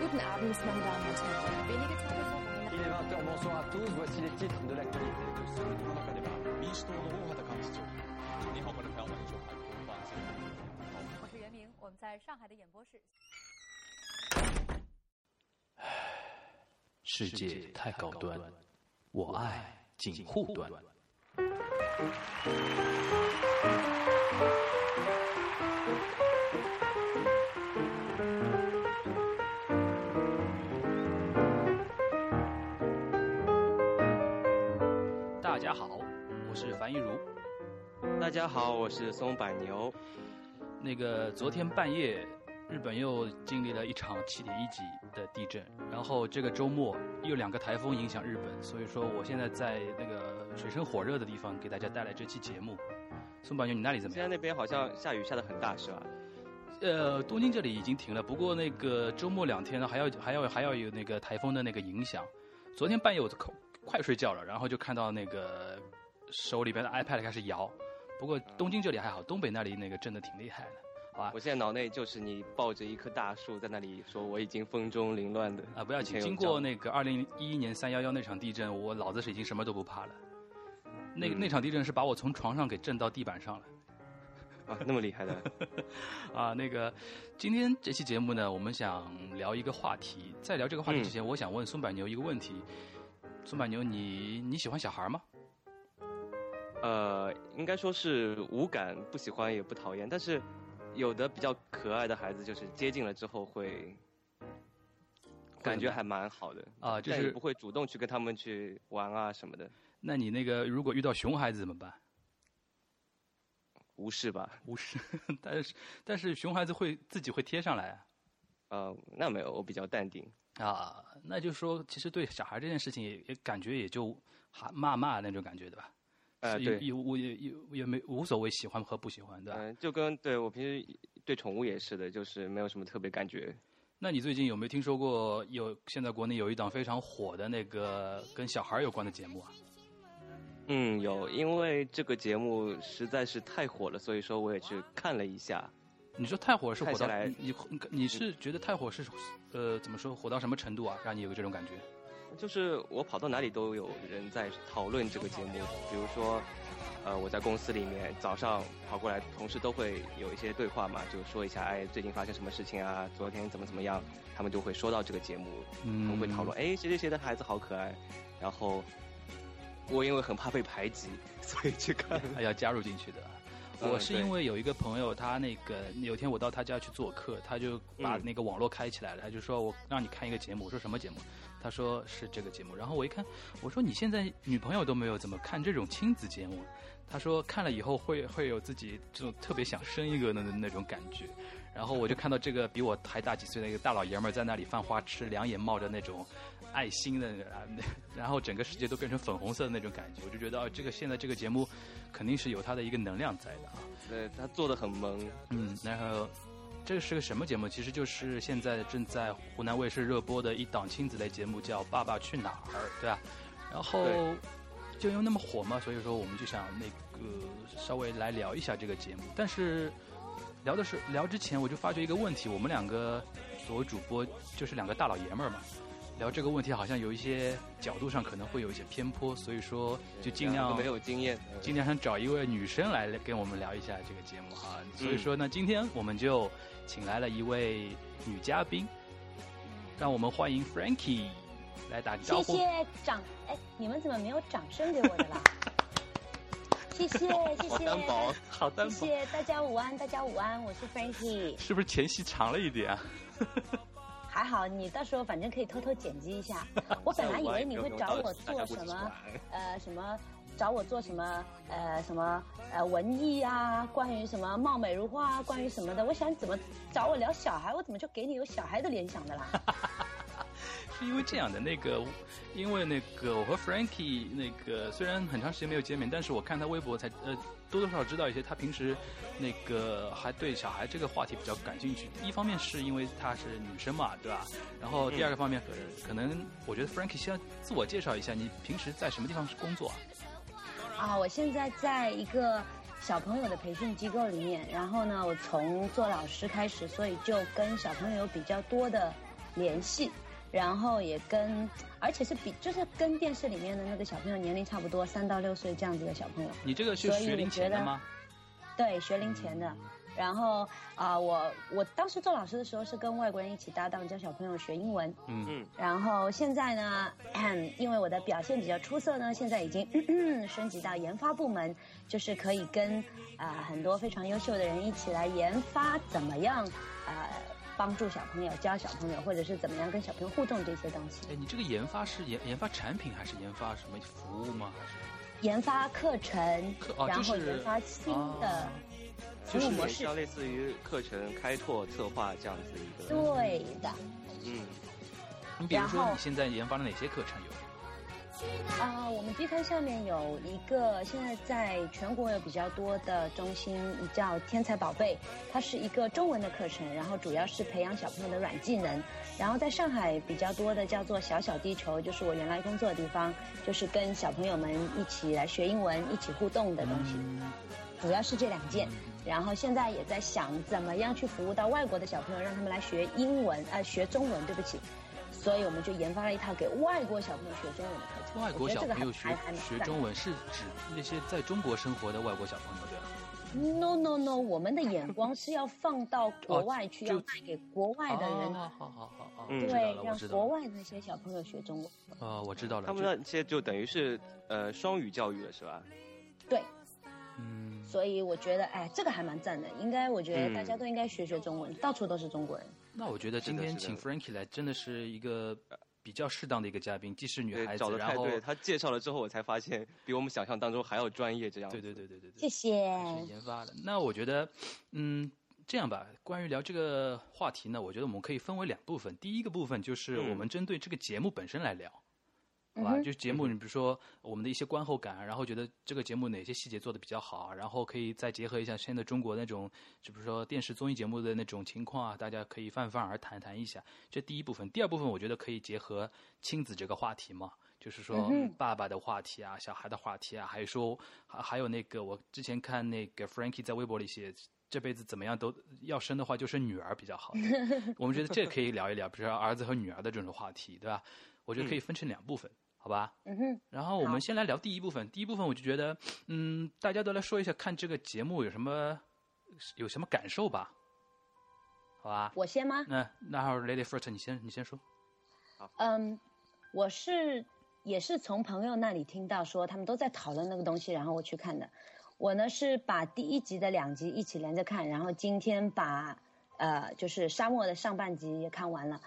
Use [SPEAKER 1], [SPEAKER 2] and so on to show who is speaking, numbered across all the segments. [SPEAKER 1] guten Abend, meine Damen und Herren. Wenige Tage vor
[SPEAKER 2] Il est 20h, bonsoir à tous, voici les titres de l'actualité.
[SPEAKER 3] 我是袁明，我们在上海的演播室。
[SPEAKER 4] 世界太高端，我爱锦护端。大家好，我是樊一茹。
[SPEAKER 5] 大家好，我是松柏牛。
[SPEAKER 4] 那个昨天半夜，日本又经历了一场7.1级的地震，然后这个周末又两个台风影响日本，所以说我现在在那个水深火热的地方给大家带来这期节目。宋宝牛，你那里怎么
[SPEAKER 5] 现在
[SPEAKER 4] 样？
[SPEAKER 5] 那边好像下雨下的很大，是吧？
[SPEAKER 4] 呃，东京这里已经停了，不过那个周末两天呢，还要还要还要有那个台风的那个影响。昨天半夜我快快睡觉了，然后就看到那个手里边的 iPad 开始摇。不过东京这里还好，东北那里那个震的挺厉害的。啊
[SPEAKER 5] 我现在脑内就是你抱着一棵大树在那里说我已经风中凌乱的
[SPEAKER 4] 啊，不要紧，经过那个二零一一年三幺幺那场地震，我老子是已经什么都不怕了。那那场地震是把我从床上给震到地板上了
[SPEAKER 5] 啊那么厉害的，
[SPEAKER 4] 啊！那个，今天这期节目呢，我们想聊一个话题。在聊这个话题之前，我想问松柏牛一个问题：松柏牛，你你喜欢小孩吗？
[SPEAKER 5] 呃，应该说是无感，不喜欢也不讨厌，但是有的比较可爱的孩子，就是接近了之后会感觉还蛮好的，
[SPEAKER 4] 啊，就
[SPEAKER 5] 但也
[SPEAKER 4] 是
[SPEAKER 5] 不会主动去跟他们去玩啊什么的，
[SPEAKER 4] 那你那个如果遇到熊孩子怎么办？
[SPEAKER 5] 无视吧。
[SPEAKER 4] 无视，但是但是熊孩子会自己会贴上来啊。
[SPEAKER 5] 呃，那没有，我比较淡定。
[SPEAKER 4] 啊，那就是说，其实对小孩这件事情也也感觉也就哈骂骂那种感觉，对吧？
[SPEAKER 5] 呃
[SPEAKER 4] 是
[SPEAKER 5] 对
[SPEAKER 4] 也也我也也也没无所谓喜欢和不喜欢，对吧？
[SPEAKER 5] 嗯、就跟对我平时对宠物也是的，就是没有什么特别感觉。
[SPEAKER 4] 那你最近有没有听说过有现在国内有一档非常火的那个跟小孩有关的节目啊？
[SPEAKER 5] 嗯，有，因为这个节目实在是太火了，所以说我也去看了一下。
[SPEAKER 4] 你说太火是火
[SPEAKER 5] 看下
[SPEAKER 4] 到
[SPEAKER 5] 来
[SPEAKER 4] 你你你是觉得太火是呃怎么说火到什么程度啊？让你有这种感觉？
[SPEAKER 5] 就是我跑到哪里都有人在讨论这个节目，比如说，呃，我在公司里面早上跑过来，同事都会有一些对话嘛，就说一下，哎，最近发生什么事情啊，昨天怎么怎么样，他们就会说到这个节目，他们
[SPEAKER 4] 嗯，
[SPEAKER 5] 会讨论，哎，谁谁谁的孩子好可爱，然后我因为很怕被排挤，所以去看了。
[SPEAKER 4] 还要哎加入进去的。
[SPEAKER 5] 嗯
[SPEAKER 4] 啊我是
[SPEAKER 5] 对
[SPEAKER 4] 因为有一个朋友，他那个有天我到他家去做客，他就把
[SPEAKER 5] 嗯
[SPEAKER 4] 那个网络开起来了，他就说我让你看一个节目，我说什么节目？他说是这个节目。然后我一看，我说你现在女朋友都没有，怎么看这种亲子节目？他说看了以后会会有自己这种特别想生一个的那那种感觉。然后我就看到这个比我还大几岁的一个大老爷们儿在那里犯花痴，两眼冒着那种爱心的，啊那然后整个世界都变成粉红色的那种感觉，我就觉得啊，这个现在这个节目肯定是有它的一个能量在的啊。
[SPEAKER 5] 对，他做的很萌，
[SPEAKER 4] 嗯，然后这是个什么节目？其实就是现在正在湖南卫视热播的一档亲子类节目，叫《爸爸去哪儿》，对吧？然后
[SPEAKER 5] 对
[SPEAKER 4] 就因为那么火嘛，所以说我们就想那个稍微来聊一下这个节目。但是聊的是聊之前，我就发觉一个问题，我们两个所有主播就是两个大老爷们儿嘛。聊这个问题好像有一些角度上可能会有一些偏颇，所以说就尽
[SPEAKER 5] 然后
[SPEAKER 4] 量
[SPEAKER 5] 没有经验，嗯
[SPEAKER 4] 今天想找一位女生来跟我们聊一下这个节目哈，所以说呢，今天我们就请来了一位女嘉宾，让我们欢迎 Frankie 来打个招
[SPEAKER 6] 谢
[SPEAKER 4] 呼。
[SPEAKER 6] 谢掌，哎，你们怎么没有掌声给我的啦？谢谢谢
[SPEAKER 5] 好
[SPEAKER 6] 谢，
[SPEAKER 5] 单薄，
[SPEAKER 4] 好单
[SPEAKER 6] 谢
[SPEAKER 4] 薄，
[SPEAKER 6] 谢大家午安，大家午安，我是 Frankie。
[SPEAKER 4] 是不是前戏长了一点啊？
[SPEAKER 6] 还好你到时候反正可以偷偷剪辑一下。我本来以为你会找我做什么，呃，什么找我做什么，呃，什么呃文艺啊，关于什么貌美如花啊，关于什么的。我想怎么找我聊小孩，我怎么就给你有小孩的联想的啦？
[SPEAKER 4] 是因为这样的那个，因为那个我和 Frankie 那个虽然很长时间没有见面，但是我看他微博才呃多多少少知道一些，他平时那个还对小孩这个话题比较感兴趣。一方面是因为她是女生嘛，对吧？然后
[SPEAKER 6] 嗯
[SPEAKER 4] 第二个方面可能、可能我觉得 Frankie 先自我介绍一下，你平时在什么地方工作啊？
[SPEAKER 6] 啊，我现在在一个小朋友的培训机构里面，然后呢，我从做老师开始，所以就跟小朋友有比较多的联系，然后也跟，而且是比就是跟电视里面的那个小朋友年龄差不多，三到六岁这样子的小朋友。
[SPEAKER 4] 你这个是
[SPEAKER 6] 所以
[SPEAKER 4] 学
[SPEAKER 6] 我
[SPEAKER 4] 龄
[SPEAKER 6] 觉
[SPEAKER 4] 前的
[SPEAKER 6] 得
[SPEAKER 4] 吗？
[SPEAKER 6] 对，学龄前的。然后啊、我我当时做老师的时候是跟外国人一起搭档教小朋友学英文，
[SPEAKER 4] 嗯，
[SPEAKER 5] 嗯，
[SPEAKER 6] 然后现在呢， 因为我的表现比较出色呢，现在已经 嗯嗯升级到研发部门，就是可以跟啊、呃很多非常优秀的人一起来研发怎么样呃帮助小朋友教小朋友，或者是怎么样跟小朋友互动这些东西。
[SPEAKER 4] 哎，你这个研发是研研发产品还是研发什么服务吗？还是
[SPEAKER 6] 研发课程，
[SPEAKER 4] 课哦，
[SPEAKER 6] 然
[SPEAKER 4] 就
[SPEAKER 6] 后
[SPEAKER 4] 是
[SPEAKER 6] 研发新的
[SPEAKER 4] 啊
[SPEAKER 6] 服
[SPEAKER 5] 就
[SPEAKER 6] 务
[SPEAKER 5] 是
[SPEAKER 6] 模
[SPEAKER 5] 也
[SPEAKER 6] 式。
[SPEAKER 5] 像类似于课程开拓策划这样子
[SPEAKER 4] 哦
[SPEAKER 5] 一个，
[SPEAKER 6] 对的，
[SPEAKER 5] 嗯，
[SPEAKER 4] 你比如
[SPEAKER 6] 然
[SPEAKER 4] 说，
[SPEAKER 6] 后
[SPEAKER 4] 你现在研发了哪些课程有？
[SPEAKER 6] 啊、我们集团下面有一个现在在全国有比较多的中心，叫天才宝贝，它是一个中文的课程，然后主要是培养小朋友的软技能。然后在上海比较多的叫做小小地球，就是我原来工作的地方，就是跟小朋友们一起来学英文、一起互动的东西，主要是这两件。然后现在也在想怎么样去服务到外国的小朋友，让他们来学英文，呃，学中文，对不起。所以我们就研发了一套给外国小朋友学中文的课程。
[SPEAKER 4] 外国
[SPEAKER 6] 我觉
[SPEAKER 4] 小
[SPEAKER 6] 得这个
[SPEAKER 4] 朋友
[SPEAKER 6] 还
[SPEAKER 4] 学
[SPEAKER 6] 还还蛮
[SPEAKER 4] 学
[SPEAKER 6] 赞
[SPEAKER 4] 中文是指那些在中国生活的外国小朋友对吧？
[SPEAKER 6] No no no，我们的眼光是要放到国外去，
[SPEAKER 4] 就
[SPEAKER 6] 要卖给国外的人，
[SPEAKER 4] 哦好好好好，
[SPEAKER 5] 嗯
[SPEAKER 4] 我知道
[SPEAKER 6] 对
[SPEAKER 4] 了，，我
[SPEAKER 6] 让
[SPEAKER 4] 知道
[SPEAKER 6] 国
[SPEAKER 4] 了。
[SPEAKER 6] 外的那些小朋友学中文。
[SPEAKER 4] 呃，我知道了。
[SPEAKER 5] 他们
[SPEAKER 4] 就
[SPEAKER 5] 那些就等于是呃双语教育了是吧？
[SPEAKER 6] 对，
[SPEAKER 4] 嗯，
[SPEAKER 6] 所以我觉得，哎，这个还蛮赞的，应该我觉得大家都应该学学中文，到处都是中国人。
[SPEAKER 4] 那我觉得今
[SPEAKER 5] 是的
[SPEAKER 4] 天
[SPEAKER 5] 是的
[SPEAKER 4] 请 Frankie 来真的是一个比较适当的一个嘉宾，既是女
[SPEAKER 5] 对，
[SPEAKER 4] 孩
[SPEAKER 5] 找
[SPEAKER 4] 子，
[SPEAKER 5] 的
[SPEAKER 4] 然
[SPEAKER 5] 太
[SPEAKER 4] 后
[SPEAKER 5] 对了，他介绍了之后，我才发现比我们想象当中还要专业这样子。
[SPEAKER 4] 对对对对对
[SPEAKER 6] 谢
[SPEAKER 4] 对，
[SPEAKER 6] 谢。
[SPEAKER 4] 还是研发的。那我觉得，嗯，这样吧，关于聊这个话题呢，我觉得我们可以分为两部分。第一个部分就是
[SPEAKER 5] 嗯
[SPEAKER 4] 我们针对这个节目本身来聊。好
[SPEAKER 6] 嗯
[SPEAKER 4] 吧，
[SPEAKER 6] 哼
[SPEAKER 4] 就节目，你比如说我们的一些观后感，然后觉得这个节目哪些细节做的比较好，然后可以再结合一下现在中国那种，就比如说电视综艺节目的那种情况啊，大家可以泛泛而谈谈一下。这第一部分，第二部分我觉得可以结合亲子这个话题嘛，就是说
[SPEAKER 6] 嗯哼
[SPEAKER 4] 爸爸的话题啊，小孩的话题啊，还有说还还有那个我之前看那个 Frankie 在微博里写。这辈子怎么样都要生的话，就生女儿比 较好。我们觉得这可以聊一聊，比如说儿子和女儿的这种话题，对吧？我觉得可以分成两部分，好吧？
[SPEAKER 6] 嗯哼，
[SPEAKER 4] 然后我
[SPEAKER 6] 嗯好
[SPEAKER 4] 们先来聊第一部分。第一部分我就觉得，嗯，大家都来说一下，看这个节目有什么有什么感受吧，好吧？
[SPEAKER 6] 我先 吗？
[SPEAKER 4] 那那好，Lady First，你先你先说。
[SPEAKER 6] 嗯，我是也是从朋友那里听到说他们都在讨论那个东西，然后我去看的。我呢是把第一集的两集一起连着看，然后今天把呃就是沙漠的上半集也看完了。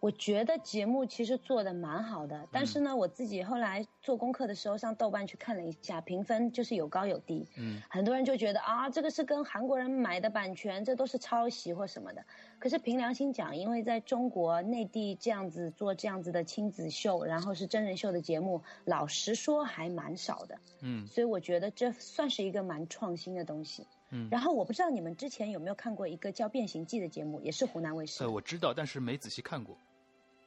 [SPEAKER 6] 我觉得节目其实做的蛮好的，但是呢，我自己后来做功课的时候上豆瓣去看了一下，评分就是有高有低。
[SPEAKER 4] 嗯，
[SPEAKER 6] 很多人就觉得啊，这个是跟韩国人买的版权，这都是抄袭或什么的。可是凭良心讲，因为在中国内地这样子做这样子的亲子秀，然后是真人秀的节目，老实说还蛮少的。
[SPEAKER 4] 嗯
[SPEAKER 6] 所以我觉得这算是一个蛮创新的东西。
[SPEAKER 4] 嗯，
[SPEAKER 6] 然后我不知道你们之前有没有看过一个叫《变形记》的节目，也是湖南卫视
[SPEAKER 4] 呃，，我知道，但是没仔细看过。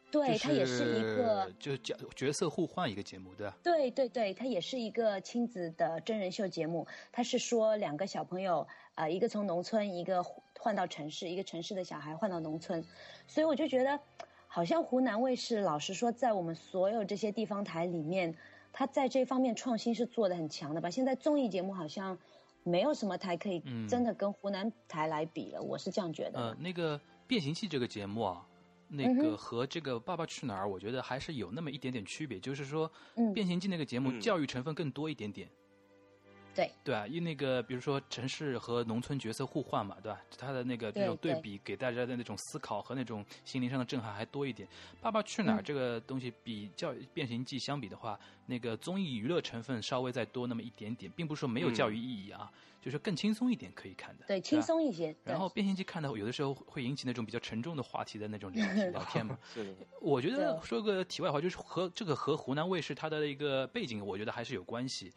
[SPEAKER 6] 对，
[SPEAKER 4] 就
[SPEAKER 6] 它也是一个，
[SPEAKER 4] 就是角角色互换一个节目，对吧？
[SPEAKER 6] 对对对，它也是一个亲子的真人秀节目。它是说两个小朋友，呃，一个从农村，一个换到城市，一个城市的小孩换到农村，所以我就觉得，好像湖南卫视，老实说，在我们所有这些地方台里面，它在这方面创新是做的很强的吧？现在综艺节目好像没有什么台可以
[SPEAKER 4] 嗯
[SPEAKER 6] 真的跟湖南台来比了，我是这样觉得
[SPEAKER 4] 呃，
[SPEAKER 6] 的。
[SPEAKER 4] 那个《变形记》这个节目啊，那
[SPEAKER 6] 嗯
[SPEAKER 4] 个
[SPEAKER 6] 哼
[SPEAKER 4] 和这个《爸爸去哪儿》，我觉得还是有那么一点点区别，就是说，
[SPEAKER 6] 嗯
[SPEAKER 4] 《变形记》那个节目
[SPEAKER 5] 嗯
[SPEAKER 4] 教育成分更多一点点。
[SPEAKER 6] 对
[SPEAKER 4] 对啊，因为那个比如说城市和农村角色互换嘛，对吧？它的那个
[SPEAKER 6] 对
[SPEAKER 4] 这种对
[SPEAKER 6] 对
[SPEAKER 4] 比，给大家的那种思考和那种心灵上的震撼还多一点。《爸爸去哪儿》
[SPEAKER 6] 嗯
[SPEAKER 4] 这个东西比较《变形记》相比的话，那个综艺娱乐成分稍微再多那么一点点，并不是说没有
[SPEAKER 5] 嗯
[SPEAKER 4] 教育意义啊，就是更轻松一点可以看的。
[SPEAKER 6] 对，
[SPEAKER 4] 吧
[SPEAKER 6] 轻松一些。对
[SPEAKER 4] 啊然后变形记看的有的时候会引起那种比较沉重的话题的那种聊天聊天嘛。
[SPEAKER 5] 是的，
[SPEAKER 4] 我觉得
[SPEAKER 6] 对
[SPEAKER 4] 说个题外话，就是和这个和湖南卫视它的一个背景，我觉得还是有关系，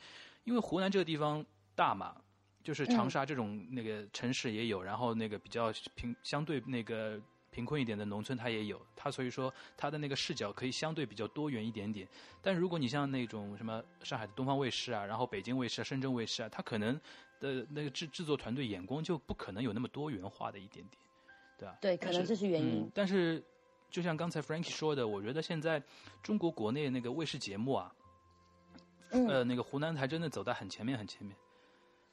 [SPEAKER 4] 因为湖南这个地方大嘛。就是长沙这种那个城市也有，然后那个比较贫相对那个贫困一点的农村它也有，它所以说它的那个视角可以相对比较多元一点点。但如果你像那种什么上海的东方卫视啊，然后北京卫视、啊、深圳卫视啊，它可能的那个制制作团队眼光就不可能有那么多元化的一点点，对吧？
[SPEAKER 6] 对，
[SPEAKER 4] 但
[SPEAKER 6] 可能这是原因
[SPEAKER 4] 嗯。。但是就像刚才 Frankie 说的，我觉得现在中国国内那个卫视节目啊，
[SPEAKER 6] 嗯
[SPEAKER 4] 呃，那个湖南台真的走在很前面，很前面。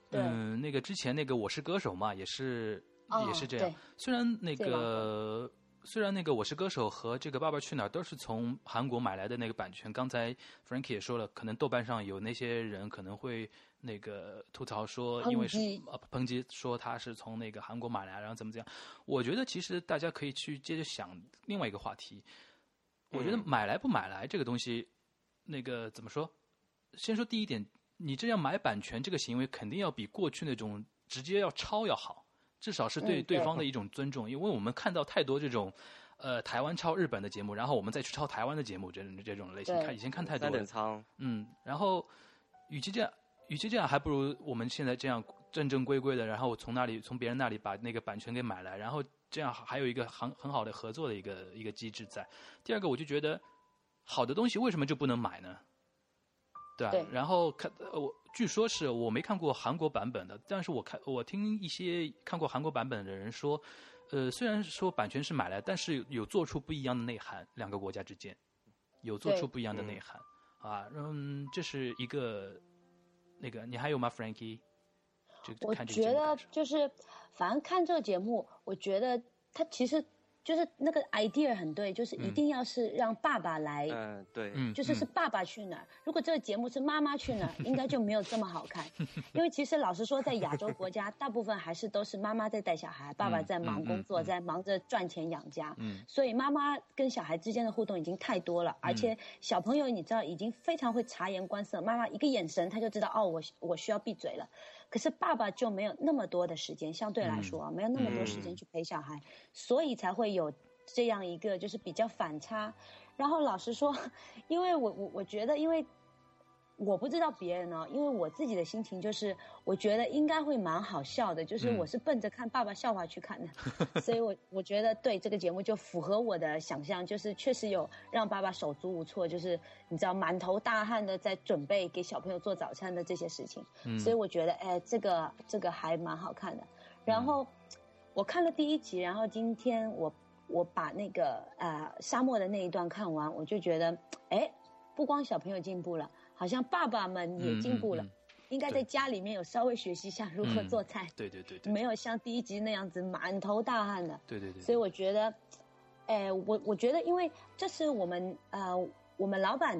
[SPEAKER 6] 对
[SPEAKER 4] 嗯、那个之前那个《我是歌手》嘛，也是、
[SPEAKER 6] 哦
[SPEAKER 4] 也是这样
[SPEAKER 6] 对。
[SPEAKER 4] 虽然那
[SPEAKER 6] 这
[SPEAKER 4] 个虽然那个《我是歌手》和这个《爸爸去哪儿》都是从韩国买来的那个版权，刚才 Frankie 也说了，可能豆瓣上有那些人可能会那个吐槽说，因为是
[SPEAKER 6] 抨击
[SPEAKER 4] 呃抨击说他是从那个韩国买来，然后怎么怎么样。我觉得其实大家可以去接着想另外一个话题。我觉得
[SPEAKER 5] 嗯
[SPEAKER 4] 买来不买来这个东西，那个怎么说？先说第一点，你这样买版权这个行为，肯定要比过去那种直接要抄要好，至少是对
[SPEAKER 6] 嗯对
[SPEAKER 4] 对方的一种尊重。因为我们看到太多这种，呃，台湾抄日本的节目，然后我们再去抄台湾的节目，这种这种类型，
[SPEAKER 6] 对
[SPEAKER 4] 看以前看太多
[SPEAKER 5] 三
[SPEAKER 4] 了
[SPEAKER 5] 等。舱，
[SPEAKER 4] 嗯，然后与其这样，与其这样，还不如我们现在这样正正规规的，然后从那里从别人那里把那个版权给买来，然后这样还有一个很很好的合作的一个一个机制在。第二个，我就觉得好的东西为什么就不能买呢？对吧？
[SPEAKER 6] 对
[SPEAKER 4] 然后看呃我据说是我没看过韩国版本的，但是我看我听一些看过韩国版本的人说，呃，虽然说版权是买来，但是有做出不一样的内涵，两个国家之间有做
[SPEAKER 6] 对
[SPEAKER 4] 出不一样的
[SPEAKER 5] 嗯
[SPEAKER 4] 内涵、啊。嗯，这是一个那个，你还有吗，Frankie？这
[SPEAKER 6] 我
[SPEAKER 4] 看这
[SPEAKER 6] 觉
[SPEAKER 4] 个节目
[SPEAKER 6] 得
[SPEAKER 4] 感受
[SPEAKER 6] 就是，反正看这个节目，我觉得他其实就是那个 idea 很对，就是一
[SPEAKER 4] 嗯
[SPEAKER 6] 定要是让爸爸来，
[SPEAKER 5] 嗯，对，
[SPEAKER 4] 嗯，
[SPEAKER 6] 就是是
[SPEAKER 4] 嗯
[SPEAKER 6] 爸爸去哪儿。如果这个节目是妈妈去哪儿，应该就没有这么好 看。因为其实老实说，在亚洲国家，大部分还是都是妈妈在带小孩，爸爸
[SPEAKER 4] 嗯
[SPEAKER 6] 在忙
[SPEAKER 4] 嗯嗯
[SPEAKER 6] 工作，
[SPEAKER 4] 嗯
[SPEAKER 6] 在忙着赚钱养家。
[SPEAKER 4] 嗯
[SPEAKER 6] 所以妈妈跟小孩之间的互动已经太多了，而且小朋友你知道已经非常会察言观色，妈妈一个眼神他就知道哦，我我需要闭嘴了。可是爸爸就没有那么多的时间，相对
[SPEAKER 4] 嗯
[SPEAKER 6] 来说啊，没有那么多时间去陪小孩，所以才会有这样一个就是比较反差。然后老实说，因为我我我觉得，因为我不知道别人哦，因为我自己的心情就是，我觉得应该会蛮好笑的，就是
[SPEAKER 4] 嗯
[SPEAKER 6] 我是奔着看爸爸笑话去看的，所以我我觉得对这个节目就符合我的想象，就是确实有让爸爸手足无措，就是你知道满头大汗的在准备给小朋友做早餐的这些事情，
[SPEAKER 4] 嗯
[SPEAKER 6] 所以我觉得哎，这个这个还蛮好看的。
[SPEAKER 4] 嗯
[SPEAKER 6] 然后我看了第一集，然后今天我我把那个呃沙漠的那一段看完，我就觉得哎，不光小朋友进步了，好像爸爸们也进步了，
[SPEAKER 4] 嗯嗯嗯
[SPEAKER 6] 应该在
[SPEAKER 4] 对
[SPEAKER 6] 家里面有稍微学习一下如何
[SPEAKER 4] 嗯
[SPEAKER 6] 做菜，
[SPEAKER 4] 对对对对
[SPEAKER 6] 没有像第一集那样子满头大汗的。
[SPEAKER 4] 对对对，
[SPEAKER 6] 所以我觉得，哎，我我觉得，因为这是我们呃，我们老板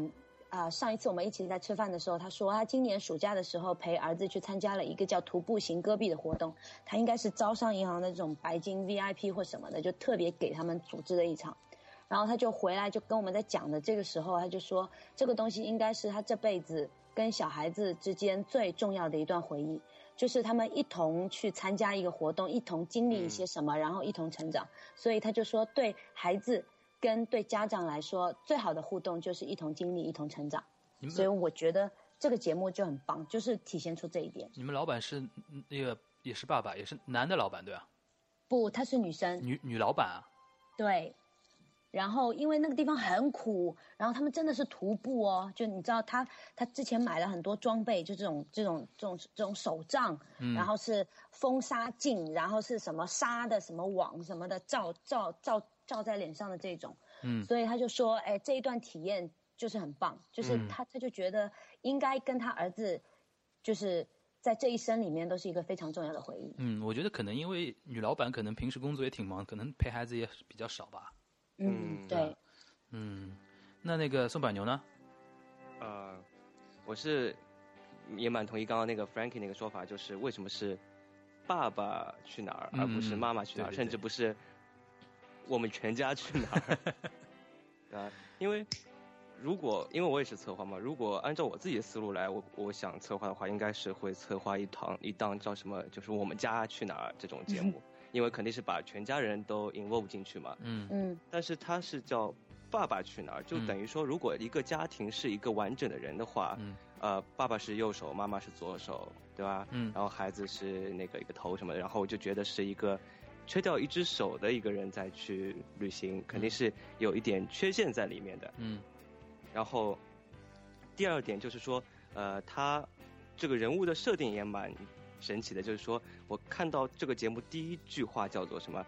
[SPEAKER 6] 啊、呃上一次我们一起在吃饭的时候，他说他今年暑假的时候陪儿子去参加了一个叫徒步行戈壁的活动，他应该是招商银行的这种白金 VIP 或什么的，就特别给他们组织的一场。然后他就回来就跟我们在讲的这个时候，他就说这个东西应该是他这辈子跟小孩子之间最重要的一段回忆，就是他们一同去参加一个活动，一同经历一
[SPEAKER 4] 嗯
[SPEAKER 6] 些什么，然后一同成长。所以他就说，对孩子跟对家长来说，最好的互动就是一同经历、一同成长。
[SPEAKER 4] 你
[SPEAKER 6] 所以
[SPEAKER 4] 们
[SPEAKER 6] 我觉得这个节目就很棒，就是体现出这一点。
[SPEAKER 4] 你们老板是嗯那个也是爸爸，也是男的老板对吧？
[SPEAKER 6] 不，她是女生，
[SPEAKER 4] 女女老板啊，
[SPEAKER 6] 对。然后因为那个地方很苦，然后他们真的是徒步哦，就你知道他他之前买了很多装备，就这种这种这种这种手杖，
[SPEAKER 4] 嗯，
[SPEAKER 6] 然后是风沙镜，然后是什么纱的什么网什么的罩罩罩罩在脸上的这种，
[SPEAKER 4] 嗯
[SPEAKER 6] 所以他就说，哎，这一段体验就是很棒，就是
[SPEAKER 4] 嗯
[SPEAKER 6] 他、他就觉得应该跟他儿子，就是在这一生里面都是一个非常重要的回忆。
[SPEAKER 4] 嗯，我觉得可能因为女老板可能平时工作也挺忙，可能陪孩子也比较少吧。
[SPEAKER 5] 嗯
[SPEAKER 6] 嗯，对，
[SPEAKER 4] 嗯，那那个宋板牛呢？
[SPEAKER 5] 呃，我是也蛮同意刚刚那个 Frankie 那个说法，就是为什么是爸爸去哪儿，
[SPEAKER 4] 嗯
[SPEAKER 5] 而不是妈妈去哪儿，
[SPEAKER 4] 对对对
[SPEAKER 5] 甚至不是我们全家去哪 儿，对啊，因为如果因为我也是策划嘛，如果按照我自己的思路来，我我想策划的话，应该是会策划一堂一档叫什么，就是我们家去哪儿这种节 目，因为肯定是把全家人都 involve 进去嘛。
[SPEAKER 4] 嗯
[SPEAKER 6] 嗯
[SPEAKER 5] 但是它是叫《爸爸去哪儿》，就
[SPEAKER 4] 嗯
[SPEAKER 5] 等于说，如果一个家庭是一个完整的人的话，
[SPEAKER 4] 嗯
[SPEAKER 5] 呃，爸爸是右手，妈妈是左手，对吧？
[SPEAKER 4] 嗯
[SPEAKER 5] 然后孩子是那个一个头什么的，然后我就觉得是一个缺掉一只手的一个人再去旅行，肯定是有一点缺陷在里面的。
[SPEAKER 4] 嗯
[SPEAKER 5] 然后第二点就是说，呃，他这个人物的设定也蛮神奇的，就是说我看到这个节目第一句话叫做什么？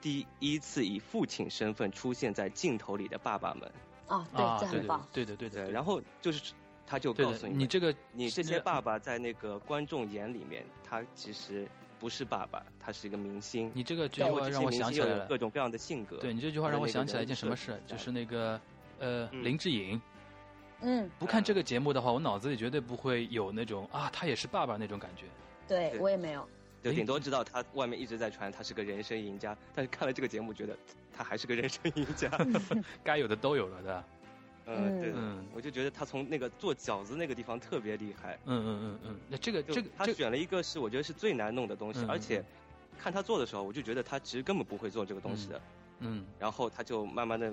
[SPEAKER 5] 第一次以父亲身份出现在镜头里的爸爸们。
[SPEAKER 6] 啊，
[SPEAKER 5] 嗯
[SPEAKER 6] 对，
[SPEAKER 4] 啊，
[SPEAKER 6] 这
[SPEAKER 4] 对
[SPEAKER 6] 很棒。
[SPEAKER 4] 对对对
[SPEAKER 5] 对，
[SPEAKER 4] 对
[SPEAKER 5] 然后就是他就
[SPEAKER 4] 对
[SPEAKER 5] 告诉
[SPEAKER 4] 的，
[SPEAKER 5] 你们，
[SPEAKER 4] 你这个
[SPEAKER 5] 你这些
[SPEAKER 4] 是
[SPEAKER 5] 爸爸在那个观众眼里面，他其实不是爸爸，他是一个明星。
[SPEAKER 4] 你这个句
[SPEAKER 5] 然后
[SPEAKER 4] 话
[SPEAKER 5] 这些
[SPEAKER 4] 让我
[SPEAKER 5] 明
[SPEAKER 4] 想
[SPEAKER 5] 星
[SPEAKER 4] 起
[SPEAKER 5] 又
[SPEAKER 4] 来
[SPEAKER 5] 有
[SPEAKER 4] 了
[SPEAKER 5] 各，种各样的性格。
[SPEAKER 4] 对你这句话
[SPEAKER 5] 他的
[SPEAKER 4] 让我
[SPEAKER 5] 那个
[SPEAKER 4] 想起来一
[SPEAKER 5] 人
[SPEAKER 4] 件
[SPEAKER 5] 物
[SPEAKER 4] 什么
[SPEAKER 5] 设
[SPEAKER 4] 事
[SPEAKER 5] 计，
[SPEAKER 4] 就
[SPEAKER 5] 在
[SPEAKER 4] 是那个呃
[SPEAKER 5] 嗯
[SPEAKER 4] 林志颖。
[SPEAKER 6] 嗯，
[SPEAKER 4] 不看这个节目的话，我脑子里绝对不会有那种啊，他也是爸爸那种感觉。
[SPEAKER 6] 对
[SPEAKER 5] 对
[SPEAKER 6] 我也没有。
[SPEAKER 5] 就
[SPEAKER 4] 哎
[SPEAKER 5] 顶多知道他外面一直在传他是个人生赢家，但是看了这个节目，觉得他还是个人生赢 家。
[SPEAKER 4] 该有的都有了的。
[SPEAKER 5] 嗯，对的，
[SPEAKER 4] 嗯
[SPEAKER 5] 我就觉得他从那个做饺子那个地方特别厉害。
[SPEAKER 4] 嗯嗯嗯嗯，那这个
[SPEAKER 5] 就
[SPEAKER 4] 这个
[SPEAKER 5] 他
[SPEAKER 4] 这个
[SPEAKER 5] 选了一个是我觉得是最难弄的东西，
[SPEAKER 4] 嗯
[SPEAKER 5] 而
[SPEAKER 4] 嗯
[SPEAKER 5] 且
[SPEAKER 4] 嗯
[SPEAKER 5] 看他做的时候，我就觉得他其实根本不会做这个东西的。
[SPEAKER 4] 嗯
[SPEAKER 5] 然后他就慢慢的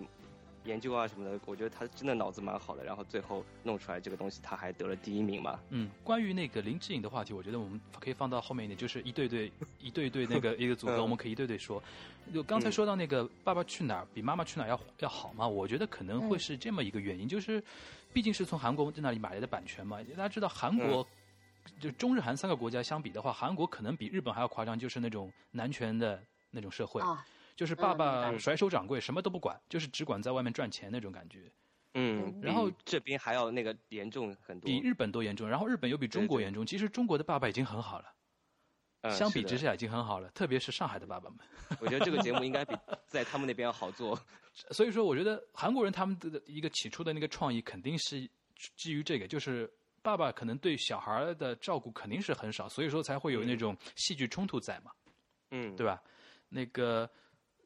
[SPEAKER 5] 研究啊什么的，我觉得他真的脑子蛮好的。然后最后弄出来这个东西，他还得了第一名嘛。
[SPEAKER 4] 嗯，关于那个林志颖的话题，我觉得我们可以放到后面一点，就是一 对对一对对那个一个组合，
[SPEAKER 5] 嗯
[SPEAKER 4] 我们可以一对对说。就刚才
[SPEAKER 5] 嗯
[SPEAKER 4] 说到那个《爸爸去哪儿》比《妈妈去哪儿》要要好嘛，我觉得可能会是这么一个原因，就是毕竟是从韩国那里买来的版权嘛，大家知道韩
[SPEAKER 5] 嗯
[SPEAKER 4] 国。就中日韩三个国家相比的话，韩国可能比日本还要夸张，就是那种男权的那种社会，
[SPEAKER 6] 啊，
[SPEAKER 4] 就是爸爸
[SPEAKER 5] 嗯
[SPEAKER 4] 甩手掌柜，什么都不管，就是只管在外面赚钱那种感觉，
[SPEAKER 5] 嗯，
[SPEAKER 4] 然后
[SPEAKER 5] 比这边还要那个严重很多
[SPEAKER 4] 比。日本都严重。然后日本又比中国
[SPEAKER 5] 对对
[SPEAKER 4] 严重，其实中国的爸爸已经很好了。
[SPEAKER 5] 嗯
[SPEAKER 4] 相
[SPEAKER 5] 是
[SPEAKER 4] 比
[SPEAKER 5] 的
[SPEAKER 4] 之下已经很好了，特别是上海的爸爸们。
[SPEAKER 5] 我觉得这个节目应该比在他们那边要好做。
[SPEAKER 4] 所以说，我觉得韩国人他们的一个起初的那个创意肯定是基于这个，就是爸爸可能对小孩儿的照顾肯定是很少，所以说才会有那种戏剧冲突在嘛，
[SPEAKER 5] 嗯，
[SPEAKER 4] 对吧？那个，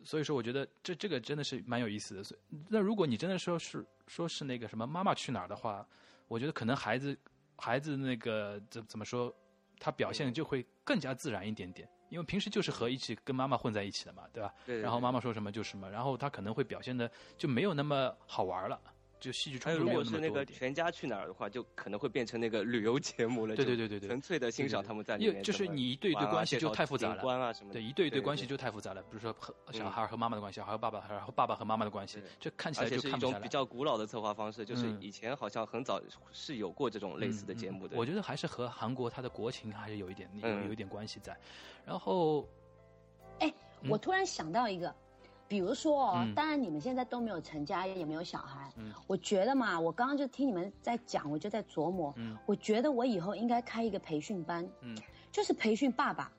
[SPEAKER 4] 所以说我觉得这这个真的是蛮有意思的。所以，那如果你真的说是说是那个什么妈妈去哪儿的话，我觉得可能孩子孩子那个怎怎么说，他表现就会更加自然一点点，因为平时就是和一起跟妈妈混在一起的嘛，对吧？
[SPEAKER 5] 对。对
[SPEAKER 4] 然后
[SPEAKER 5] 对
[SPEAKER 4] 妈妈说什么就什么，然后他可能会表现的就没有那么好玩了，就戏剧
[SPEAKER 5] 还有，哎
[SPEAKER 4] 冲突
[SPEAKER 5] 如
[SPEAKER 4] 没有
[SPEAKER 5] 果
[SPEAKER 4] 那
[SPEAKER 5] 是
[SPEAKER 4] 么
[SPEAKER 5] 那
[SPEAKER 4] 多
[SPEAKER 5] 个
[SPEAKER 4] 一点。
[SPEAKER 5] 全家去哪儿的话，就可能会变成那个旅游节目了。
[SPEAKER 4] 对对
[SPEAKER 5] 就
[SPEAKER 4] 对对对
[SPEAKER 5] 纯粹的欣赏他们在里
[SPEAKER 4] 因
[SPEAKER 5] 面
[SPEAKER 4] 为
[SPEAKER 5] 怎么玩啊。
[SPEAKER 4] 就是你一对一对关系就太复杂
[SPEAKER 5] 介绍景观
[SPEAKER 4] 了，
[SPEAKER 5] 啊什么的。
[SPEAKER 4] 对一对一对
[SPEAKER 5] 对
[SPEAKER 4] 关系
[SPEAKER 5] 对
[SPEAKER 4] 就太复杂了。比如说和小
[SPEAKER 5] 嗯
[SPEAKER 4] 孩和妈妈的关系，小孩和爸爸，然后爸爸和妈妈的关系
[SPEAKER 5] 对，
[SPEAKER 4] 这看起
[SPEAKER 5] 而
[SPEAKER 4] 来
[SPEAKER 5] 且
[SPEAKER 4] 就是
[SPEAKER 5] 一
[SPEAKER 4] 看不下
[SPEAKER 5] 种
[SPEAKER 4] 来
[SPEAKER 5] 比。较古老的策划方式，就是
[SPEAKER 4] 嗯
[SPEAKER 5] 以前好像很早是有过这种类似的节目的。
[SPEAKER 4] 嗯嗯我觉得还是和韩国它的国情还是有一点有
[SPEAKER 5] 嗯
[SPEAKER 4] 有一点关系在。然后嗯
[SPEAKER 6] 我突然想到一个，比如说哦，
[SPEAKER 4] 嗯
[SPEAKER 6] 当然你们现在都没有成家，也没有小孩，
[SPEAKER 4] 嗯
[SPEAKER 6] 我觉得嘛，我刚刚就听你们在讲，我就在琢磨，
[SPEAKER 4] 嗯
[SPEAKER 6] 我觉得我以后应该开一个培训班，
[SPEAKER 4] 嗯
[SPEAKER 6] 就是培训爸爸，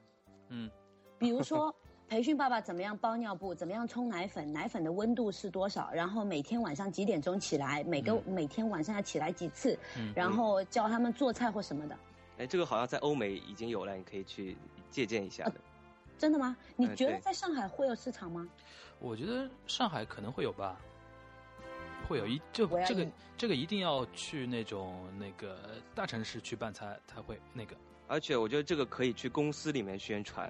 [SPEAKER 4] 嗯
[SPEAKER 6] 比如说培训爸爸怎么样包尿布，怎么样冲奶粉，奶粉的温度是多少，然后每天晚上几点钟起来，每个、
[SPEAKER 4] 嗯
[SPEAKER 6] 每天晚上要起来几次，
[SPEAKER 4] 嗯
[SPEAKER 6] 然后教他们做菜或什么的，
[SPEAKER 5] 哎，这个好像在欧美已经有了，你可以去借鉴一下 的。
[SPEAKER 6] 真的吗？你
[SPEAKER 4] 哎
[SPEAKER 5] 嗯
[SPEAKER 6] 觉得
[SPEAKER 5] 对
[SPEAKER 6] 在上海会有市场吗？
[SPEAKER 4] 我觉得上海可能会有吧，会有一这
[SPEAKER 6] 我要
[SPEAKER 4] 这个
[SPEAKER 6] 引
[SPEAKER 4] 这个一定要去那种那个大城市去办才才会那个。
[SPEAKER 5] 而且我觉得这个可以去公司里面宣传。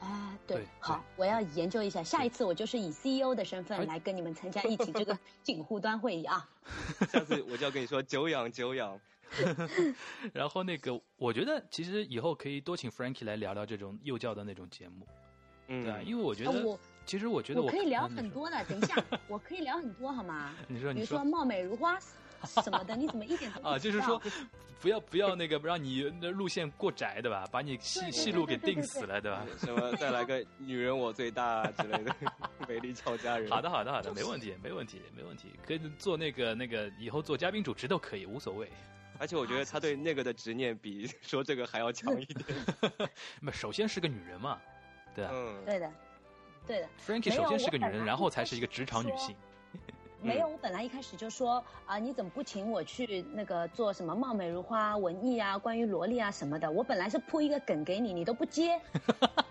[SPEAKER 6] 哎，
[SPEAKER 4] 对
[SPEAKER 6] 对，好
[SPEAKER 4] 对，
[SPEAKER 6] 我要研究一下，下一次我就是以 CEO 的身
[SPEAKER 4] 哎
[SPEAKER 6] 份来跟你们 参加一起这个警护端会议啊。
[SPEAKER 5] 下次我就要跟你说，久仰久仰。
[SPEAKER 4] 然后那个，我觉得其实以后可以多请 Frankie 来聊聊这种幼教的那种节目， 对啊，
[SPEAKER 5] 嗯，
[SPEAKER 4] 因为我觉
[SPEAKER 6] 啊
[SPEAKER 4] 得，
[SPEAKER 6] 我
[SPEAKER 4] 其实我 觉得
[SPEAKER 6] 我可以聊
[SPEAKER 4] 嗯
[SPEAKER 6] 很多的，等一下，我可以聊很多好吗？
[SPEAKER 4] 你 说
[SPEAKER 6] 比
[SPEAKER 4] 你
[SPEAKER 6] 如
[SPEAKER 4] 说
[SPEAKER 6] 说
[SPEAKER 4] 你
[SPEAKER 6] 貌美如 花什么的，你怎么一点都不知道
[SPEAKER 4] 啊，就是说。不要不要那个让你那路线过窄，对吧？把你
[SPEAKER 6] 对
[SPEAKER 4] 戏
[SPEAKER 6] 对
[SPEAKER 4] 戏
[SPEAKER 6] 对
[SPEAKER 4] 路给
[SPEAKER 6] 对对
[SPEAKER 4] 定
[SPEAKER 6] 对
[SPEAKER 4] 死
[SPEAKER 6] 对
[SPEAKER 4] 了，对吧？
[SPEAKER 5] 什么再来个女人我最大之类的， 美丽俏佳人。
[SPEAKER 4] 好的，好的，好的，
[SPEAKER 6] 就
[SPEAKER 4] 没
[SPEAKER 6] 是
[SPEAKER 4] 问题，没问题，没问题，可以做那个那个，以后做嘉宾主持都可以，无所谓。
[SPEAKER 5] 而且我觉得他对那个的执念比说这个还要强一点。
[SPEAKER 4] 那首先是个女人嘛，对吧、
[SPEAKER 5] 嗯，
[SPEAKER 6] 对的，对的，
[SPEAKER 4] f r a n k i e
[SPEAKER 6] 没
[SPEAKER 4] 首
[SPEAKER 6] 有
[SPEAKER 4] 先是
[SPEAKER 6] 我
[SPEAKER 4] 个女
[SPEAKER 6] 本
[SPEAKER 4] 人，
[SPEAKER 6] 来
[SPEAKER 4] 然后
[SPEAKER 6] 一
[SPEAKER 4] 才
[SPEAKER 6] 开
[SPEAKER 4] 是一个
[SPEAKER 6] 始
[SPEAKER 4] 职场女
[SPEAKER 6] 说
[SPEAKER 4] 性。嗯
[SPEAKER 6] 没有，我本来一开始就说啊，你怎么不请我去那个做什么貌美如花、文艺啊、关于萝莉啊什么的？我本来是铺一个梗给你，你都不接。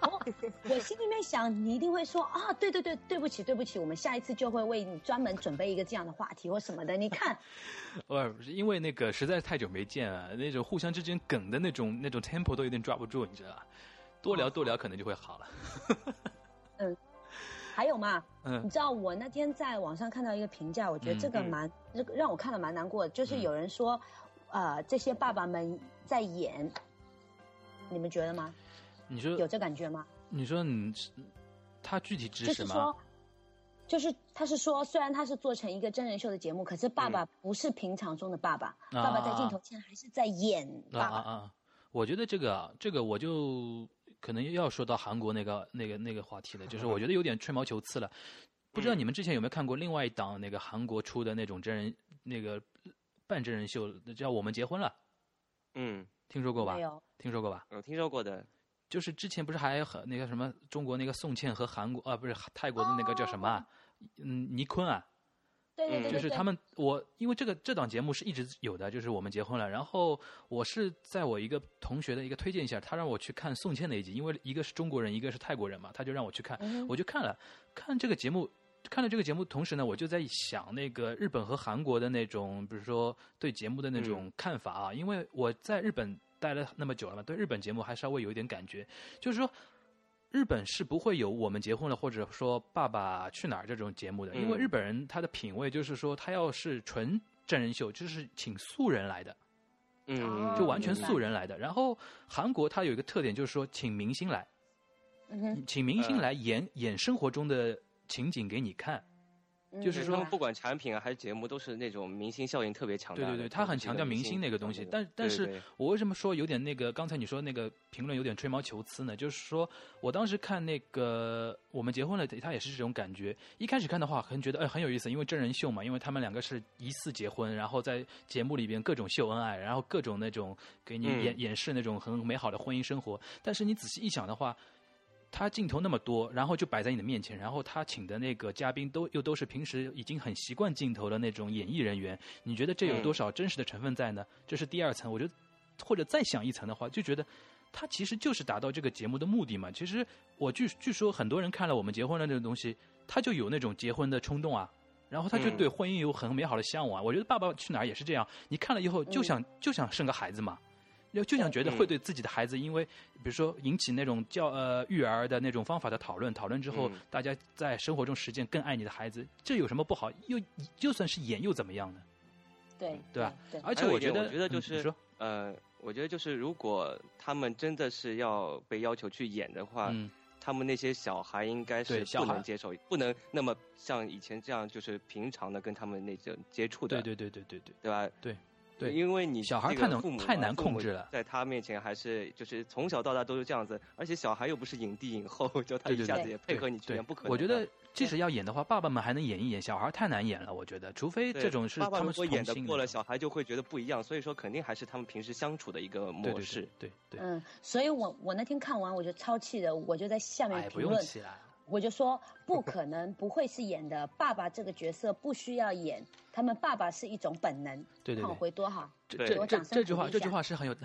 [SPEAKER 6] 我我心里面想，你一定会说啊，对对对，对不起对不起，我们下一次就会为你专门准备一个这样的话题或什么的。你 看，
[SPEAKER 4] 呃，不是因为那个实在是太久没见了，那种互相之间梗的那种那种 tempo 都有点抓不住，你知道吧？多
[SPEAKER 6] 哦
[SPEAKER 4] 聊多聊可能就会好了。
[SPEAKER 6] 还有嘛，
[SPEAKER 4] 嗯
[SPEAKER 6] 你知道我那天在网上看到一个评价，我觉得这个
[SPEAKER 5] 嗯嗯
[SPEAKER 6] 蛮，这个让我看了蛮难过的，就是
[SPEAKER 4] 嗯
[SPEAKER 6] 有人说，呃，这些爸爸们在演，你们觉得吗？
[SPEAKER 4] 你说
[SPEAKER 6] 有这感觉吗？
[SPEAKER 4] 你说你是他具体指
[SPEAKER 6] 就
[SPEAKER 4] 什
[SPEAKER 6] 是
[SPEAKER 4] 么啊
[SPEAKER 6] 说？，就是他是说，虽然他是做成一个真人秀的节目，可是爸
[SPEAKER 4] 嗯
[SPEAKER 6] 爸不是平常中的爸爸，爸爸在镜头前还是在演
[SPEAKER 4] 啊
[SPEAKER 6] 爸
[SPEAKER 4] 啊
[SPEAKER 6] 爸。
[SPEAKER 4] 啊！我觉得这个啊这个我就可能要说到韩国那个那个那个话题了，就是我觉得有点吹毛求疵了。
[SPEAKER 6] 嗯
[SPEAKER 4] 不知道你们之前有没有看过另外一档那个韩国出的那种真人那个半真人秀，叫《我们结婚了》，
[SPEAKER 5] 嗯，
[SPEAKER 4] 听说过吧
[SPEAKER 6] 没？有，
[SPEAKER 4] 听说过吧？
[SPEAKER 5] 我听说过的，
[SPEAKER 4] 就是之前不是还有很那个什么中国那个宋茜和韩国啊，不是泰国的那个叫什么、啊，嗯，尼坤啊，
[SPEAKER 6] 对哦对对对
[SPEAKER 4] 就是
[SPEAKER 6] 对
[SPEAKER 4] 他们，我因为这个这档节目是一直有的，就是我们结婚了。然后我是在我一个同学的一个推荐下，他让我去看宋茜那一集，因为一个是中国人，一个是泰国人嘛，他就让我去看，
[SPEAKER 6] 嗯
[SPEAKER 4] 我就看了。看这个节目，看了这个节目，同时呢，我就在想那个日本和韩国的那种，比如说对节目的那种看法啊，因为我在日本待了那么久了嘛，对日本节目还稍微有一点感觉，就是说。日本是不会有《我们结婚了》或者说《爸爸去哪儿》这种节目的，因为
[SPEAKER 5] 嗯
[SPEAKER 4] 日本人他的品味就是说，他要是纯真人秀，就是请素人来的，
[SPEAKER 5] 嗯，
[SPEAKER 4] 哦就完全
[SPEAKER 6] 明白
[SPEAKER 4] 素人来的。然后韩国它有一个特点，就是说请明星来，
[SPEAKER 6] 嗯哼
[SPEAKER 4] 请明星
[SPEAKER 5] 呃
[SPEAKER 4] 来演演生活中的情景给你看。
[SPEAKER 6] 嗯
[SPEAKER 4] 就
[SPEAKER 5] 就是是
[SPEAKER 4] 说
[SPEAKER 5] 他们不管产品啊还是节目，都是那种明星效应特别强大的。
[SPEAKER 4] 对对对，他很强调明星那个东西，但但是
[SPEAKER 5] 对对
[SPEAKER 4] 我为什么说有点那个？刚才你说那个评论有点吹毛求疵呢？就是说我当时看那个《我们结婚了》，他也是这种感觉。一开始看的话，很觉得哎很有意思，因为真人秀嘛，因为他们两个是疑似结婚，然后在节目里边各种秀恩爱，然后各种那种给你演、
[SPEAKER 5] 嗯
[SPEAKER 4] 演示那种很美好的婚姻生活。但是你仔细一想的话，他镜头那么多，然后就摆在你的面前，然后他请的那个嘉宾都又都是平时已经很习惯镜头的那种演艺人员，你觉得这有多少真实的成分在呢？这是第二层，我觉得或者再想一层的话，就觉得他其实就是达到这个节目的目的嘛。其实我据据说很多人看了我们结婚了这个东西，他就有那种结婚的冲动啊。然后他就
[SPEAKER 5] 嗯
[SPEAKER 4] 对婚姻有很美好的向往，啊我觉得《爸爸去哪儿》也是这样，你看了以后就想、就想生个孩子嘛，就就想觉得
[SPEAKER 5] 嗯
[SPEAKER 4] 会对自己的孩子，因为比如说引起那种教呃育儿的那种方法的讨论，讨论之后
[SPEAKER 5] 嗯，
[SPEAKER 4] 大家在生活中实践更爱你的孩子，这有什么不好？又就算是演又怎么样呢？
[SPEAKER 6] 对
[SPEAKER 4] 对吧
[SPEAKER 6] 对，
[SPEAKER 4] 而且
[SPEAKER 5] 还有
[SPEAKER 4] 我
[SPEAKER 5] 一点
[SPEAKER 4] 得，
[SPEAKER 5] 我觉得就
[SPEAKER 4] 嗯
[SPEAKER 5] 是
[SPEAKER 4] 你说
[SPEAKER 5] 呃，我觉得就是如果他们真的是要被要求去演的话，
[SPEAKER 4] 嗯，
[SPEAKER 5] 他们那些小孩应该
[SPEAKER 4] 对
[SPEAKER 5] 是
[SPEAKER 4] 小
[SPEAKER 5] 不
[SPEAKER 4] 孩
[SPEAKER 5] 能接受，不能那么像以前这样就是平常的跟他们那种接触的，
[SPEAKER 4] 对对对对对对，
[SPEAKER 5] 对吧？
[SPEAKER 4] 对对
[SPEAKER 5] 因为你
[SPEAKER 4] 小孩
[SPEAKER 5] 这个
[SPEAKER 4] 太能
[SPEAKER 5] 父母嘛
[SPEAKER 4] 太难
[SPEAKER 5] 父
[SPEAKER 4] 控
[SPEAKER 5] 母
[SPEAKER 4] 制了
[SPEAKER 5] 在他面前还是就是从小到大都是这样子，而且小孩又不是影帝影后，就他
[SPEAKER 4] 对
[SPEAKER 5] 一
[SPEAKER 4] 对
[SPEAKER 5] 下
[SPEAKER 4] 对
[SPEAKER 5] 子也配合你去
[SPEAKER 4] 对
[SPEAKER 5] 演，不可能的。
[SPEAKER 4] 我觉得即使要演的话，爸爸们还能演一演，小孩太难演了。我觉得，除非
[SPEAKER 5] 对
[SPEAKER 4] 这种是
[SPEAKER 5] 爸爸
[SPEAKER 4] 他
[SPEAKER 5] 如
[SPEAKER 4] 们是
[SPEAKER 5] 果
[SPEAKER 4] 童
[SPEAKER 5] 演的
[SPEAKER 4] 星
[SPEAKER 5] 过
[SPEAKER 4] 那
[SPEAKER 5] 了，
[SPEAKER 4] 种
[SPEAKER 5] 小孩就会觉得不一样，所以说肯定还是他们平时相处的一个
[SPEAKER 4] 对
[SPEAKER 5] 模
[SPEAKER 4] 对
[SPEAKER 5] 式
[SPEAKER 4] 对。对对，
[SPEAKER 6] 嗯，所以我我那天看完我就超气的，我就在下面
[SPEAKER 4] 哎，不
[SPEAKER 6] 评
[SPEAKER 4] 用
[SPEAKER 6] 论，
[SPEAKER 4] 起来。
[SPEAKER 6] 我就说不可能，不会是演的。爸爸这个角色不需要演，他们爸爸是一种本能。
[SPEAKER 4] 对对
[SPEAKER 6] 看我
[SPEAKER 4] 对
[SPEAKER 6] 回多好，
[SPEAKER 4] 这
[SPEAKER 5] 对
[SPEAKER 4] 这
[SPEAKER 6] 我
[SPEAKER 4] 这
[SPEAKER 6] 掌声
[SPEAKER 4] 这句
[SPEAKER 6] 鼓
[SPEAKER 4] 话，
[SPEAKER 6] 励一
[SPEAKER 4] 这句
[SPEAKER 6] 下
[SPEAKER 4] 话 是很有，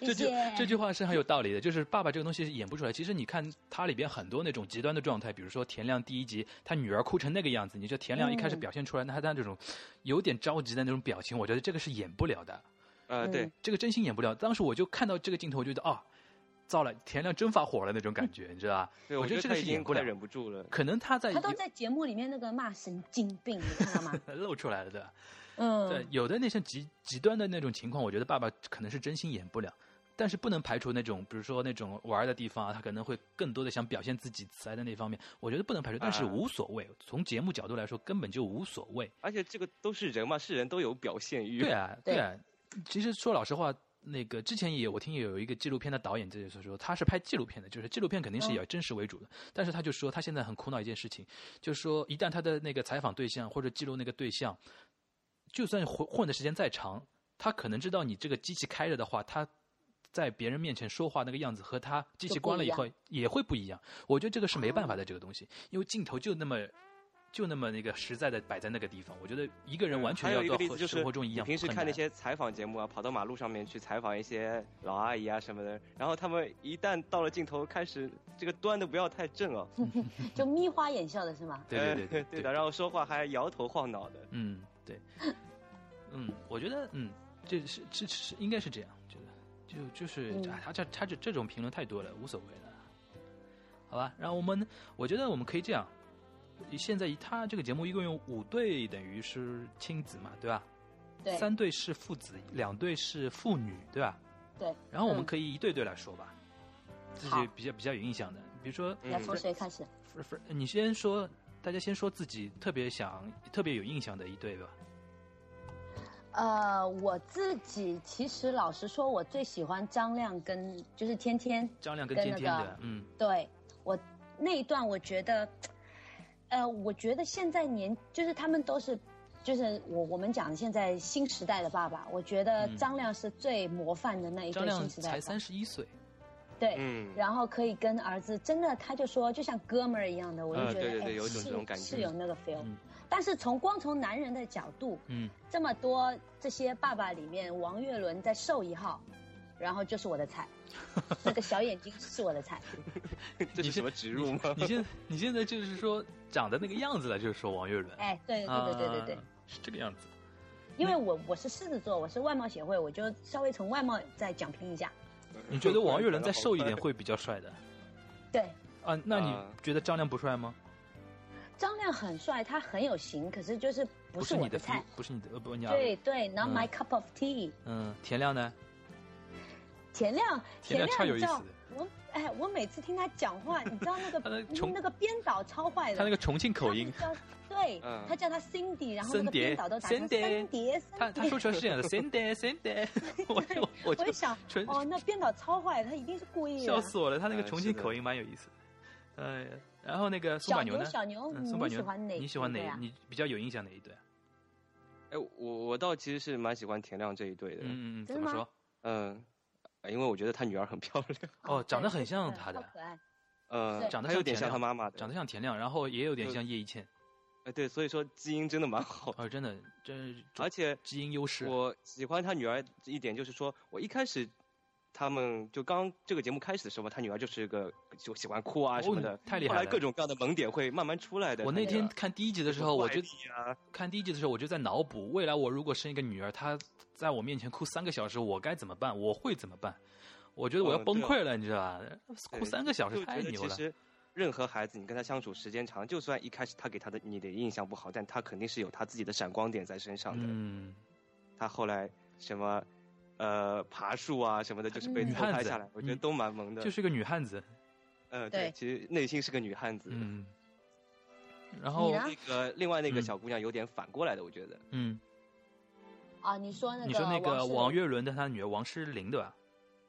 [SPEAKER 4] 这
[SPEAKER 6] 谢
[SPEAKER 4] 句
[SPEAKER 6] 谢。
[SPEAKER 4] 这句话是很有道理的。就是爸爸这个东西是演不出来。其实你看它里边很多那种极端的状态，比如说田亮第一集他女儿哭成那个样子，你就田亮一开始
[SPEAKER 6] 嗯
[SPEAKER 4] 表现出来，那他的那种有点着急的那种表情，我觉得这个是演不了的。
[SPEAKER 5] 呃，
[SPEAKER 6] 嗯
[SPEAKER 5] 对，
[SPEAKER 4] 这个真心演不了。当时我就看到这个镜头，我觉得啊，糟了，田亮真发火了那种感觉，你知道吧？
[SPEAKER 5] 对，
[SPEAKER 4] 我
[SPEAKER 5] 我
[SPEAKER 4] 觉得这个
[SPEAKER 5] 他
[SPEAKER 4] 是
[SPEAKER 5] 已
[SPEAKER 4] 演
[SPEAKER 5] 经
[SPEAKER 4] 不
[SPEAKER 5] 快
[SPEAKER 4] 了
[SPEAKER 5] 忍不住了。
[SPEAKER 4] 可能他在
[SPEAKER 6] 他都在节目里面那个骂神经病，你看到吗？
[SPEAKER 4] 露出来了，对吧？
[SPEAKER 6] 嗯，
[SPEAKER 4] 对，有的那些极极端的那种情况，我觉得爸爸可能是真心演不了，但是不能排除那种，比如说那种玩儿的地方啊，他可能会更多的想表现自己慈爱的那方面，我觉得不能排除，但是
[SPEAKER 5] 啊
[SPEAKER 4] 无所谓。从节目角度来说，根本就无所谓。
[SPEAKER 5] 而且这个都是人嘛，是人都有表现欲。
[SPEAKER 4] 对啊，
[SPEAKER 6] 对
[SPEAKER 4] 对啊。其实说老实话，那个之前也我听也有一个纪录片的导演，这就是说他是拍纪录片的，就是纪录片肯定是
[SPEAKER 6] 嗯
[SPEAKER 4] 以真实为主的。但是他就说他现在很苦恼一件事情，就是说一旦他的那个采访对象或者记录那个对象，就算混混的时间再长，他可能知道你这个机器开着的话，他。在别人面前说话那个样子和他机器
[SPEAKER 6] 就不
[SPEAKER 4] 关了
[SPEAKER 6] 一
[SPEAKER 4] 以
[SPEAKER 6] 样哦
[SPEAKER 4] 后也会不一样，我觉得这个是没办法的，这个东西，因为镜头就那么就那么那个实在的摆在那个地方，我觉得一个人
[SPEAKER 5] 嗯
[SPEAKER 4] 完全
[SPEAKER 5] 还
[SPEAKER 4] 要
[SPEAKER 5] 有一个
[SPEAKER 4] 到
[SPEAKER 5] 例
[SPEAKER 4] 和
[SPEAKER 5] 子就是
[SPEAKER 4] 生活中一
[SPEAKER 5] 你
[SPEAKER 4] 样。
[SPEAKER 5] 平时
[SPEAKER 4] 很
[SPEAKER 5] 看那
[SPEAKER 4] 难
[SPEAKER 5] 些采访节目啊，跑到马路上面去采访一些老阿姨啊什么的，然后他们一旦到了镜头，开始这个端的不要太正哦，
[SPEAKER 6] 就眯花眼笑的是吗？
[SPEAKER 4] 对
[SPEAKER 5] 呃
[SPEAKER 4] 对对对
[SPEAKER 5] 的，然后说话还摇头晃脑的，
[SPEAKER 4] 嗯对，嗯，我觉得嗯，这是这是应该是这样，觉得就就是
[SPEAKER 6] 嗯
[SPEAKER 4] 啊，他这他这这种评论太多了，无所谓了，好吧？然后我们我觉得我们可以这样，现在他这个节目一共有五对，等于是亲子嘛，对吧？
[SPEAKER 6] 对
[SPEAKER 4] 三对是父子，两对是父女，对吧？
[SPEAKER 6] 对。
[SPEAKER 4] 然后我们
[SPEAKER 6] 嗯
[SPEAKER 4] 可以一对对来说吧，这
[SPEAKER 6] 好
[SPEAKER 4] 是比较比较有印象的，比如说
[SPEAKER 6] 来
[SPEAKER 5] 嗯
[SPEAKER 6] 从谁开始？
[SPEAKER 4] 不是，你先说，大家先说自己特别想、特别有印象的一对吧。
[SPEAKER 6] 呃，我自己其实老实说，我最喜欢张亮跟就是天天，
[SPEAKER 7] 张亮跟天天
[SPEAKER 6] 跟那
[SPEAKER 7] 的
[SPEAKER 6] 个，
[SPEAKER 7] 嗯，
[SPEAKER 6] 对我那一段，我觉得，呃，我觉得现在年就是他们都是，就是我我们讲现在新时代的爸爸，我觉得
[SPEAKER 7] 嗯
[SPEAKER 6] 张亮是最模范的那一
[SPEAKER 4] 张
[SPEAKER 6] 对
[SPEAKER 4] 亮
[SPEAKER 6] 新时代的
[SPEAKER 4] 才
[SPEAKER 6] 爸
[SPEAKER 4] 三十一岁，
[SPEAKER 6] 爸对。
[SPEAKER 5] 嗯，
[SPEAKER 6] 然后可以跟儿子，真的，他就说就像哥们儿一样的，我就
[SPEAKER 5] 呃
[SPEAKER 6] 觉得，
[SPEAKER 5] 对对对
[SPEAKER 6] 哎
[SPEAKER 5] 有一种
[SPEAKER 6] 是
[SPEAKER 5] 这种感觉
[SPEAKER 6] 是有那个 feel、
[SPEAKER 7] 嗯
[SPEAKER 6] 但是从光从男人的角度，
[SPEAKER 7] 嗯，
[SPEAKER 6] 这么多这些爸爸里面，王岳伦在瘦一号，然后就是我的 菜，那个小眼睛是我的菜。
[SPEAKER 5] 这
[SPEAKER 4] 你
[SPEAKER 5] 是
[SPEAKER 4] 是
[SPEAKER 5] 什么植入吗？
[SPEAKER 4] 你现
[SPEAKER 7] 你现在就是说长得那个样子了，就是说王岳伦，
[SPEAKER 6] 哎，对对对对对对，
[SPEAKER 7] 啊，是这个样子。
[SPEAKER 6] 因
[SPEAKER 7] 嗯
[SPEAKER 6] 为我我是狮子座，我是外貌协会，我就稍微从外貌再讲评一下。
[SPEAKER 7] 你觉得王岳伦再瘦一点会比较帅的
[SPEAKER 6] 对，
[SPEAKER 7] 啊？那你
[SPEAKER 5] 啊
[SPEAKER 7] 觉得张亮不帅吗？
[SPEAKER 6] 张亮很帅，他很有型，可是就是不是
[SPEAKER 7] 是
[SPEAKER 6] 我
[SPEAKER 7] 你的
[SPEAKER 6] 菜
[SPEAKER 7] feel，。不是你的，呃，不，你啊
[SPEAKER 6] 对对，Not my
[SPEAKER 7] 嗯
[SPEAKER 6] cup of tea。
[SPEAKER 7] 嗯，田亮呢？
[SPEAKER 6] 田亮，
[SPEAKER 4] 田亮超有
[SPEAKER 6] 你
[SPEAKER 4] 意
[SPEAKER 6] 知
[SPEAKER 4] 思
[SPEAKER 6] 道
[SPEAKER 4] 的
[SPEAKER 6] 我哎，我每次听他讲话，你知道那 个
[SPEAKER 7] 他那重
[SPEAKER 6] 那个编导超坏的，
[SPEAKER 7] 他那个重庆
[SPEAKER 6] 他
[SPEAKER 7] 口
[SPEAKER 6] 就
[SPEAKER 7] 音，
[SPEAKER 6] 叫对
[SPEAKER 5] 嗯，
[SPEAKER 6] 他叫他 Cindy，然后那
[SPEAKER 7] 森
[SPEAKER 6] 个
[SPEAKER 7] 碟
[SPEAKER 6] 编导都打成
[SPEAKER 7] 森碟
[SPEAKER 6] 森碟，
[SPEAKER 7] 他
[SPEAKER 6] 森
[SPEAKER 7] 他
[SPEAKER 6] 碟。
[SPEAKER 7] 说出来是这样的，same day same day，我 我我
[SPEAKER 6] 我
[SPEAKER 7] 就
[SPEAKER 6] 就想，
[SPEAKER 7] 纯
[SPEAKER 6] 哦，那编导超坏，他一定是故意的。啊
[SPEAKER 7] 笑死我了，他那个
[SPEAKER 5] 嗯
[SPEAKER 7] 重
[SPEAKER 5] 是
[SPEAKER 7] 庆
[SPEAKER 5] 的
[SPEAKER 7] 口音蛮有意思的。哎呀，然后那个松
[SPEAKER 6] 小
[SPEAKER 7] 柏牛
[SPEAKER 6] 牛，
[SPEAKER 7] 呢？
[SPEAKER 6] 小牛，
[SPEAKER 7] 嗯，松柏
[SPEAKER 6] 你
[SPEAKER 7] 牛
[SPEAKER 6] 喜欢哪？
[SPEAKER 7] 你喜欢
[SPEAKER 6] 对
[SPEAKER 7] 哪？
[SPEAKER 6] 啊？
[SPEAKER 7] 你比较有印象哪一对啊？
[SPEAKER 5] 哎，我我倒其实是蛮喜欢田亮这一对的，嗯
[SPEAKER 7] 嗯嗯，怎
[SPEAKER 6] 真的
[SPEAKER 7] 么
[SPEAKER 6] 吗
[SPEAKER 7] 说？
[SPEAKER 5] 因为我觉得他女儿很漂 亮，
[SPEAKER 7] 哦，长得很
[SPEAKER 6] 对
[SPEAKER 7] 像
[SPEAKER 6] 对
[SPEAKER 7] 他的，
[SPEAKER 6] 超嗯可爱。
[SPEAKER 5] 呃，
[SPEAKER 6] 对
[SPEAKER 5] 她有点像他妈妈的，
[SPEAKER 4] 长
[SPEAKER 5] 得
[SPEAKER 4] 得像田亮，然后也有点像叶一茜，
[SPEAKER 5] 哎对，所以说基因真的蛮 好，
[SPEAKER 4] 哦，真的，这
[SPEAKER 5] 而且
[SPEAKER 4] 基因优势。啊
[SPEAKER 5] 我喜欢他女儿一点就是说，我一开始他们就刚这个节目开始的时候，他女儿就是个就喜欢哭啊什么的，
[SPEAKER 4] 哦太厉害
[SPEAKER 5] 后来
[SPEAKER 4] 了
[SPEAKER 5] 各种各样的萌点会慢慢出来的。
[SPEAKER 4] 我那
[SPEAKER 5] 她
[SPEAKER 4] 天
[SPEAKER 5] 女
[SPEAKER 6] 啊
[SPEAKER 5] 儿
[SPEAKER 4] 看第一集的时候，我就
[SPEAKER 5] 怪癖啊，
[SPEAKER 4] 看第一集的时候，我就在脑补，未来我如果生一个女儿，她在我面前哭三个小时，我该怎么办？我会怎么办？我觉得我要
[SPEAKER 5] 嗯
[SPEAKER 4] 崩
[SPEAKER 5] 对啊
[SPEAKER 4] 溃了，你知道吧？哭
[SPEAKER 5] 对
[SPEAKER 4] 三个小时
[SPEAKER 5] 就
[SPEAKER 4] 太
[SPEAKER 5] 觉得
[SPEAKER 4] 牛
[SPEAKER 5] 其
[SPEAKER 4] 了。
[SPEAKER 5] 实任何孩子，你跟他相处时间长，就算一开始他给他的你的印象不好，但他肯定是有他自己的闪光点在身上的。
[SPEAKER 4] 嗯，
[SPEAKER 5] 他后来什么呃爬树啊什么的，就是被偷
[SPEAKER 6] 嗯
[SPEAKER 4] 女汉
[SPEAKER 5] 拍
[SPEAKER 4] 子
[SPEAKER 5] 下来，我觉得
[SPEAKER 4] 嗯
[SPEAKER 5] 都蛮萌的。
[SPEAKER 4] 就是个女汉子。
[SPEAKER 5] 呃，
[SPEAKER 6] 对
[SPEAKER 5] 其实内心是个女汉子。
[SPEAKER 4] 嗯，然后
[SPEAKER 6] 你呢
[SPEAKER 5] 那个另外那个
[SPEAKER 4] 嗯
[SPEAKER 5] 小姑娘有点反过来的，我觉得。
[SPEAKER 4] 嗯，
[SPEAKER 6] 啊，你说那个
[SPEAKER 4] 你说那个
[SPEAKER 6] 王
[SPEAKER 4] 王
[SPEAKER 6] 岳，
[SPEAKER 4] 岳伦的他女儿王诗龄对吧？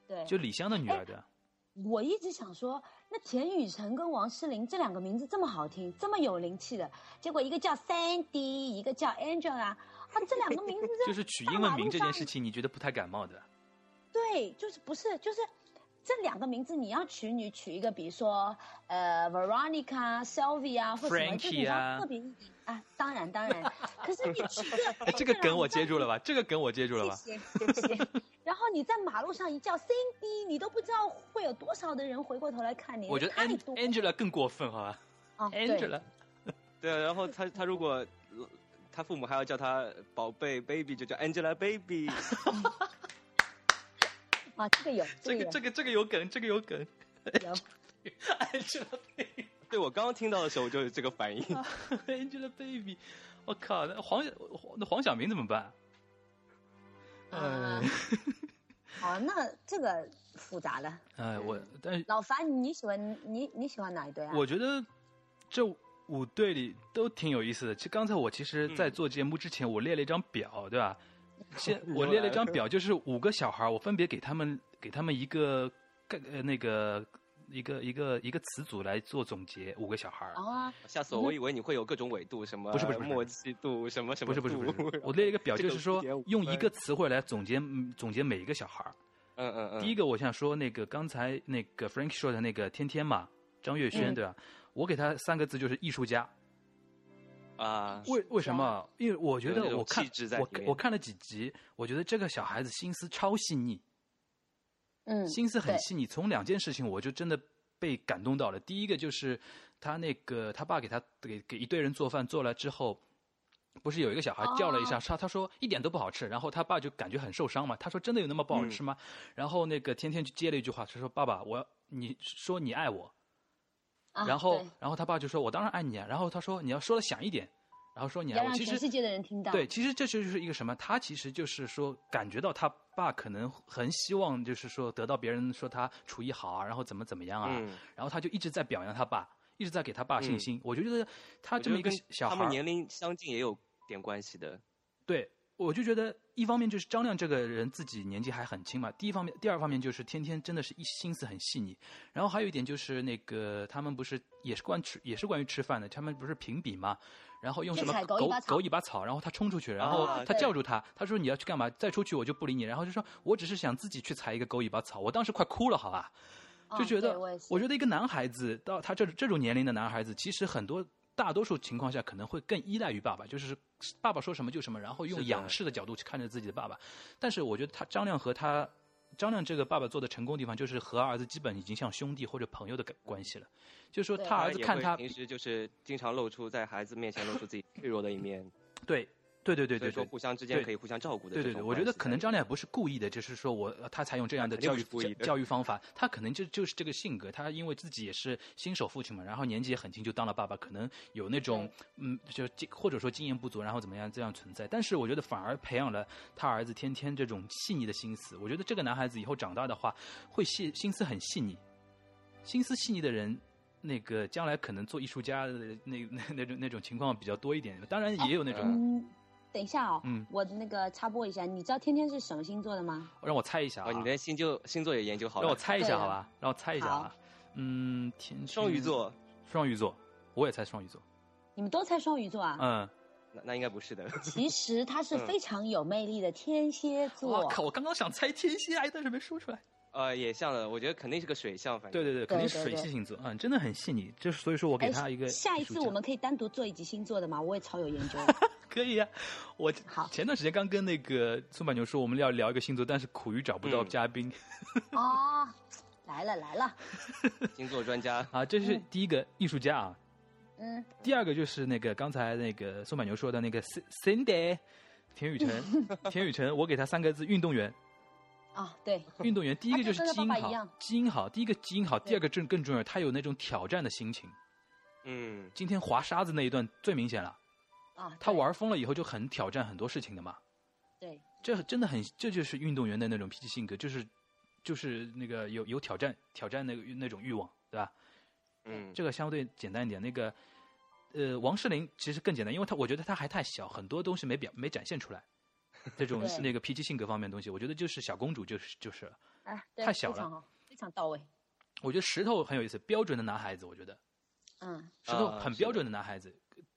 [SPEAKER 6] 对，
[SPEAKER 4] 就李湘的女儿对吧？
[SPEAKER 6] 我一直想说，那田雨辰跟王诗龄这两个名字这么好听，这么有灵气的，结果一个叫 Sandy，一个叫 Angela，啊，这两个名字
[SPEAKER 4] 就是取英文名这件事
[SPEAKER 6] 情，
[SPEAKER 4] 情，你觉得不太感冒的？
[SPEAKER 6] 对，就是不是就是这两个名字你要取，你取一个，比如说呃 Veronica、Sylvia 或什么，就是你
[SPEAKER 7] Frankie 啊
[SPEAKER 6] 要特别一点啊，当然当然，可是你啊取 一个
[SPEAKER 7] 哎，这个梗我接住了
[SPEAKER 6] 吧？
[SPEAKER 7] 吧？这个梗我接住了吧？
[SPEAKER 6] 谢谢谢谢。然后你在马路上一叫 Cindy，你都不知道会有多少的人回过头来看你。
[SPEAKER 7] 我觉得
[SPEAKER 6] 太
[SPEAKER 7] Ang-
[SPEAKER 6] 多
[SPEAKER 7] Angela 更过分，好吧
[SPEAKER 6] 啊，对
[SPEAKER 7] ？Angela，
[SPEAKER 5] 对啊，然后他他如果呃他父母还要叫他宝贝 baby，就叫 Angelababy。
[SPEAKER 6] 啊，这个有
[SPEAKER 7] 这个这个这个有梗，这个有梗。
[SPEAKER 6] 个有有
[SPEAKER 7] Angelababy，Angelababy，
[SPEAKER 5] 对我刚刚听到的时候，我就是这个反 应。
[SPEAKER 7] 我靠，那黄黄那黄晓明怎么办？哎
[SPEAKER 6] 啊。
[SPEAKER 4] 哎
[SPEAKER 6] 好，那这个复杂了。
[SPEAKER 4] 哎，我但
[SPEAKER 6] 老樊，你喜欢你你喜欢哪一对啊？
[SPEAKER 4] 我觉得这五队里都挺有意思的。其实刚才我其实，在
[SPEAKER 5] 嗯
[SPEAKER 4] 做节目之前，我列了一张表，对吧？ 先我列了一张表，就是五个小孩儿，我分别给他们给他们一个概呃那个一个一个一个词组来做总结。五个小孩儿，
[SPEAKER 5] 哦
[SPEAKER 6] 啊，
[SPEAKER 5] 吓死我！我以为你会有各种纬度，什么
[SPEAKER 4] 不是不是不是
[SPEAKER 5] 默契度，什么什
[SPEAKER 4] 不
[SPEAKER 5] 么
[SPEAKER 4] 是
[SPEAKER 5] 度。
[SPEAKER 4] 不是不是，不是我列了一个表，
[SPEAKER 5] 哦这个
[SPEAKER 4] 就是说
[SPEAKER 5] 5.5
[SPEAKER 4] 用一个词汇来总结嗯总结每一个小孩儿。
[SPEAKER 5] 嗯嗯嗯。
[SPEAKER 4] 第一个，我想说那个刚才那个 Frank 说的那个天天嘛，张岳
[SPEAKER 6] 嗯
[SPEAKER 4] 轩对吧？我给他三个字就是艺术家。
[SPEAKER 5] 啊，
[SPEAKER 4] 为为什么？因为我觉
[SPEAKER 5] 有那
[SPEAKER 4] 得
[SPEAKER 5] 种
[SPEAKER 4] 我看
[SPEAKER 5] 气质在
[SPEAKER 4] 我
[SPEAKER 5] 里面
[SPEAKER 4] 我看了几集，我觉得这个小孩子心思超细腻，
[SPEAKER 6] 嗯，
[SPEAKER 4] 心思很
[SPEAKER 6] 对
[SPEAKER 4] 细腻。从两件事情，我就真的被感动到了。第一个就是他那个他爸给他给给一堆人做饭，做了之后。不是有一个小孩叫了一
[SPEAKER 6] 哦
[SPEAKER 4] 下，他、他说一点都不好吃，然后他爸就感觉很受伤嘛。他说真的有那么不好
[SPEAKER 5] 嗯
[SPEAKER 4] 吃吗？然后那个天天就接了一句话，他说爸爸，我要你说你爱我，
[SPEAKER 6] 啊
[SPEAKER 4] 然后
[SPEAKER 6] 对
[SPEAKER 4] 然后他爸就说我当然爱你啊，然后他说你要说的响一点，然后说你爱
[SPEAKER 6] 要
[SPEAKER 4] 啊我。
[SPEAKER 6] 让
[SPEAKER 4] 其实
[SPEAKER 6] 全世界的人听到。
[SPEAKER 4] 对，，其实这就是一个什么？他其实就是说，感觉到他爸可能很希望，就是说得到别人说他厨艺好啊，然后怎么怎么样啊，
[SPEAKER 5] 嗯，
[SPEAKER 4] 然后他就一直在表扬他爸，一直在给他爸信
[SPEAKER 5] 嗯
[SPEAKER 4] 心。我就觉得他
[SPEAKER 5] 我
[SPEAKER 4] 这
[SPEAKER 5] 觉
[SPEAKER 4] 么
[SPEAKER 5] 得
[SPEAKER 4] 一个
[SPEAKER 5] 跟
[SPEAKER 4] 小
[SPEAKER 5] 他
[SPEAKER 4] 孩
[SPEAKER 5] 们
[SPEAKER 4] 儿，
[SPEAKER 5] 年龄相近也有点关系的。
[SPEAKER 4] 对，我就觉得，一方面就是张亮这个人自己年纪还很轻嘛，第一方面，第二方面就是天天真的是一心思很细腻。然后还有一点就是那个他们不是也是关吃也是关于吃饭的，他们不是评比嘛，然后用什
[SPEAKER 6] 去
[SPEAKER 4] 么
[SPEAKER 6] 踩
[SPEAKER 4] 狗
[SPEAKER 6] 狗尾巴草
[SPEAKER 4] 狗尾巴草，然后他冲出去，然后
[SPEAKER 5] 啊
[SPEAKER 4] 他
[SPEAKER 5] 对
[SPEAKER 4] 叫住他，他说你要去干嘛？再出去我就不理你。然后就说我只是想自己去踩一个狗尾巴草，我当时快哭了，好吧。就
[SPEAKER 6] 嗯
[SPEAKER 4] 觉得，
[SPEAKER 6] 对我也是
[SPEAKER 4] 我觉得一个男孩子到他这这种年龄的男孩子，其实很多大多数情况下可能会更依赖于爸爸，就是爸爸说什么就什么，然后用
[SPEAKER 5] 是的
[SPEAKER 4] 仰视的角度去看着自己的爸爸。但是我觉得他张亮和他张亮这个爸爸做的成功地方，就是和儿子基本已经像兄弟或者朋友的感关系了，就是说
[SPEAKER 6] 对
[SPEAKER 4] 他儿子
[SPEAKER 5] 也
[SPEAKER 4] 看
[SPEAKER 5] 会
[SPEAKER 4] 他
[SPEAKER 5] 平时就是经常露出在孩子面前露出自己脆弱的一面，
[SPEAKER 4] 对对 对对
[SPEAKER 5] 所以
[SPEAKER 4] 对
[SPEAKER 5] 说
[SPEAKER 4] 对。
[SPEAKER 5] 互相之间
[SPEAKER 4] 对
[SPEAKER 5] 可以互相照顾的
[SPEAKER 4] 对
[SPEAKER 5] 这
[SPEAKER 4] 对
[SPEAKER 5] 种关系在里面。
[SPEAKER 4] 对，我觉得可能张亮也不是故意的，就是说我呃他才用这样的
[SPEAKER 5] 肯定
[SPEAKER 4] 教
[SPEAKER 5] 不
[SPEAKER 4] 育
[SPEAKER 5] 是故意的
[SPEAKER 4] 教育方法，他可能就就是这个性格，他因为自己也是新手父亲嘛，然后年纪也很轻就当了爸爸，可能有那种嗯，就经或者说经验不足，然后怎么样这样存在。但是我觉得反而培养了他儿子天天这种细腻的心思。我觉得这个男孩子以后长大的话，会细心思很细腻，心思细腻的人。那个将来可能做艺术家的那那那种那种情况比较多一点，当然也有那种、
[SPEAKER 6] 嗯，等一下哦，
[SPEAKER 4] 嗯
[SPEAKER 6] 我那个插播一下，你知道天天是什么星座的吗？
[SPEAKER 4] 让我猜一下啊，
[SPEAKER 5] 哦，你连星座星座也研究好了。
[SPEAKER 4] 让我猜一
[SPEAKER 6] 对
[SPEAKER 4] 下，
[SPEAKER 6] 啊
[SPEAKER 4] 好吧？让我猜一下啊
[SPEAKER 6] 好。
[SPEAKER 4] 嗯，天蝎
[SPEAKER 5] 双鱼，座，
[SPEAKER 4] 双鱼座，我也猜双鱼座。
[SPEAKER 6] 你们都猜双鱼座啊？
[SPEAKER 4] 嗯，
[SPEAKER 5] 那那应该不是 的。
[SPEAKER 6] 其实他是
[SPEAKER 5] 嗯
[SPEAKER 6] 非常有魅力的天蝎
[SPEAKER 4] 我
[SPEAKER 6] 座。
[SPEAKER 4] 靠，我刚刚想猜天蝎，哎，但是没说出来。
[SPEAKER 5] 呃，也像的，我觉得肯定是个水象，反正
[SPEAKER 4] 对对对，肯定是
[SPEAKER 6] 对
[SPEAKER 4] 水
[SPEAKER 6] 对
[SPEAKER 4] 系星座，嗯，真的很细腻。就是所以说我给
[SPEAKER 6] 哎
[SPEAKER 4] 他一个艺术家。
[SPEAKER 6] 下一次我们可以单独做一集星座的嘛？我也超有 研究。
[SPEAKER 4] 可以啊。我
[SPEAKER 6] 好
[SPEAKER 4] 前段时间刚跟那个宋板牛说我们要聊一个星座，但是苦于找不到
[SPEAKER 5] 嗯
[SPEAKER 4] 嘉宾
[SPEAKER 6] 哦，来了来了，
[SPEAKER 5] 星座专 家，
[SPEAKER 4] 啊。这是第一个艺术家啊，
[SPEAKER 6] 嗯，
[SPEAKER 4] 第二个就是那个刚才那个宋板牛说的那个 Cin- Cindy 田 雨辰，田雨辰，我给他三个字：运动员。
[SPEAKER 6] 啊对，
[SPEAKER 4] 运动员第一个就是基因
[SPEAKER 6] 他跟他爸爸一
[SPEAKER 4] 好
[SPEAKER 6] 样，
[SPEAKER 4] 基因好，第一个基因好，第二个更更重要，他有那种挑战的心情。
[SPEAKER 5] 嗯，
[SPEAKER 4] 今天滑沙子那一段最明显了，
[SPEAKER 6] 啊
[SPEAKER 4] 他
[SPEAKER 6] 对
[SPEAKER 4] 玩疯了以后就很挑战很多事情的嘛。
[SPEAKER 6] 对，
[SPEAKER 4] 这真的很，这就是运动员的那种脾气性格，就是就是那个有有挑战挑战那个那种欲望，对吧？
[SPEAKER 5] 嗯，
[SPEAKER 4] 这个相对简单一点。那个呃，王诗龄其实更简单，因为他我觉得他还太小，很多东西没表没展 现出来。这种
[SPEAKER 6] 对
[SPEAKER 4] 那个脾气性格方面的东西，我觉得就是小公主就是就是了。
[SPEAKER 6] 哎对，
[SPEAKER 4] 太小了
[SPEAKER 6] 非常好，非常到位。
[SPEAKER 4] 我觉得石头很有意思，标准的男孩子，我觉得。
[SPEAKER 6] 嗯，
[SPEAKER 4] 石头
[SPEAKER 5] 啊
[SPEAKER 4] 很
[SPEAKER 5] 是
[SPEAKER 4] 标
[SPEAKER 5] 的
[SPEAKER 4] 准的男孩子，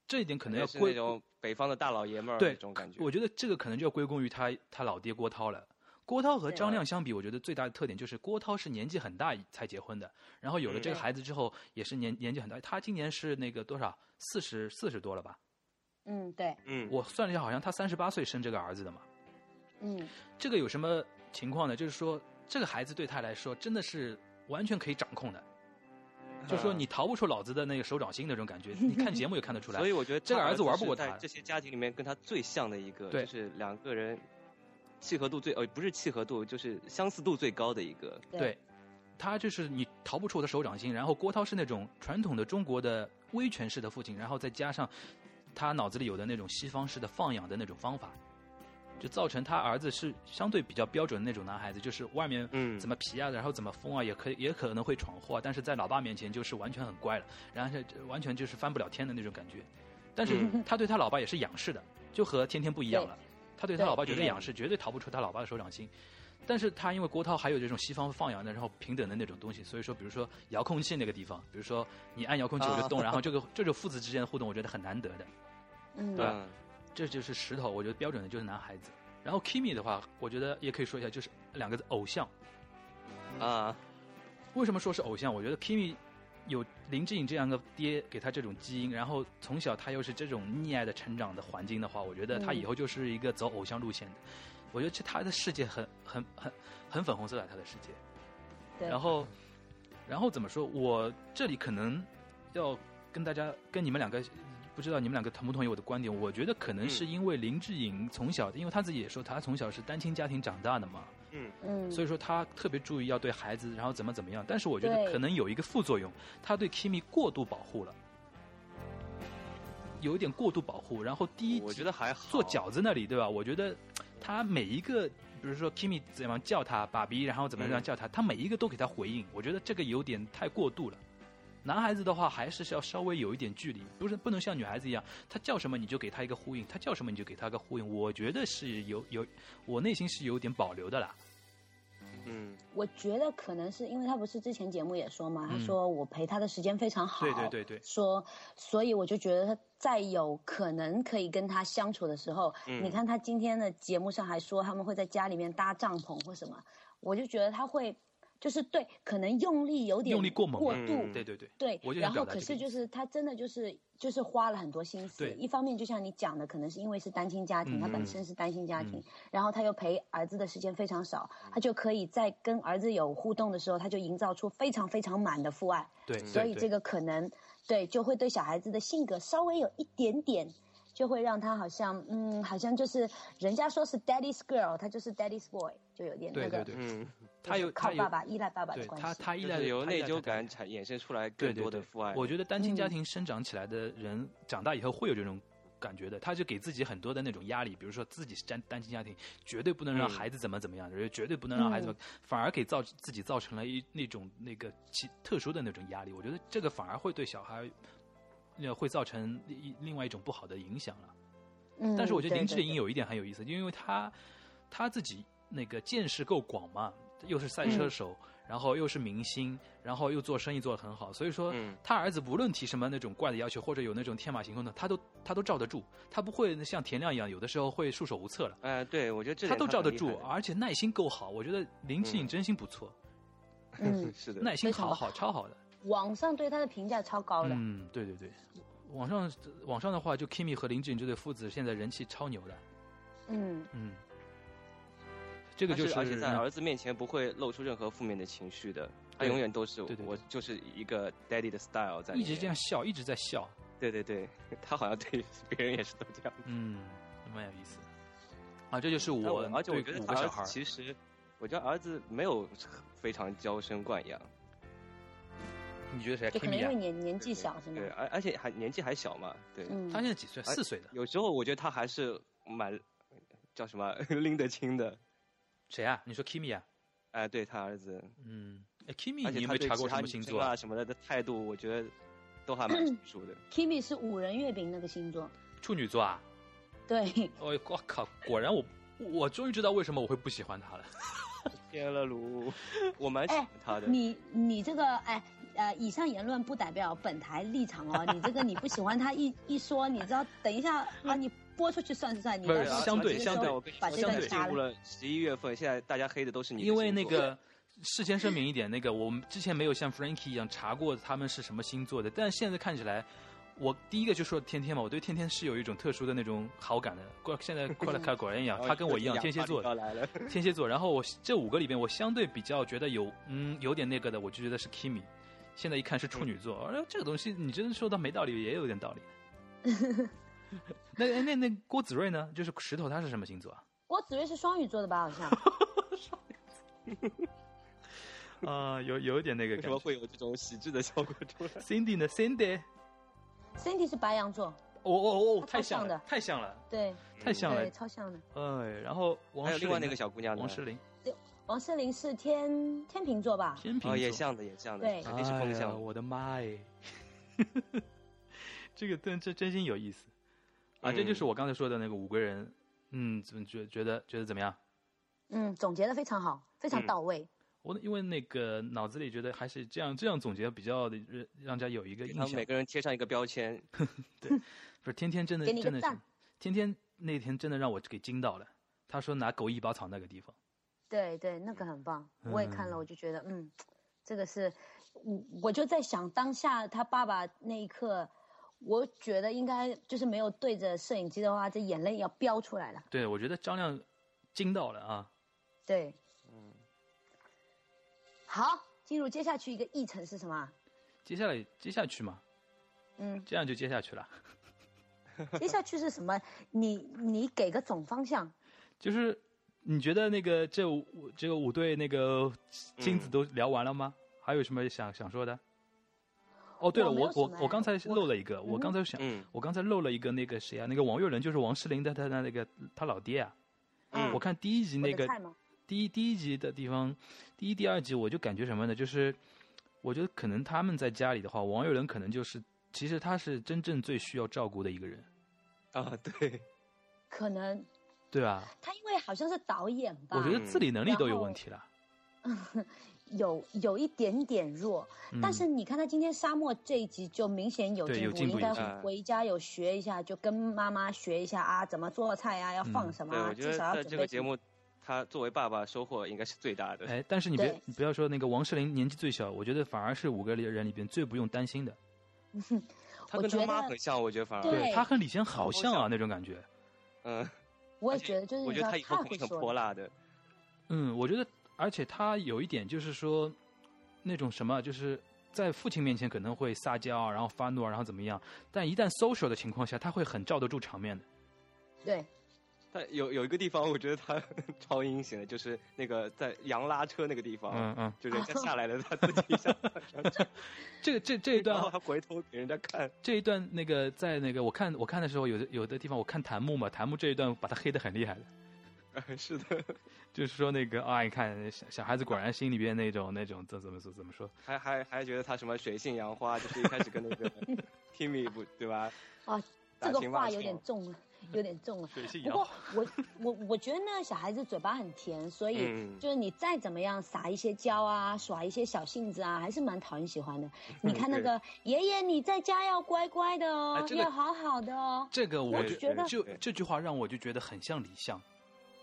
[SPEAKER 4] 这一点可能要
[SPEAKER 5] 是那
[SPEAKER 4] 归
[SPEAKER 5] 种北方的大老爷们儿
[SPEAKER 4] 对
[SPEAKER 5] 那种感觉。
[SPEAKER 4] 我觉得这个可能就要归功于他他老爹郭涛了。郭涛和
[SPEAKER 6] 对
[SPEAKER 4] 张亮相比，我觉得最大的特点就是郭涛是年纪很大才结婚的，然后有了这个
[SPEAKER 6] 嗯
[SPEAKER 4] 孩子之后也是年年纪很大，他今年是那个多少四十四十多了吧？
[SPEAKER 6] 嗯对，
[SPEAKER 5] 嗯，
[SPEAKER 4] 我算了一下，好像他三十八岁生这个儿子的嘛。
[SPEAKER 6] 嗯
[SPEAKER 4] 这个有什么情况呢？就是说这个孩子对他来说真的是完全可以掌控的，就说
[SPEAKER 5] 嗯
[SPEAKER 4] 你逃不出老子的那个手掌心那种感觉。你看节目也看得出来，
[SPEAKER 5] 所以我觉得
[SPEAKER 4] 这个
[SPEAKER 5] 他
[SPEAKER 4] 儿子玩
[SPEAKER 5] 是
[SPEAKER 4] 不过
[SPEAKER 5] 在
[SPEAKER 4] 他
[SPEAKER 5] 这些家庭里面跟他最像的一个，
[SPEAKER 4] 对
[SPEAKER 5] 就是两个人契合度最呃不是契合度，就是相似度最高的一个。
[SPEAKER 4] 对，他就是你逃不出我的手掌心。然后郭涛是那种传统的中国的威权式的父亲，然后再加上他脑子里有的那种西方式的放养的那种方法，就造成他儿子是相对比较标准的那种男孩子，就是外面
[SPEAKER 5] 嗯
[SPEAKER 4] 怎么皮啊，然后怎么疯啊，也可以也可能会闯祸啊，但是在老爸面前就是完全很乖了，然后就完全就是翻不了天的那种感觉。但是
[SPEAKER 5] 嗯
[SPEAKER 4] 他对他老爸也是仰视的，就和天天不一样了。他对他
[SPEAKER 6] 对
[SPEAKER 4] 老爸绝对
[SPEAKER 5] 嗯
[SPEAKER 4] 仰视，绝对逃不出他老爸的手掌心。但是他因为郭涛还有这种西方放养的，然后平等的那种东西，所以说，比如说遥控器那个地方，比如说你按遥控器我就动，然后这个这种父子之间的互动，我觉得很难得的。
[SPEAKER 6] 嗯
[SPEAKER 4] 对
[SPEAKER 5] 嗯，
[SPEAKER 4] 这就是石头，我觉得标准的就是男孩子。然后 Kimi 的话，我觉得也可以说一下，就是两个字偶像。
[SPEAKER 5] 啊，
[SPEAKER 4] 为什么说是偶像？我觉得 Kimi 有林志颖这样的爹给他这种基因，然后从小他又是这种溺爱的成长的环境的话，我觉得他以后就是一个走偶像路线的。我觉得这他的世界很很很很粉红色的他的世界。
[SPEAKER 6] 对，
[SPEAKER 4] 然后，然后怎么说？我这里可能要跟大家跟你们两个，不知道你们两个同不同意我的观点？我觉得可能
[SPEAKER 5] 嗯
[SPEAKER 4] 是因为林志颖从小，因为他自己也说他从小是单亲家庭长大的嘛，
[SPEAKER 5] 嗯，
[SPEAKER 6] 嗯
[SPEAKER 4] 所以说他特别注意要对孩子，然后怎么怎么样。但是我觉得
[SPEAKER 6] 对
[SPEAKER 4] 可能有一个副作用，他对 Kimi 过度保护了，有一点过度保护。然后第一集，
[SPEAKER 5] 我觉得还好。
[SPEAKER 4] 做饺子那里，对吧？我觉得他每一个，比如说 Kimi 怎么叫他爸比，然后怎么样
[SPEAKER 5] 嗯
[SPEAKER 4] 叫他，他每一个都给他回应，我觉得这个有点太过度了。男孩子的话还是要稍微有一点距离，不是不能像女孩子一样，他叫什么你就给他一个呼应，他叫什么你就给他个呼应。我觉得是有有，我内心是有点保留的啦。
[SPEAKER 5] 嗯，
[SPEAKER 6] 我觉得可能是因为他不是之前节目也说嘛，他
[SPEAKER 4] 嗯
[SPEAKER 6] 说我陪他的时间非常好，
[SPEAKER 4] 对对对对
[SPEAKER 6] 说所以我就觉得他在有可能可以跟他相处的时候，
[SPEAKER 5] 嗯
[SPEAKER 6] 你看他今天的节目上还说他们会在家里面搭帐篷或什么，我就觉得他会就是对可能用力有点
[SPEAKER 4] 用力过猛了
[SPEAKER 6] 度，
[SPEAKER 5] 嗯
[SPEAKER 4] 对对对，
[SPEAKER 6] 对，
[SPEAKER 4] 我就
[SPEAKER 6] 然
[SPEAKER 4] 想
[SPEAKER 6] 后
[SPEAKER 4] 表达
[SPEAKER 6] 可
[SPEAKER 4] 这个
[SPEAKER 6] 是
[SPEAKER 4] 意思
[SPEAKER 6] 就是他真的就是就是花了很多心思
[SPEAKER 4] 对。
[SPEAKER 6] 一方面就像你讲的，可能是因为是单亲家庭，他
[SPEAKER 4] 嗯
[SPEAKER 6] 本身是单亲家庭，然后他又陪儿子的时间非常少，他就可以在跟儿子有互动的时候，他就营造出非常非常满的父爱。
[SPEAKER 4] 对，
[SPEAKER 5] 嗯
[SPEAKER 6] 所以
[SPEAKER 4] 对
[SPEAKER 6] 这个可能对就会对小孩子的性格稍微有一点点。就会让他好像，嗯，好像就是人家说是 daddy's girl，他就是 daddy's boy，就有点那
[SPEAKER 4] 对
[SPEAKER 6] 个
[SPEAKER 4] 对，对，
[SPEAKER 5] 嗯，
[SPEAKER 4] 他有
[SPEAKER 6] 靠
[SPEAKER 4] 他有
[SPEAKER 6] 爸爸依赖爸爸的
[SPEAKER 4] 对
[SPEAKER 6] 关系。
[SPEAKER 4] 他他依
[SPEAKER 5] 就
[SPEAKER 4] 赖
[SPEAKER 5] 是由
[SPEAKER 4] 他依
[SPEAKER 5] 内
[SPEAKER 4] 赖
[SPEAKER 5] 疚
[SPEAKER 4] 他太太
[SPEAKER 5] 感产衍生出来
[SPEAKER 4] 对
[SPEAKER 5] 更
[SPEAKER 4] 对
[SPEAKER 5] 多的
[SPEAKER 4] 对
[SPEAKER 5] 父爱。
[SPEAKER 4] 我觉得单亲家
[SPEAKER 6] 嗯
[SPEAKER 4] 庭生长起来的人，长大以后会有这种感觉的，他就给自己很多的那种压力，比如说自己是单单亲家庭，绝对不能
[SPEAKER 5] 嗯
[SPEAKER 4] 让孩子怎么怎么样，绝对不能让孩子
[SPEAKER 6] 嗯
[SPEAKER 4] 怎么，反而给造自己造成了一那种那个其特殊的那种压力。我觉得这个反而会对小孩。呃，会造成一另外一种不好的影响了。
[SPEAKER 6] 嗯，
[SPEAKER 4] 但是我觉得
[SPEAKER 6] 对
[SPEAKER 4] 林
[SPEAKER 6] 对
[SPEAKER 4] 志玲
[SPEAKER 6] 对
[SPEAKER 4] 有一点很有意思，因为她她自己那个见识够广嘛，又是赛车
[SPEAKER 6] 嗯
[SPEAKER 4] 手，然后又是明星，然后又做生意做得很好，所以说
[SPEAKER 5] 嗯
[SPEAKER 4] 她儿子无论提什么那种怪的要求，或者有那种天马行空的，她都她都罩得住，她不会像田亮一样有的时候会束手无策了，
[SPEAKER 5] 哎、对，我觉得这
[SPEAKER 4] 她
[SPEAKER 5] 点
[SPEAKER 4] 都罩
[SPEAKER 5] 很
[SPEAKER 4] 得
[SPEAKER 5] 厉
[SPEAKER 4] 住，啊
[SPEAKER 5] 害
[SPEAKER 4] 而且耐心够好，我觉得林志颖
[SPEAKER 5] 嗯
[SPEAKER 4] 真心不错，
[SPEAKER 6] 嗯
[SPEAKER 5] 的，是的，
[SPEAKER 4] 耐心
[SPEAKER 6] 非常
[SPEAKER 4] 好
[SPEAKER 6] 好
[SPEAKER 4] 好超好的，
[SPEAKER 6] 网上对他的评价超高的。
[SPEAKER 4] 嗯，对对对。网上网上的话，就 Kimi 和林志颖这对父子现在人气超牛的，
[SPEAKER 6] 嗯
[SPEAKER 4] 嗯，这个
[SPEAKER 5] 他
[SPEAKER 4] 就是嗯
[SPEAKER 5] 而且在
[SPEAKER 4] 让
[SPEAKER 5] 儿子面前不会露出任何负面的情绪的，他
[SPEAKER 4] 对
[SPEAKER 5] 永远都是
[SPEAKER 4] 哎对对对
[SPEAKER 5] 我就是一个 daddy 的 style 在里
[SPEAKER 4] 一
[SPEAKER 5] 面。
[SPEAKER 4] 直这样笑，一直在笑，
[SPEAKER 5] 对对对，他好像对别人也是都这样。
[SPEAKER 4] 嗯，蛮有意思啊。这就是
[SPEAKER 5] 但
[SPEAKER 4] 我
[SPEAKER 5] 而且我
[SPEAKER 4] 对
[SPEAKER 5] 觉得
[SPEAKER 4] 五
[SPEAKER 5] 他
[SPEAKER 4] 个小孩
[SPEAKER 5] 儿
[SPEAKER 4] 儿
[SPEAKER 5] 子其实，我觉得儿子没有非常娇生惯养，
[SPEAKER 4] 你觉得谁
[SPEAKER 6] 就可能
[SPEAKER 4] Kimi
[SPEAKER 6] 因为
[SPEAKER 4] 啊？
[SPEAKER 6] 年年纪小是吗
[SPEAKER 5] 对，？而而且还年纪还小嘛，对。
[SPEAKER 6] 嗯，
[SPEAKER 4] 他现在几岁？
[SPEAKER 5] 哎
[SPEAKER 4] 四岁的
[SPEAKER 5] 有时候我觉得他还是蛮叫什么 拎得清的，
[SPEAKER 4] 谁啊？你说 Kimi 啊？
[SPEAKER 5] 哎、对他儿子，
[SPEAKER 4] 嗯，哎，Kimi，
[SPEAKER 5] 而且
[SPEAKER 4] 你有
[SPEAKER 5] 他
[SPEAKER 4] 没有
[SPEAKER 5] 对
[SPEAKER 4] 查
[SPEAKER 5] 其
[SPEAKER 4] 过
[SPEAKER 5] 他
[SPEAKER 4] 什么
[SPEAKER 5] 女
[SPEAKER 4] 星
[SPEAKER 5] 生
[SPEAKER 4] 座
[SPEAKER 5] 啊？什么的的态度，我觉得都还蛮成熟的。
[SPEAKER 6] Kimi 是五人月饼那个星座，
[SPEAKER 4] 处女座啊？
[SPEAKER 6] 对，
[SPEAKER 4] 哦，我靠！果然我我终于知道为什么我会不喜欢他了。
[SPEAKER 5] 天了 噜，我蛮喜欢他的。
[SPEAKER 6] 哎你你这个哎呃，以上言论不代表本台立场哦。你这个你不喜欢他 一一说，你知道等一下啊，你播出去算不算？你
[SPEAKER 4] 不是啊
[SPEAKER 6] 到时
[SPEAKER 5] 啊
[SPEAKER 6] 候
[SPEAKER 4] 相对
[SPEAKER 6] 直接
[SPEAKER 4] 相
[SPEAKER 6] 说
[SPEAKER 4] 对
[SPEAKER 5] 我跟你
[SPEAKER 6] 把
[SPEAKER 5] 说，
[SPEAKER 6] 这
[SPEAKER 5] 现在
[SPEAKER 6] 段
[SPEAKER 5] 进
[SPEAKER 6] 掐
[SPEAKER 5] 入
[SPEAKER 6] 了。
[SPEAKER 5] 了十一月份，现在大家黑的都是你的
[SPEAKER 4] 因为那
[SPEAKER 5] 星座
[SPEAKER 4] 个事先声明一点，那个我们之前没有像 Frankie 一样查过他们是什么星座的，但现在看起来，我第一个就说天天嘛，我对天天是有一种特殊的那种好感的。过现在过来看，果然一样
[SPEAKER 5] 然，后
[SPEAKER 4] 他跟我
[SPEAKER 5] 哦就是
[SPEAKER 4] 一样，
[SPEAKER 5] 亚
[SPEAKER 4] 天蝎
[SPEAKER 5] 巴
[SPEAKER 4] 座
[SPEAKER 5] 要
[SPEAKER 4] 的，
[SPEAKER 5] 来了，
[SPEAKER 4] 天蝎座。然后我这五个里边，我相对比较觉得有嗯有点那个的，我就觉得是 Kimi。现在一看是处女座，而这个东西你真的说到没道理，也有点道理。那哎那那郭子睿呢？就是石头，他是什么星座啊？
[SPEAKER 6] 郭子睿是双鱼座的吧？好 像
[SPEAKER 4] 啊、有有一点那个
[SPEAKER 5] 为什
[SPEAKER 4] 感
[SPEAKER 5] 么
[SPEAKER 4] 觉。
[SPEAKER 5] 会有这种喜剧的效果出来？
[SPEAKER 4] Cindy 呢？Cindy，
[SPEAKER 6] ，Cindy 是白羊座，
[SPEAKER 4] 哦哦哦，
[SPEAKER 6] 他超
[SPEAKER 4] 太像
[SPEAKER 6] 像
[SPEAKER 4] 了
[SPEAKER 6] 的，
[SPEAKER 4] 太像了，
[SPEAKER 6] 对
[SPEAKER 4] 太像了
[SPEAKER 6] 对，。超像的。
[SPEAKER 4] 哎，然后王
[SPEAKER 5] 还有
[SPEAKER 4] 诗
[SPEAKER 5] 另
[SPEAKER 4] 龄
[SPEAKER 5] 外
[SPEAKER 4] 呢
[SPEAKER 5] 那个小姑娘呢
[SPEAKER 4] 王诗龄，
[SPEAKER 6] 王诗龄是天天秤座吧？
[SPEAKER 4] 天秤
[SPEAKER 5] 哦，
[SPEAKER 4] 座
[SPEAKER 5] 也，像的，也像的，
[SPEAKER 6] 对
[SPEAKER 5] 肯定是风
[SPEAKER 4] 哎呀
[SPEAKER 5] 向。
[SPEAKER 4] 我的妈哎， 这个真这真心有意思啊！这就是
[SPEAKER 5] 嗯
[SPEAKER 4] 我刚才说的那个五个人，嗯，怎么觉觉得觉得怎么样？
[SPEAKER 6] 嗯，总结的非常好，非常
[SPEAKER 5] 嗯
[SPEAKER 6] 到位。
[SPEAKER 4] 我因为那个脑子里觉得还是这样这样总结比较的让让人家有一个
[SPEAKER 5] 给
[SPEAKER 4] 印
[SPEAKER 5] 他
[SPEAKER 4] 象
[SPEAKER 5] 们。每个人贴上一个标签，
[SPEAKER 4] 不是天天真的
[SPEAKER 6] 给你个
[SPEAKER 4] 真的是
[SPEAKER 6] 赞，
[SPEAKER 4] 天天那天真的让我给惊到了。他说拿狗尾巴草那个地方，
[SPEAKER 6] 对对，那个很棒，我也看了，
[SPEAKER 4] 嗯
[SPEAKER 6] 我就觉得，嗯，这个是，我我就在想当下他爸爸那一刻，我觉得应该就是没有对着摄影机的话，这眼泪要飙出来了。
[SPEAKER 4] 对我觉得张亮惊到了啊！
[SPEAKER 6] 对，
[SPEAKER 4] 嗯
[SPEAKER 6] 好，进入接下去一个议程是什么啊？
[SPEAKER 4] 接下来接下去嘛，，
[SPEAKER 6] 嗯
[SPEAKER 4] 这样就接下去了。
[SPEAKER 6] 接下去是什么？你你给个总方向。
[SPEAKER 4] 就是你觉得那个这五这个五对那个金子都聊完了吗？还有什么想想说的？哦，对了，
[SPEAKER 6] 我没有
[SPEAKER 4] 我我
[SPEAKER 6] 什么
[SPEAKER 4] 我刚才
[SPEAKER 6] 我
[SPEAKER 4] 漏了一个，我
[SPEAKER 6] 嗯
[SPEAKER 4] 刚才想，
[SPEAKER 5] 嗯
[SPEAKER 4] 我刚才漏了一个那个谁啊？那个王岳仁就是王诗龄的他的那个他老爹啊。
[SPEAKER 5] 嗯
[SPEAKER 4] 我看第一集
[SPEAKER 6] 我
[SPEAKER 4] 那
[SPEAKER 6] 的
[SPEAKER 4] 个
[SPEAKER 6] 菜吗
[SPEAKER 4] 第一第一集的地方，第一第二集我就感觉什么呢？就是我觉得可能他们在家里的话，王岳伦可能就是其实他是真正最需要照顾的一个人，
[SPEAKER 5] 啊，对，
[SPEAKER 6] 可能
[SPEAKER 4] 对吧？
[SPEAKER 6] 他因为好像是导演吧，
[SPEAKER 4] 我觉得自理能力都有问题了。
[SPEAKER 6] 有有一点点弱，
[SPEAKER 4] 嗯
[SPEAKER 6] 但是你看他今天沙漠这一集就明显有
[SPEAKER 4] 对
[SPEAKER 6] 进
[SPEAKER 4] 有
[SPEAKER 6] 步，
[SPEAKER 4] 进步
[SPEAKER 6] 应该
[SPEAKER 4] 有
[SPEAKER 5] 进步
[SPEAKER 6] 回家有学一下，就跟妈妈学一下啊，怎么做菜啊，要
[SPEAKER 4] 嗯
[SPEAKER 6] 放什么、
[SPEAKER 5] 对，
[SPEAKER 6] 啊
[SPEAKER 5] 我觉
[SPEAKER 6] 至
[SPEAKER 5] 得
[SPEAKER 6] 少要
[SPEAKER 5] 在
[SPEAKER 6] 准备
[SPEAKER 5] 这个节
[SPEAKER 6] 什么
[SPEAKER 5] 目，他作为爸爸收获应该是最大的。
[SPEAKER 4] 哎，但是你别
[SPEAKER 6] 对
[SPEAKER 4] 你不要说那个王诗龄年纪最小，我觉得反而是五个人里边最不用担心的。
[SPEAKER 5] 他
[SPEAKER 6] 我
[SPEAKER 5] 跟他
[SPEAKER 6] 觉
[SPEAKER 5] 妈
[SPEAKER 6] 得
[SPEAKER 5] 很像，我觉得反而，
[SPEAKER 6] 对
[SPEAKER 4] 他和李现好像
[SPEAKER 5] 好
[SPEAKER 4] 啊
[SPEAKER 5] 像
[SPEAKER 4] 那种感觉。
[SPEAKER 5] 嗯，
[SPEAKER 6] 我
[SPEAKER 5] 而
[SPEAKER 6] 也
[SPEAKER 5] 且
[SPEAKER 6] 觉得就是
[SPEAKER 5] 我
[SPEAKER 6] 你
[SPEAKER 5] 觉
[SPEAKER 6] 知
[SPEAKER 5] 得
[SPEAKER 6] 道
[SPEAKER 5] 他以后
[SPEAKER 6] 太
[SPEAKER 5] 肯
[SPEAKER 6] 会
[SPEAKER 5] 定很
[SPEAKER 6] 说
[SPEAKER 5] 泼
[SPEAKER 6] 了，
[SPEAKER 5] 辣的。
[SPEAKER 4] 嗯，我觉得，而且他有一点就是说，那种什么，就是在父亲面前可能会撒娇，然后发怒，啊然后怎么样，但一旦 social 的情况下，他会很罩得住场面的。
[SPEAKER 6] 对，
[SPEAKER 5] 但有有一个地方，我觉得他 超阴险的，就是那个在羊拉车那个地方，
[SPEAKER 4] 嗯嗯，
[SPEAKER 5] 就人家下来了，他自己一下上 去，
[SPEAKER 4] 这个这这一段
[SPEAKER 5] 然后还回头给人家看，
[SPEAKER 4] 这一段那个在那个我看我看的时候，有的有的地方我看弹幕嘛，弹幕这一段把他黑的很厉害的，
[SPEAKER 5] 哎是的，
[SPEAKER 4] 就是说那个啊，你看小小孩子果然心里边那种那种怎怎么说怎么说，
[SPEAKER 5] 还还还觉得他什么水性杨花，就是一开始跟那 个 Timmy 不对吧？
[SPEAKER 6] 啊，
[SPEAKER 5] 打
[SPEAKER 6] 这个
[SPEAKER 5] 情骂
[SPEAKER 6] 话有
[SPEAKER 5] 俏
[SPEAKER 6] 点重了，有点重了。
[SPEAKER 4] 水性
[SPEAKER 6] 不过我我我觉得呢，小孩子嘴巴很甜，所以
[SPEAKER 5] 嗯
[SPEAKER 6] 就是你再怎么样撒一些娇啊，耍一些小性子啊，还是蛮讨人喜欢的。你 看那个爷爷，你在家要乖乖的哦，
[SPEAKER 5] 哎这个
[SPEAKER 6] 要好好的哦。
[SPEAKER 4] 这个
[SPEAKER 6] 我
[SPEAKER 4] 我
[SPEAKER 6] 就
[SPEAKER 4] 觉
[SPEAKER 6] 觉得
[SPEAKER 4] 就
[SPEAKER 5] 对
[SPEAKER 4] 这句话让我就觉得很像李湘，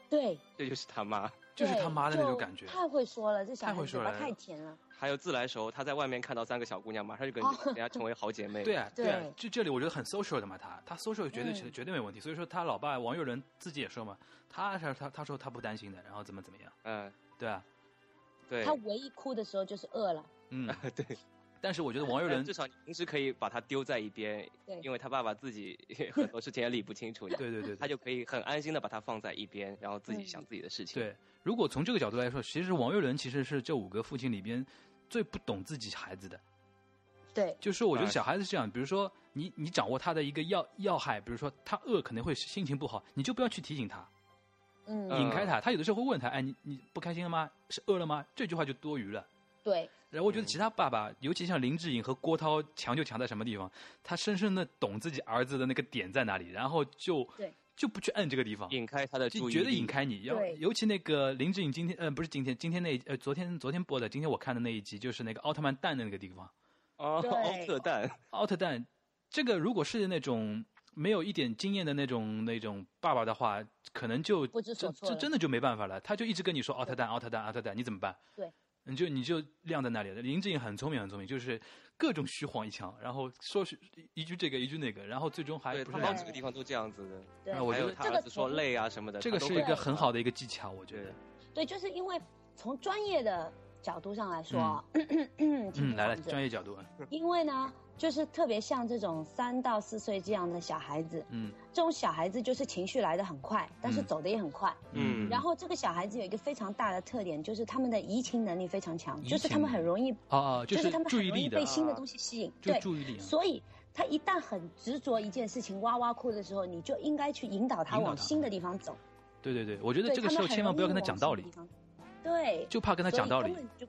[SPEAKER 6] 对，
[SPEAKER 5] 这就是他妈。
[SPEAKER 4] 就是他
[SPEAKER 6] 对
[SPEAKER 4] 妈的那种
[SPEAKER 6] 就
[SPEAKER 4] 感觉。
[SPEAKER 6] 太会说了，这小
[SPEAKER 4] 太
[SPEAKER 6] 孩
[SPEAKER 4] 会
[SPEAKER 6] 子嘴
[SPEAKER 4] 说
[SPEAKER 6] 巴
[SPEAKER 4] 了
[SPEAKER 6] 太甜了。
[SPEAKER 5] 还有自来熟，他在外面看到三个小姑娘，马上就跟
[SPEAKER 6] 哦
[SPEAKER 5] 人家成为好姐妹。
[SPEAKER 4] 对啊，对啊
[SPEAKER 6] 对，
[SPEAKER 4] 这这里我觉得很 social 的嘛，他他 social 绝对
[SPEAKER 6] 嗯
[SPEAKER 4] 绝对没问题，所以说他老爸王岳伦自己也说嘛，他他他他说他不担心的，然后怎么怎么样，
[SPEAKER 5] 嗯，
[SPEAKER 4] 对啊，
[SPEAKER 5] 对
[SPEAKER 6] 他，唯一哭的时候就是饿了。
[SPEAKER 4] 嗯，
[SPEAKER 5] 对。
[SPEAKER 4] 但是我觉得王岳
[SPEAKER 5] 但
[SPEAKER 4] 伦
[SPEAKER 5] 至，少你平时可以把他丢在一边，
[SPEAKER 6] 对
[SPEAKER 5] 因为他爸爸自己 很多事情也理不清楚，
[SPEAKER 4] 对对对
[SPEAKER 5] 他
[SPEAKER 4] 对
[SPEAKER 5] 就可以很安心的把他放在一边，然后自己
[SPEAKER 6] 嗯
[SPEAKER 5] 想自己的事情。
[SPEAKER 4] 对，如果从这个角度来说，其实王岳伦其实是这五个父亲里边最不懂自己孩子的，
[SPEAKER 6] 对，
[SPEAKER 4] 就是我觉得
[SPEAKER 5] 啊
[SPEAKER 4] 小孩子是这样，比如说你你掌握他的一个要要害，比如说他饿可能会心情不好，你就不要去提醒他，
[SPEAKER 6] 嗯，
[SPEAKER 5] 嗯
[SPEAKER 4] 引开他，他有的时候会问他，哎，你你不开心了吗？是饿了吗？这句话就多余了。
[SPEAKER 6] 对，
[SPEAKER 4] 然后我觉得其他爸爸，尤其像林志颖和郭涛，强就强在什么地方？他深深的懂自己儿子的那个点在哪里，然后就
[SPEAKER 6] 对
[SPEAKER 4] 就不去摁这个地方，
[SPEAKER 5] 引开他的
[SPEAKER 4] 就
[SPEAKER 5] 注意
[SPEAKER 4] 绝
[SPEAKER 5] 力，
[SPEAKER 4] 对引开你。然后
[SPEAKER 6] 对
[SPEAKER 4] 尤其那个林志颖今天，呃，不是今天，今天那一呃，昨天昨天播的，今天我看的那一集就是那个奥特曼蛋的那个地方，
[SPEAKER 5] 哦，
[SPEAKER 6] 对
[SPEAKER 5] 奥特蛋，
[SPEAKER 4] 奥特蛋这个如果是那种没有一点经验的那种那种爸爸的话，可能就
[SPEAKER 6] 不知所
[SPEAKER 4] 这
[SPEAKER 6] 措
[SPEAKER 4] 这
[SPEAKER 6] 了
[SPEAKER 4] 真的就没办法了。他就一直跟你说奥特蛋、奥特蛋、奥特蛋，你怎么办？
[SPEAKER 6] 对，
[SPEAKER 4] 你就你就晾在那里了。林志颖很聪明，很聪明，就是各种虚晃一枪，然后说是一句这个一句那个，然后最终还
[SPEAKER 5] 对
[SPEAKER 4] 不
[SPEAKER 5] 他
[SPEAKER 4] 是
[SPEAKER 5] 好
[SPEAKER 4] 很
[SPEAKER 5] 几个地方都这样子的。
[SPEAKER 6] 对
[SPEAKER 4] 啊我
[SPEAKER 5] 还
[SPEAKER 4] 觉
[SPEAKER 5] 有
[SPEAKER 4] 得
[SPEAKER 5] 他
[SPEAKER 6] 这
[SPEAKER 5] 儿
[SPEAKER 6] 个
[SPEAKER 5] 子说
[SPEAKER 6] 从
[SPEAKER 5] 累啊什么的，
[SPEAKER 4] 这个
[SPEAKER 5] 他都
[SPEAKER 4] 是一
[SPEAKER 5] 会哦
[SPEAKER 4] 个很好的一个技巧，我觉得
[SPEAKER 5] 对。
[SPEAKER 6] 对，就是因为从专业的角度上来说，挺
[SPEAKER 4] 嗯，来
[SPEAKER 6] 好
[SPEAKER 4] 了，
[SPEAKER 6] 的
[SPEAKER 4] 专业角度，
[SPEAKER 6] 因为呢，就是特别像这种三到四岁这样的小孩子，
[SPEAKER 4] 嗯
[SPEAKER 6] 这种小孩子就是情绪来得很快，但是
[SPEAKER 4] 嗯
[SPEAKER 6] 走得也很快。
[SPEAKER 5] 嗯
[SPEAKER 6] 然后这个小孩子有一个非常大的特点，就是他们的移情能力非常强，
[SPEAKER 4] 移
[SPEAKER 6] 就是他们
[SPEAKER 4] 情
[SPEAKER 6] 很容易，
[SPEAKER 4] 哦哦，
[SPEAKER 6] 就
[SPEAKER 4] 就是
[SPEAKER 6] 他们
[SPEAKER 4] 注
[SPEAKER 6] 很
[SPEAKER 4] 意
[SPEAKER 6] 容易
[SPEAKER 4] 力的
[SPEAKER 6] 被，新的
[SPEAKER 5] 啊
[SPEAKER 6] 东西吸引。
[SPEAKER 4] 就
[SPEAKER 6] 对，
[SPEAKER 4] 注意力啊，
[SPEAKER 6] 所以他一旦很执着一件事情，哇哇哭的时候，你就应该去引导他
[SPEAKER 4] 引导
[SPEAKER 6] 往
[SPEAKER 4] 他
[SPEAKER 6] 新的地方走。
[SPEAKER 4] 对对对，我觉得
[SPEAKER 6] 对，
[SPEAKER 4] 这个时候千万不要跟他讲道理，
[SPEAKER 6] 他们很容易往新的地方。对，
[SPEAKER 4] 就怕跟他讲道
[SPEAKER 6] 所
[SPEAKER 4] 理
[SPEAKER 6] 以，根本就。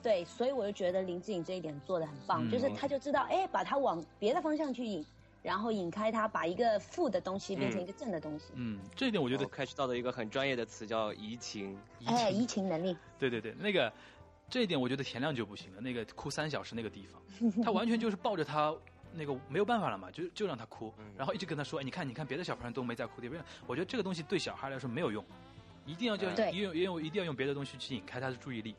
[SPEAKER 6] 对，所以我就觉得林志颖这一点做的很棒，
[SPEAKER 4] 嗯
[SPEAKER 6] 就是他就知道，哎，把他往别的方向去引，然后引开他，把一个负的东西变成一个正的东西。
[SPEAKER 4] 嗯，这一点我
[SPEAKER 5] 我
[SPEAKER 4] 觉得
[SPEAKER 5] catch 到的一个很专业的词叫移情，
[SPEAKER 4] 嗯移
[SPEAKER 6] 哎，
[SPEAKER 4] 情
[SPEAKER 6] 移情能力，
[SPEAKER 4] 对对对，那个这一点我觉得田亮就不行了，那个哭三小时那个地方，他完全就是抱着他。那个没有办法了嘛，就就让他哭，
[SPEAKER 5] 嗯
[SPEAKER 4] 然后一直跟他说：“哎，你看，你看，别的小朋友都没在哭，对不对？”我觉得这个东西对小孩来说没有用，一定要叫
[SPEAKER 6] 嗯对
[SPEAKER 4] 用用一定要用别的东西去引开他的注意力。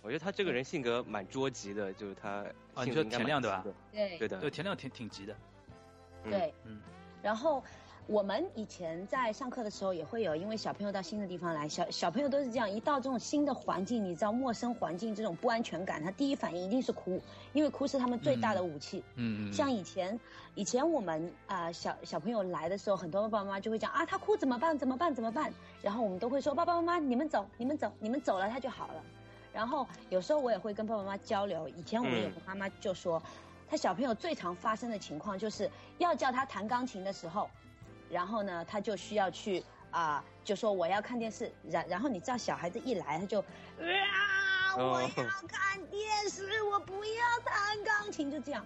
[SPEAKER 5] 我觉得他这个人性格蛮捉急的，就是他
[SPEAKER 4] 啊你
[SPEAKER 5] 性格
[SPEAKER 4] 说
[SPEAKER 5] 应该
[SPEAKER 4] 田
[SPEAKER 5] 蛮
[SPEAKER 4] 亮对
[SPEAKER 5] 急
[SPEAKER 4] 吧
[SPEAKER 5] 的？
[SPEAKER 6] 对
[SPEAKER 5] 对
[SPEAKER 4] 对，
[SPEAKER 5] 的，
[SPEAKER 4] 田亮挺挺急的，
[SPEAKER 5] 嗯
[SPEAKER 6] 对，
[SPEAKER 4] 嗯
[SPEAKER 6] 然后。我们以前在上课的时候也会有，因为小朋友到新的地方来，小小朋友都是这样，一到这种新的环境，你知道陌生环境这种不安全感，他第一反应一定是哭，因为哭是他们最大的武器。
[SPEAKER 4] 嗯嗯，
[SPEAKER 6] 像以前，以前我们啊、呃小小朋友来的时候，很多爸爸妈妈就会讲啊，他哭怎么办？怎么办？怎么办？然后我们都会说爸爸妈妈，你们走，你们走，你们走了他就好了。然后有时候我也会跟爸爸妈妈交流，以前我们有个妈妈就说，他小朋友最常发生的情况就是要叫他弹钢琴的时候，然后呢他就需要去啊、就说我要看电视，然然后你知道小孩子一来他就啊、我要看电视，我不要弹钢琴，就这样。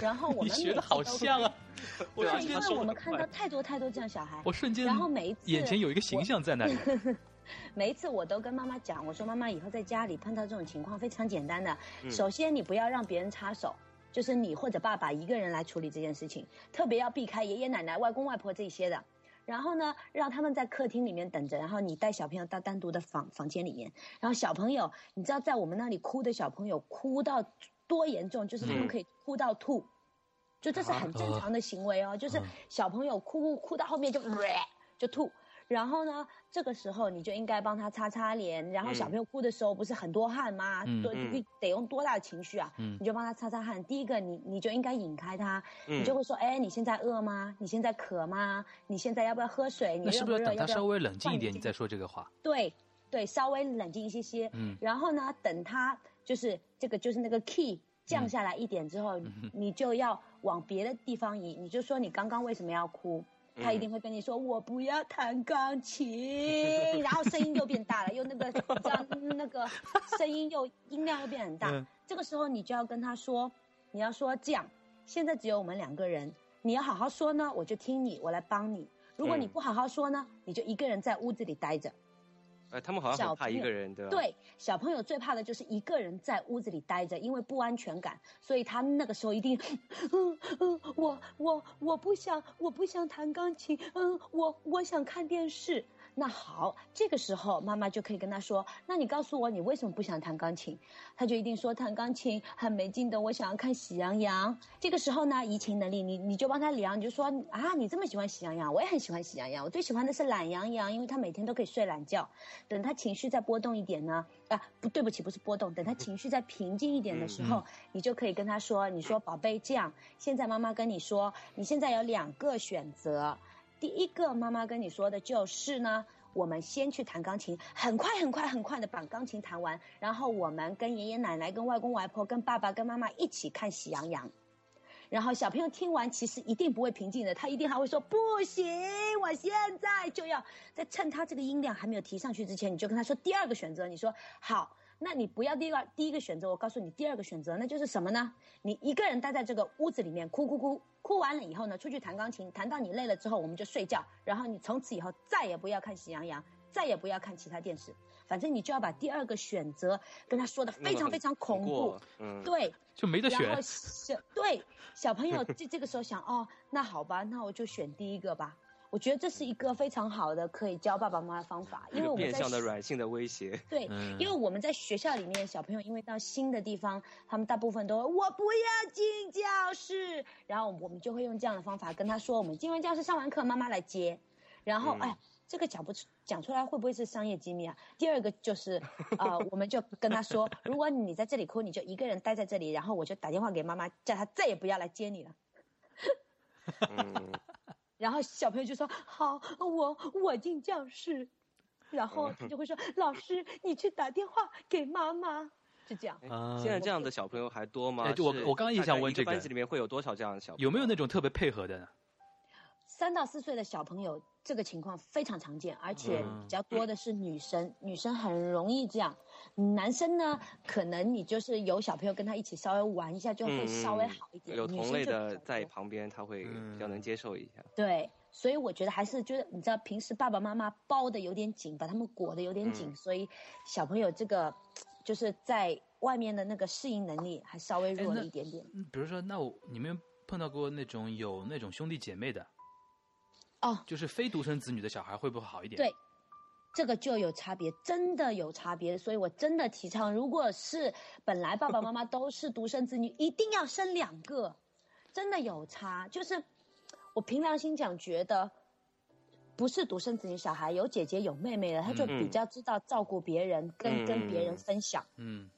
[SPEAKER 6] 然后我们
[SPEAKER 7] 学的好像啊，
[SPEAKER 6] 对，
[SPEAKER 7] 啊，
[SPEAKER 6] 因为我们看到太多太多这样小孩，
[SPEAKER 7] 我瞬间，
[SPEAKER 6] 然后每一次
[SPEAKER 7] 眼前有一个形象在那里。
[SPEAKER 6] 每一次我都跟妈妈讲，我说妈妈以后在家里碰到这种情况非常简单的，首先你不要让别人插手。就是你或者爸爸一个人来处理这件事情，特别要避开爷爷奶奶、外公外婆这些的。然后呢，让他们在客厅里面等着，然后你带小朋友到单独的房房间里面。然后小朋友，你知道在我们那里哭的小朋友哭到多严重，就是他们可以哭到吐，嗯、就这是很正常的行为哦。啊、就是小朋友哭哭哭到后面就、 呃、就吐。然后呢，这个时候你就应该帮他擦擦脸。然后小朋友哭的时候不是很多汗吗？
[SPEAKER 7] 嗯、
[SPEAKER 6] 多得用多大的情绪啊？嗯、你就帮他擦擦汗。第一个你，你你就应该引开他，嗯、你就会说：哎，你现在饿吗？你现在渴吗？你现在要不要喝水？你
[SPEAKER 7] 那是
[SPEAKER 6] 不
[SPEAKER 7] 是等他稍微冷静一点，你再说这个话？
[SPEAKER 6] 对对，稍微冷静一些些。
[SPEAKER 4] 嗯
[SPEAKER 6] 然后呢，等他就是这个就是那个 key 降下来一点之后，你就要往别的地方移。你就说你刚刚为什么要哭？他一定会跟你说：“我不要弹钢琴。”然后声音又变大了，又那个，你知道那个声音又音量又变很大。这个时候你就要跟他说：“你要说这样，现在只有我们两个人，你要好好说呢，我就听你，我来帮你。如果你不好好说呢，你就一个人在屋子里待着。”
[SPEAKER 5] 哎，他们好像很怕一个人，对吧？
[SPEAKER 6] 对，小朋友最怕的就是一个人在屋子里待着，因为不安全感，所以他那个时候一定， 嗯嗯，我我我不想，我不想弹钢琴，嗯，我我想看电视。那好，这个时候妈妈就可以跟他说：“那你告诉我，你为什么不想弹钢琴？”他就一定说：“弹钢琴很没劲的，我想要看《喜羊羊》。”这个时候呢，移情能力，你你就帮他聊，你就说：“啊，你这么喜欢《喜羊羊》，我也很喜欢《喜羊羊》，我最喜欢的是懒羊羊，因为他每天都可以睡懒觉。等他情绪再波动一点呢，啊，不对不起，不是波动，等他情绪再平静一点的时候，嗯、你就可以跟他说：‘你说宝贝，这样，现在妈妈跟你说，你现在有两个选择。’”第一个妈妈跟你说的就是呢，我们先去弹钢琴，很快很快很快的把钢琴弹完，然后我们跟爷爷奶奶、跟外公外婆、跟爸爸、跟妈妈一起看《喜羊羊》。然后小朋友听完，其实一定不会平静的，他一定还会说不行，我现在就要在趁他这个音量还没有提上去之前，你就跟他说第二个选择，你说好。那你不要第一个第一个选择，我告诉你第二个选择，那就是什么呢？你一个人待在这个屋子里面哭哭哭，哭完了以后呢，出去弹钢琴，弹到你累了之后，我们就睡觉，然后你从此以后再也不要看《喜羊羊》，再也不要看其他电视，反正你就要把第二个选择跟他说的非常非常恐怖，
[SPEAKER 5] 嗯，
[SPEAKER 6] 对，
[SPEAKER 7] 就没得选。
[SPEAKER 6] 然后小对小朋 友这这个时候想哦，那好吧，那我就选第一个吧。我觉得这是一个非常好的可以教爸爸妈妈的方法，因为我们在
[SPEAKER 5] 变相的软性的威胁。
[SPEAKER 6] 对，嗯、因为我们在学校里面，小朋友因为到新的地方，他们大部分都我不要进教室，然后我们就会用这样的方法跟他说，我们进完教室上完课，妈妈来接。然后，嗯、哎，这个讲不出讲出来会不会是商业机密啊？第二个就是，呃，我们就跟他说，如果你在这里哭，你就一个人待在这里，然后我就打电话给妈妈，叫她再也不要来接你了。
[SPEAKER 5] 嗯
[SPEAKER 6] 然后小朋友就说：“好，我我进教室。”然后他就会说：“老师，你去打电话给妈妈。”就这样。
[SPEAKER 4] 啊
[SPEAKER 5] 现在这样的小朋友还多
[SPEAKER 4] 哎
[SPEAKER 5] 吗？
[SPEAKER 7] 就我我刚刚也想问这
[SPEAKER 5] 个班级里面会有多少这样的小朋友？
[SPEAKER 7] 有没有那种特别配合的呢？
[SPEAKER 6] 三到四岁的小朋友，这个情况非常常见，而且
[SPEAKER 5] 嗯
[SPEAKER 6] 比较多的是女生，嗯、女生很容易这样。男生呢，可能你就是有小朋友跟他一起稍微玩一下，就会稍微好一点。
[SPEAKER 5] 嗯、有同类的在旁边，他会
[SPEAKER 4] 嗯
[SPEAKER 5] 比较能接受一下。
[SPEAKER 6] 对，所以我觉得还是就是你知道，平时爸爸妈妈包的有点紧，把他们裹的有点紧，嗯、所以小朋友这个就是在外面的那个适应能力还稍微弱了一点点。
[SPEAKER 7] 嗯比如说，那我你们碰到过那种有那种兄弟姐妹的？
[SPEAKER 6] 哦，
[SPEAKER 7] 就是非独生子女的小孩会不会好一点？
[SPEAKER 6] 对，这个就有差别，真的有差别。所以我真的提倡，如果是本来爸爸妈妈都是独生子女，一定要生两个，真的有差。就是我凭良心讲，觉得不是独生子女小孩有姐姐有妹妹的，他就比较知道照顾别人，嗯、跟跟别人分享。
[SPEAKER 7] 嗯，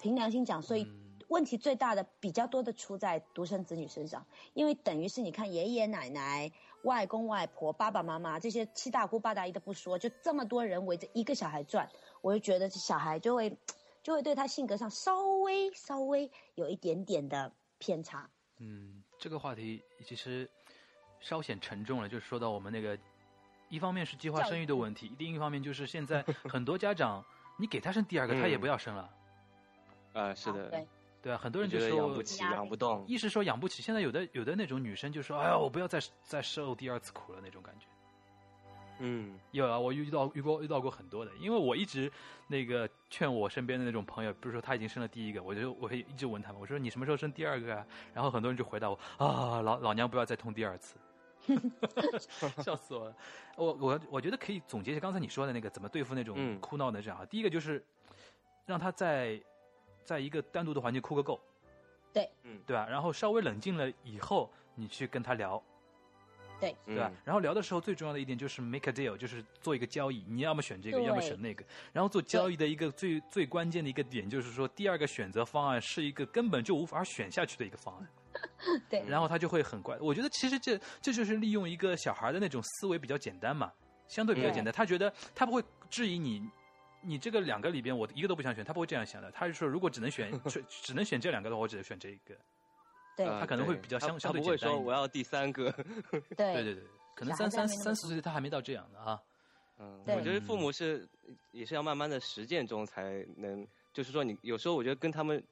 [SPEAKER 6] 凭良心讲，所以。
[SPEAKER 5] 嗯
[SPEAKER 6] 问题最大的比较多的出在独生子女身上，因为等于是你看爷爷奶奶、外公外婆、爸爸妈妈这些七大姑八大姨的不说，就这么多人围着一个小孩转，我就觉得这小孩就会就会对他性格上稍微稍微有一点点的偏差。
[SPEAKER 7] 嗯，这个话题其实稍显沉重了，就是说到我们那个，一方面是计划生育的问题，另一方面就是现在很多家长。
[SPEAKER 4] 你给他生第二个，他也
[SPEAKER 5] 嗯
[SPEAKER 4] 不要生了，
[SPEAKER 5] 呃，是
[SPEAKER 6] 啊
[SPEAKER 5] 的，
[SPEAKER 6] 对，
[SPEAKER 4] 对啊，很多人
[SPEAKER 5] 觉
[SPEAKER 4] 就
[SPEAKER 5] 得养不
[SPEAKER 4] 说，
[SPEAKER 5] 起，养不动，
[SPEAKER 4] 一是说养不起，现在有的有的那种女生就说，哎呀，我不要再再受第二次苦了那种感觉。
[SPEAKER 5] 嗯
[SPEAKER 4] 有啊，我遇到遇过遇到过很多的，因为我一直那个劝我身边的那种朋友，比如说他已经生了第一个，我就我会一直问他们，我说你什么时候生第二个啊？然后很多人就回答我啊，老老娘不要再痛第二次， 笑死我了。我我我觉得可以总结一下刚才你说的那个怎么对付那种
[SPEAKER 5] 嗯
[SPEAKER 4] 哭闹的这样啊，第一个就是让他在在一个单独的环境哭个够，
[SPEAKER 5] 嗯，
[SPEAKER 4] 对吧？然后稍微冷静了以后，你去跟他聊，
[SPEAKER 5] 对嗯
[SPEAKER 6] 嗯
[SPEAKER 4] 对吧？然后聊的时候，最重要的一点就是 make a deal，就是做一个交易，你要么选这个，
[SPEAKER 6] 对
[SPEAKER 4] 要么选那个。然后做交易的一个最最关键的一个点就是说，第二个选择方案是一个根本就无法选下去的一个方案。
[SPEAKER 6] 对
[SPEAKER 4] 然后他就会很怪。我觉得其实这这就是利用一个小孩的那种思维比较简单嘛，相对比较
[SPEAKER 6] 嗯
[SPEAKER 4] 简单。他觉得他不会质疑你。你这个两个里边，我一个都不想选，他不会这样想的。他就说，如果只 能选，只只能选这两个的话，我只能选这一个。
[SPEAKER 6] 对
[SPEAKER 5] 呃
[SPEAKER 4] 他可能会
[SPEAKER 5] 对
[SPEAKER 4] 比较
[SPEAKER 5] 他
[SPEAKER 4] 相相
[SPEAKER 5] 他
[SPEAKER 4] 对
[SPEAKER 5] 不会
[SPEAKER 4] 简单
[SPEAKER 5] 说
[SPEAKER 4] 一
[SPEAKER 5] 我要第三 个，
[SPEAKER 4] 对
[SPEAKER 6] 对
[SPEAKER 4] 对对，可能
[SPEAKER 6] 小孩子还没那
[SPEAKER 4] 三三
[SPEAKER 6] 么
[SPEAKER 4] 三四
[SPEAKER 6] 懂
[SPEAKER 4] 岁他还没到这样的啊。
[SPEAKER 5] 嗯，
[SPEAKER 6] 对
[SPEAKER 5] 我觉得父母是也是要慢慢的实践中才能，就是说你有时候我觉得跟他们，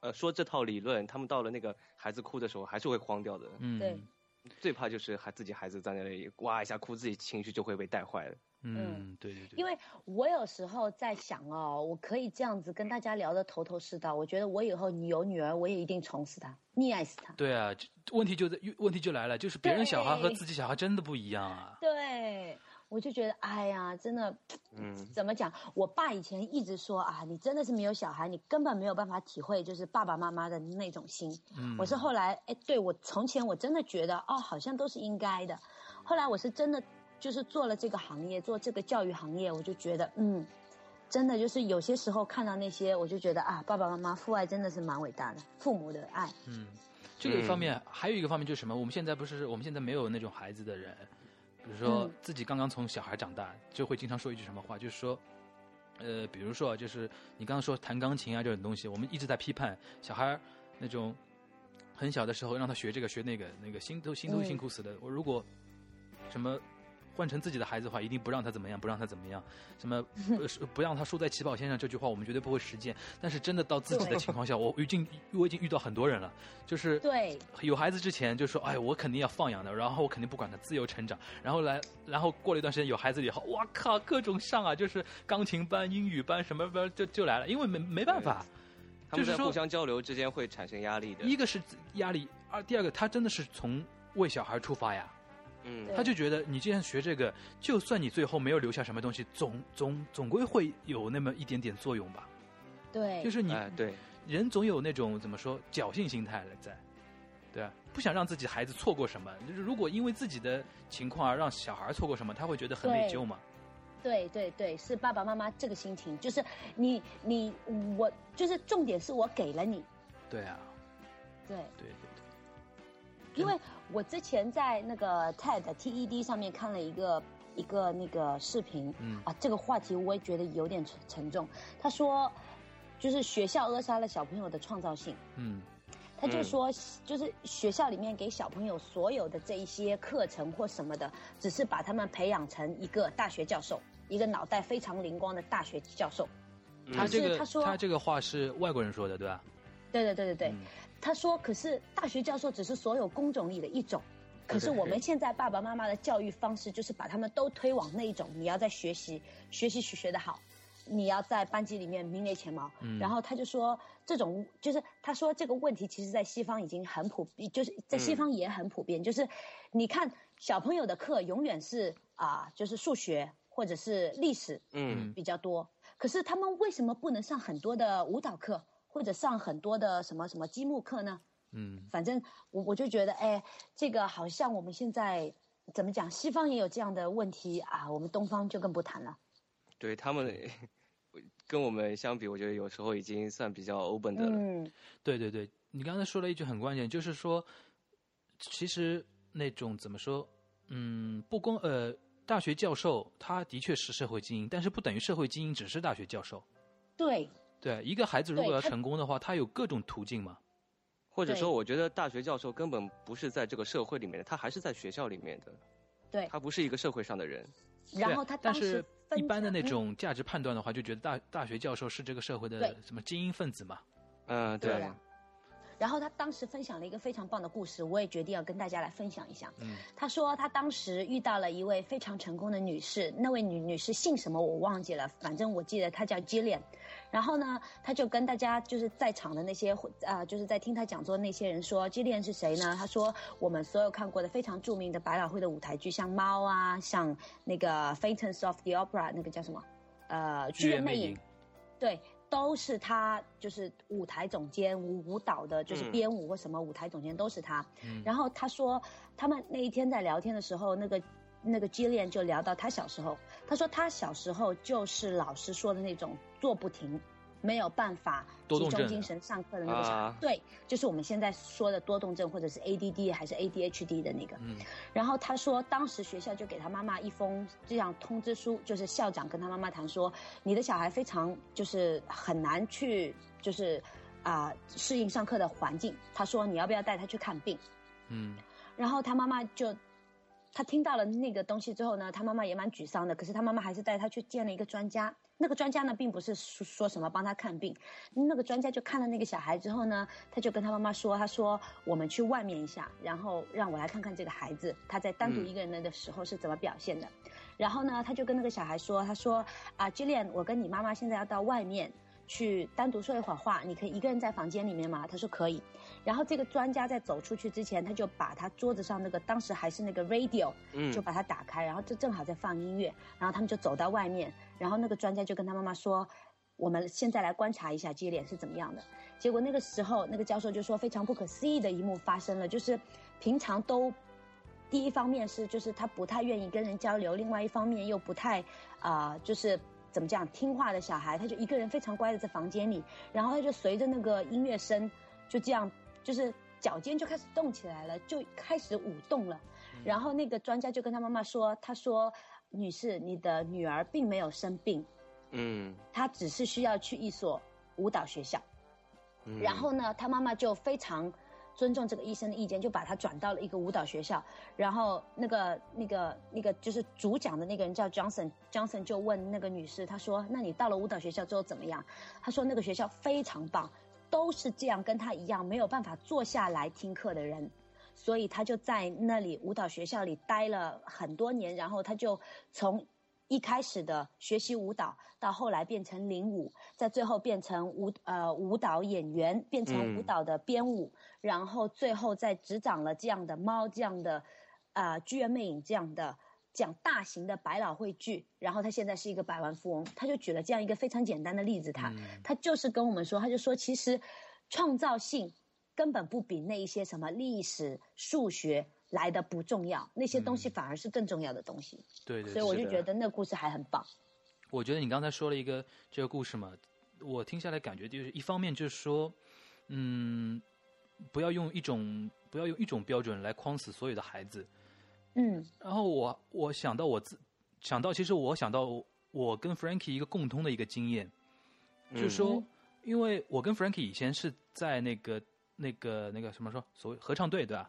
[SPEAKER 5] 呃，说这套理论，他们到了那个孩子哭的时候还是会慌掉的。
[SPEAKER 4] 嗯，
[SPEAKER 6] 对
[SPEAKER 5] 最怕就是还自己孩子在那里哇一下哭，自己情绪就会被带坏了。
[SPEAKER 4] 嗯，对对对，
[SPEAKER 6] 因为我有时候在想哦，我可以这样子跟大家聊的头头是道，我觉得我以后你有女儿，我也一定宠死她，溺爱死她。
[SPEAKER 4] 对啊，这问题就在问题就来了，就是别人小孩和
[SPEAKER 6] 对
[SPEAKER 4] 自己小孩真的不一样啊。
[SPEAKER 6] 对，我就觉得哎呀，真的
[SPEAKER 5] 嗯，
[SPEAKER 6] 怎么讲？我爸以前一直说啊，你真的是没有小孩，你根本没有办法体会就是爸爸妈妈的那种心。
[SPEAKER 4] 嗯，
[SPEAKER 6] 我是后来，哎，对我从前我真的觉得哦，好像都是应该的。后来我是真的就是做了这个行业，做这个教育行业，我就觉得嗯，真的就是有些时候看到那些，我就觉得啊，爸爸妈妈父爱真的是蛮伟大的，父母的爱。
[SPEAKER 4] 嗯，这个一方
[SPEAKER 5] 嗯
[SPEAKER 4] 面，还有一个方面就是什么？我们现在不是我们现在没有那种孩子的人，比如说
[SPEAKER 6] 嗯
[SPEAKER 4] 自己刚刚从小孩长大，就会经常说一句什么话，就是说。呃，比如说啊，就是你刚刚说弹钢琴啊这种东西，我们一直在批判小孩儿那种很小的时候让他学这个学那个，那个心都心都
[SPEAKER 6] 嗯
[SPEAKER 4] 辛苦死的。我如果什么换成自己的孩子的话，一定不让他怎么样，不让他怎么样，什么不是不让他输在起跑线上这句话，我们绝对不会实践。但是真的到自己的
[SPEAKER 6] 对
[SPEAKER 4] 情况下，我已经我已经遇到很多人了，就是
[SPEAKER 6] 对，
[SPEAKER 4] 有孩子之前就说，哎，我肯定要放养的，然后我肯定不管他，自由成长。然后来，然后过了一段时间有孩子以后，哇靠，各种上啊，就是钢琴班、英语班什么班就就来了，因为没没办法，
[SPEAKER 5] 他们
[SPEAKER 4] 就是
[SPEAKER 5] 在
[SPEAKER 4] 说
[SPEAKER 5] 互相交流之间会产生压力的。
[SPEAKER 4] 一个是压力，二第二个他真的是从为小孩出发呀，
[SPEAKER 5] 嗯
[SPEAKER 6] 对
[SPEAKER 4] 他就觉得你既然学这个，就算你最后没有留下什么东西，总总总归会有那么一点点作用吧。
[SPEAKER 6] 对，
[SPEAKER 4] 就是你、
[SPEAKER 5] 哎对，
[SPEAKER 4] 人总有那种怎么说侥幸心态了在，对啊，不想让自己孩子错过什么。就是如果因为自己的情况而让小孩错过什么，他会觉得很内
[SPEAKER 6] 对
[SPEAKER 4] 疚嘛。
[SPEAKER 6] 对对对，是爸爸妈妈这个心情，就是你你我，就是重点是我给了你，
[SPEAKER 4] 对啊，
[SPEAKER 6] 对，
[SPEAKER 4] 对对
[SPEAKER 6] 因为我之前在那个 TED TED 上面看了一个一个那个视频，
[SPEAKER 4] 嗯
[SPEAKER 6] 啊，这个话题我也觉得有点沉沉重。他说，就是学校扼杀了小朋友的创造性。
[SPEAKER 4] 对，嗯
[SPEAKER 6] 他就
[SPEAKER 5] 嗯
[SPEAKER 6] 说，就是学校里面给小朋友所有的这一些课程或什么的，只是把他们培养成一个大学教授，一个脑袋非常灵光的大学教授。
[SPEAKER 4] 他
[SPEAKER 5] 嗯
[SPEAKER 6] 可
[SPEAKER 4] 这
[SPEAKER 6] 是
[SPEAKER 4] 个
[SPEAKER 6] 嗯他说
[SPEAKER 4] 这个话是外国人说的，对吧？
[SPEAKER 6] 对对对对对，
[SPEAKER 4] 嗯
[SPEAKER 6] 他说，可是大学教授只是所有工种里的一种。可是我们现在爸爸妈妈的教育方式就是把他们都推往那一种，你要在学习，学习学学得好，你要在班级里面名列前茅。
[SPEAKER 4] 嗯
[SPEAKER 6] 然后他就说，这种就是他说这个问题，其实在西方已经很普，就是在
[SPEAKER 4] 嗯
[SPEAKER 6] 西方也很普遍。就是你看小朋友的课永远是啊、就是数学或者是历史，
[SPEAKER 5] 嗯
[SPEAKER 6] 比较多。可是他们为什么不能上很多的舞蹈课，或者上很多的什么什么积木课呢？
[SPEAKER 4] 嗯
[SPEAKER 6] 反正我我就觉得，哎，这个好像我们现在怎么讲，西方也有这样的问题啊，我们东方就更不谈了。
[SPEAKER 5] 对他们跟我们相比，我觉得有时候已经算比较 open 的了。
[SPEAKER 6] 嗯，
[SPEAKER 4] 对对对，你刚才说了一句很关键，就是说，其实那种怎么说，嗯，不光呃，大学教授他的确是社会精英，但是不等于社会精英只是大学教授。
[SPEAKER 6] 对，
[SPEAKER 4] 对，一个孩子如
[SPEAKER 6] 对
[SPEAKER 4] 果要
[SPEAKER 6] 他
[SPEAKER 4] 成功的话，他有各种途径嘛。
[SPEAKER 5] 或者
[SPEAKER 6] 对
[SPEAKER 5] 说，我觉得大学教授根本不是在这个社会里面的，他还是在学校里面的。
[SPEAKER 6] 对
[SPEAKER 5] 他不是一个社会上的人。
[SPEAKER 6] 然后他
[SPEAKER 4] 但
[SPEAKER 6] 当
[SPEAKER 4] 是
[SPEAKER 6] 时分嗯
[SPEAKER 4] 一般的
[SPEAKER 6] 层
[SPEAKER 4] 那种价值判断的话，就觉得大大学教授是这个社会的
[SPEAKER 6] 对
[SPEAKER 4] 什么精英分子嘛。
[SPEAKER 5] 嗯，对
[SPEAKER 6] 对啊然后他当时分享了一个非常棒的故事，我也决定要跟大家来分享一下。
[SPEAKER 4] 嗯，
[SPEAKER 6] 他说他当时遇到了一位非常成功的女士，那位女女士姓什么我忘记了，反正我记得她叫 Jillian。然后呢，他就跟大家就是在场的那些呃，就是在听他讲座那些人说，Jillian 是谁呢？他说我们所有看过的非常著名的百老汇的舞台剧，像《猫》啊，像那个《Phantoms of the Opera》那个叫什么？呃，《
[SPEAKER 4] 剧
[SPEAKER 6] 剧
[SPEAKER 4] 院
[SPEAKER 6] 院
[SPEAKER 4] 魅
[SPEAKER 6] 魅
[SPEAKER 4] 影
[SPEAKER 6] 影》。对，都是他，就是舞台总监、舞舞蹈的，就是
[SPEAKER 5] 嗯
[SPEAKER 6] 编舞或什么舞台总监都是他。
[SPEAKER 4] 嗯
[SPEAKER 6] 然后他说，他们那一天在聊天的时候，那个那个 Jillian 就聊到他小时候，他说他小时候就是老师说的那种坐不停。没有办法
[SPEAKER 4] 多
[SPEAKER 6] 集
[SPEAKER 4] 动症
[SPEAKER 6] 中
[SPEAKER 4] 啊
[SPEAKER 6] 精神上课的那个小孩，
[SPEAKER 5] 啊
[SPEAKER 6] 对，就是我们现在说的多动症或者是 ADD 还是 ADHD 的那个。
[SPEAKER 4] 嗯
[SPEAKER 6] 然后他说，当时学校就给他妈妈一封这样通知书，就是校长跟他妈妈谈说，你的小孩非常就是很难去就是啊、适应上课的环境。他说你要不要带他去看病？
[SPEAKER 4] 嗯
[SPEAKER 6] 然后他妈妈就，他听到了那个东西之后呢，他妈妈也蛮沮丧的。可是他妈妈还是带他去见了一个专家。那个专家呢，并不是说说什么帮他看病，那个专家就看了那个小孩之后呢，他就跟他妈妈说：“他说我们去外面一下，然后让我来看看这个孩子他在单独
[SPEAKER 5] 嗯
[SPEAKER 6] 一个人的时候是怎么表现的。然后呢，他就跟那个小孩说：“他说啊，Jillian，我跟你妈妈现在要到外面去单独说一会儿话，你可以一个人在房间里面吗？”他说可以。然后这个专家在走出去之前，他就把他桌子上那个当时还是那个 radio，
[SPEAKER 5] 嗯，
[SPEAKER 6] 就把它打开，然后这正好在放音乐，然后他们就走到外面，然后那个专家就跟他妈妈说，我们现在来观察一下接脸是怎么样的。结果那个时候，那个教授就说非常不可思议的一幕发生了，就是平常都。第一方面是，就是他不太愿意跟人交流；，另外一方面又不太，啊、就是怎么讲，听话的小孩，他就一个人非常乖的在房间里，然后他就随着那个音乐声，就这样，就是脚尖就开始动起来了，就开始舞动了。然后那个专家就跟他妈妈说，他说：“女士，你的女儿并没有生病，
[SPEAKER 5] 嗯，
[SPEAKER 6] 她只是需要去一所舞蹈学校。”
[SPEAKER 5] 嗯
[SPEAKER 6] 然后呢，他妈妈就非常尊重这个医生的意见，就把他转到了一个舞蹈学校。然后那个那个那个就是主讲的那个人叫 Johnson，Johnson 就问那个女士，他说：“那你到了舞蹈学校之后怎么样？”他说：“那个学校非常棒，都是这样跟他一样没有办法坐下来听课的人。”所以他就在那里舞蹈学校里待了很多年，然后他就从一开始的学习舞蹈，到后来变成领舞，在最后变成舞呃舞蹈演员，变成
[SPEAKER 5] 嗯
[SPEAKER 6] 舞蹈的编舞，然后最后再执掌了这样的《猫》这样的，呃《剧院魅影》这样的讲大型的百老汇剧，然后他现在是一个百万富翁。他就举了这样一个非常简单的例子，他、他就是跟我们说，他就说其实创造性根本不比那一些什么历史、数学来的不重要，那些
[SPEAKER 4] 嗯
[SPEAKER 6] 东西反而是更重要的东西。
[SPEAKER 4] 对对
[SPEAKER 6] 所
[SPEAKER 4] 对
[SPEAKER 6] 以。我
[SPEAKER 5] 是
[SPEAKER 6] 就
[SPEAKER 5] 的
[SPEAKER 6] 觉得那故事还很棒。
[SPEAKER 4] 我觉得你刚才说了一个这个故事嘛，我听下来感觉就是一方面就是说，嗯，不要用一种不要用一种标准来框死所有的孩子。
[SPEAKER 6] 嗯
[SPEAKER 4] 然后我我想到我自想到，其实我想到我跟 Frankie 一个共通的一个经验，就是说，因为我跟 Frankie 以前是在那个那个那个什么说所谓合唱队对吧？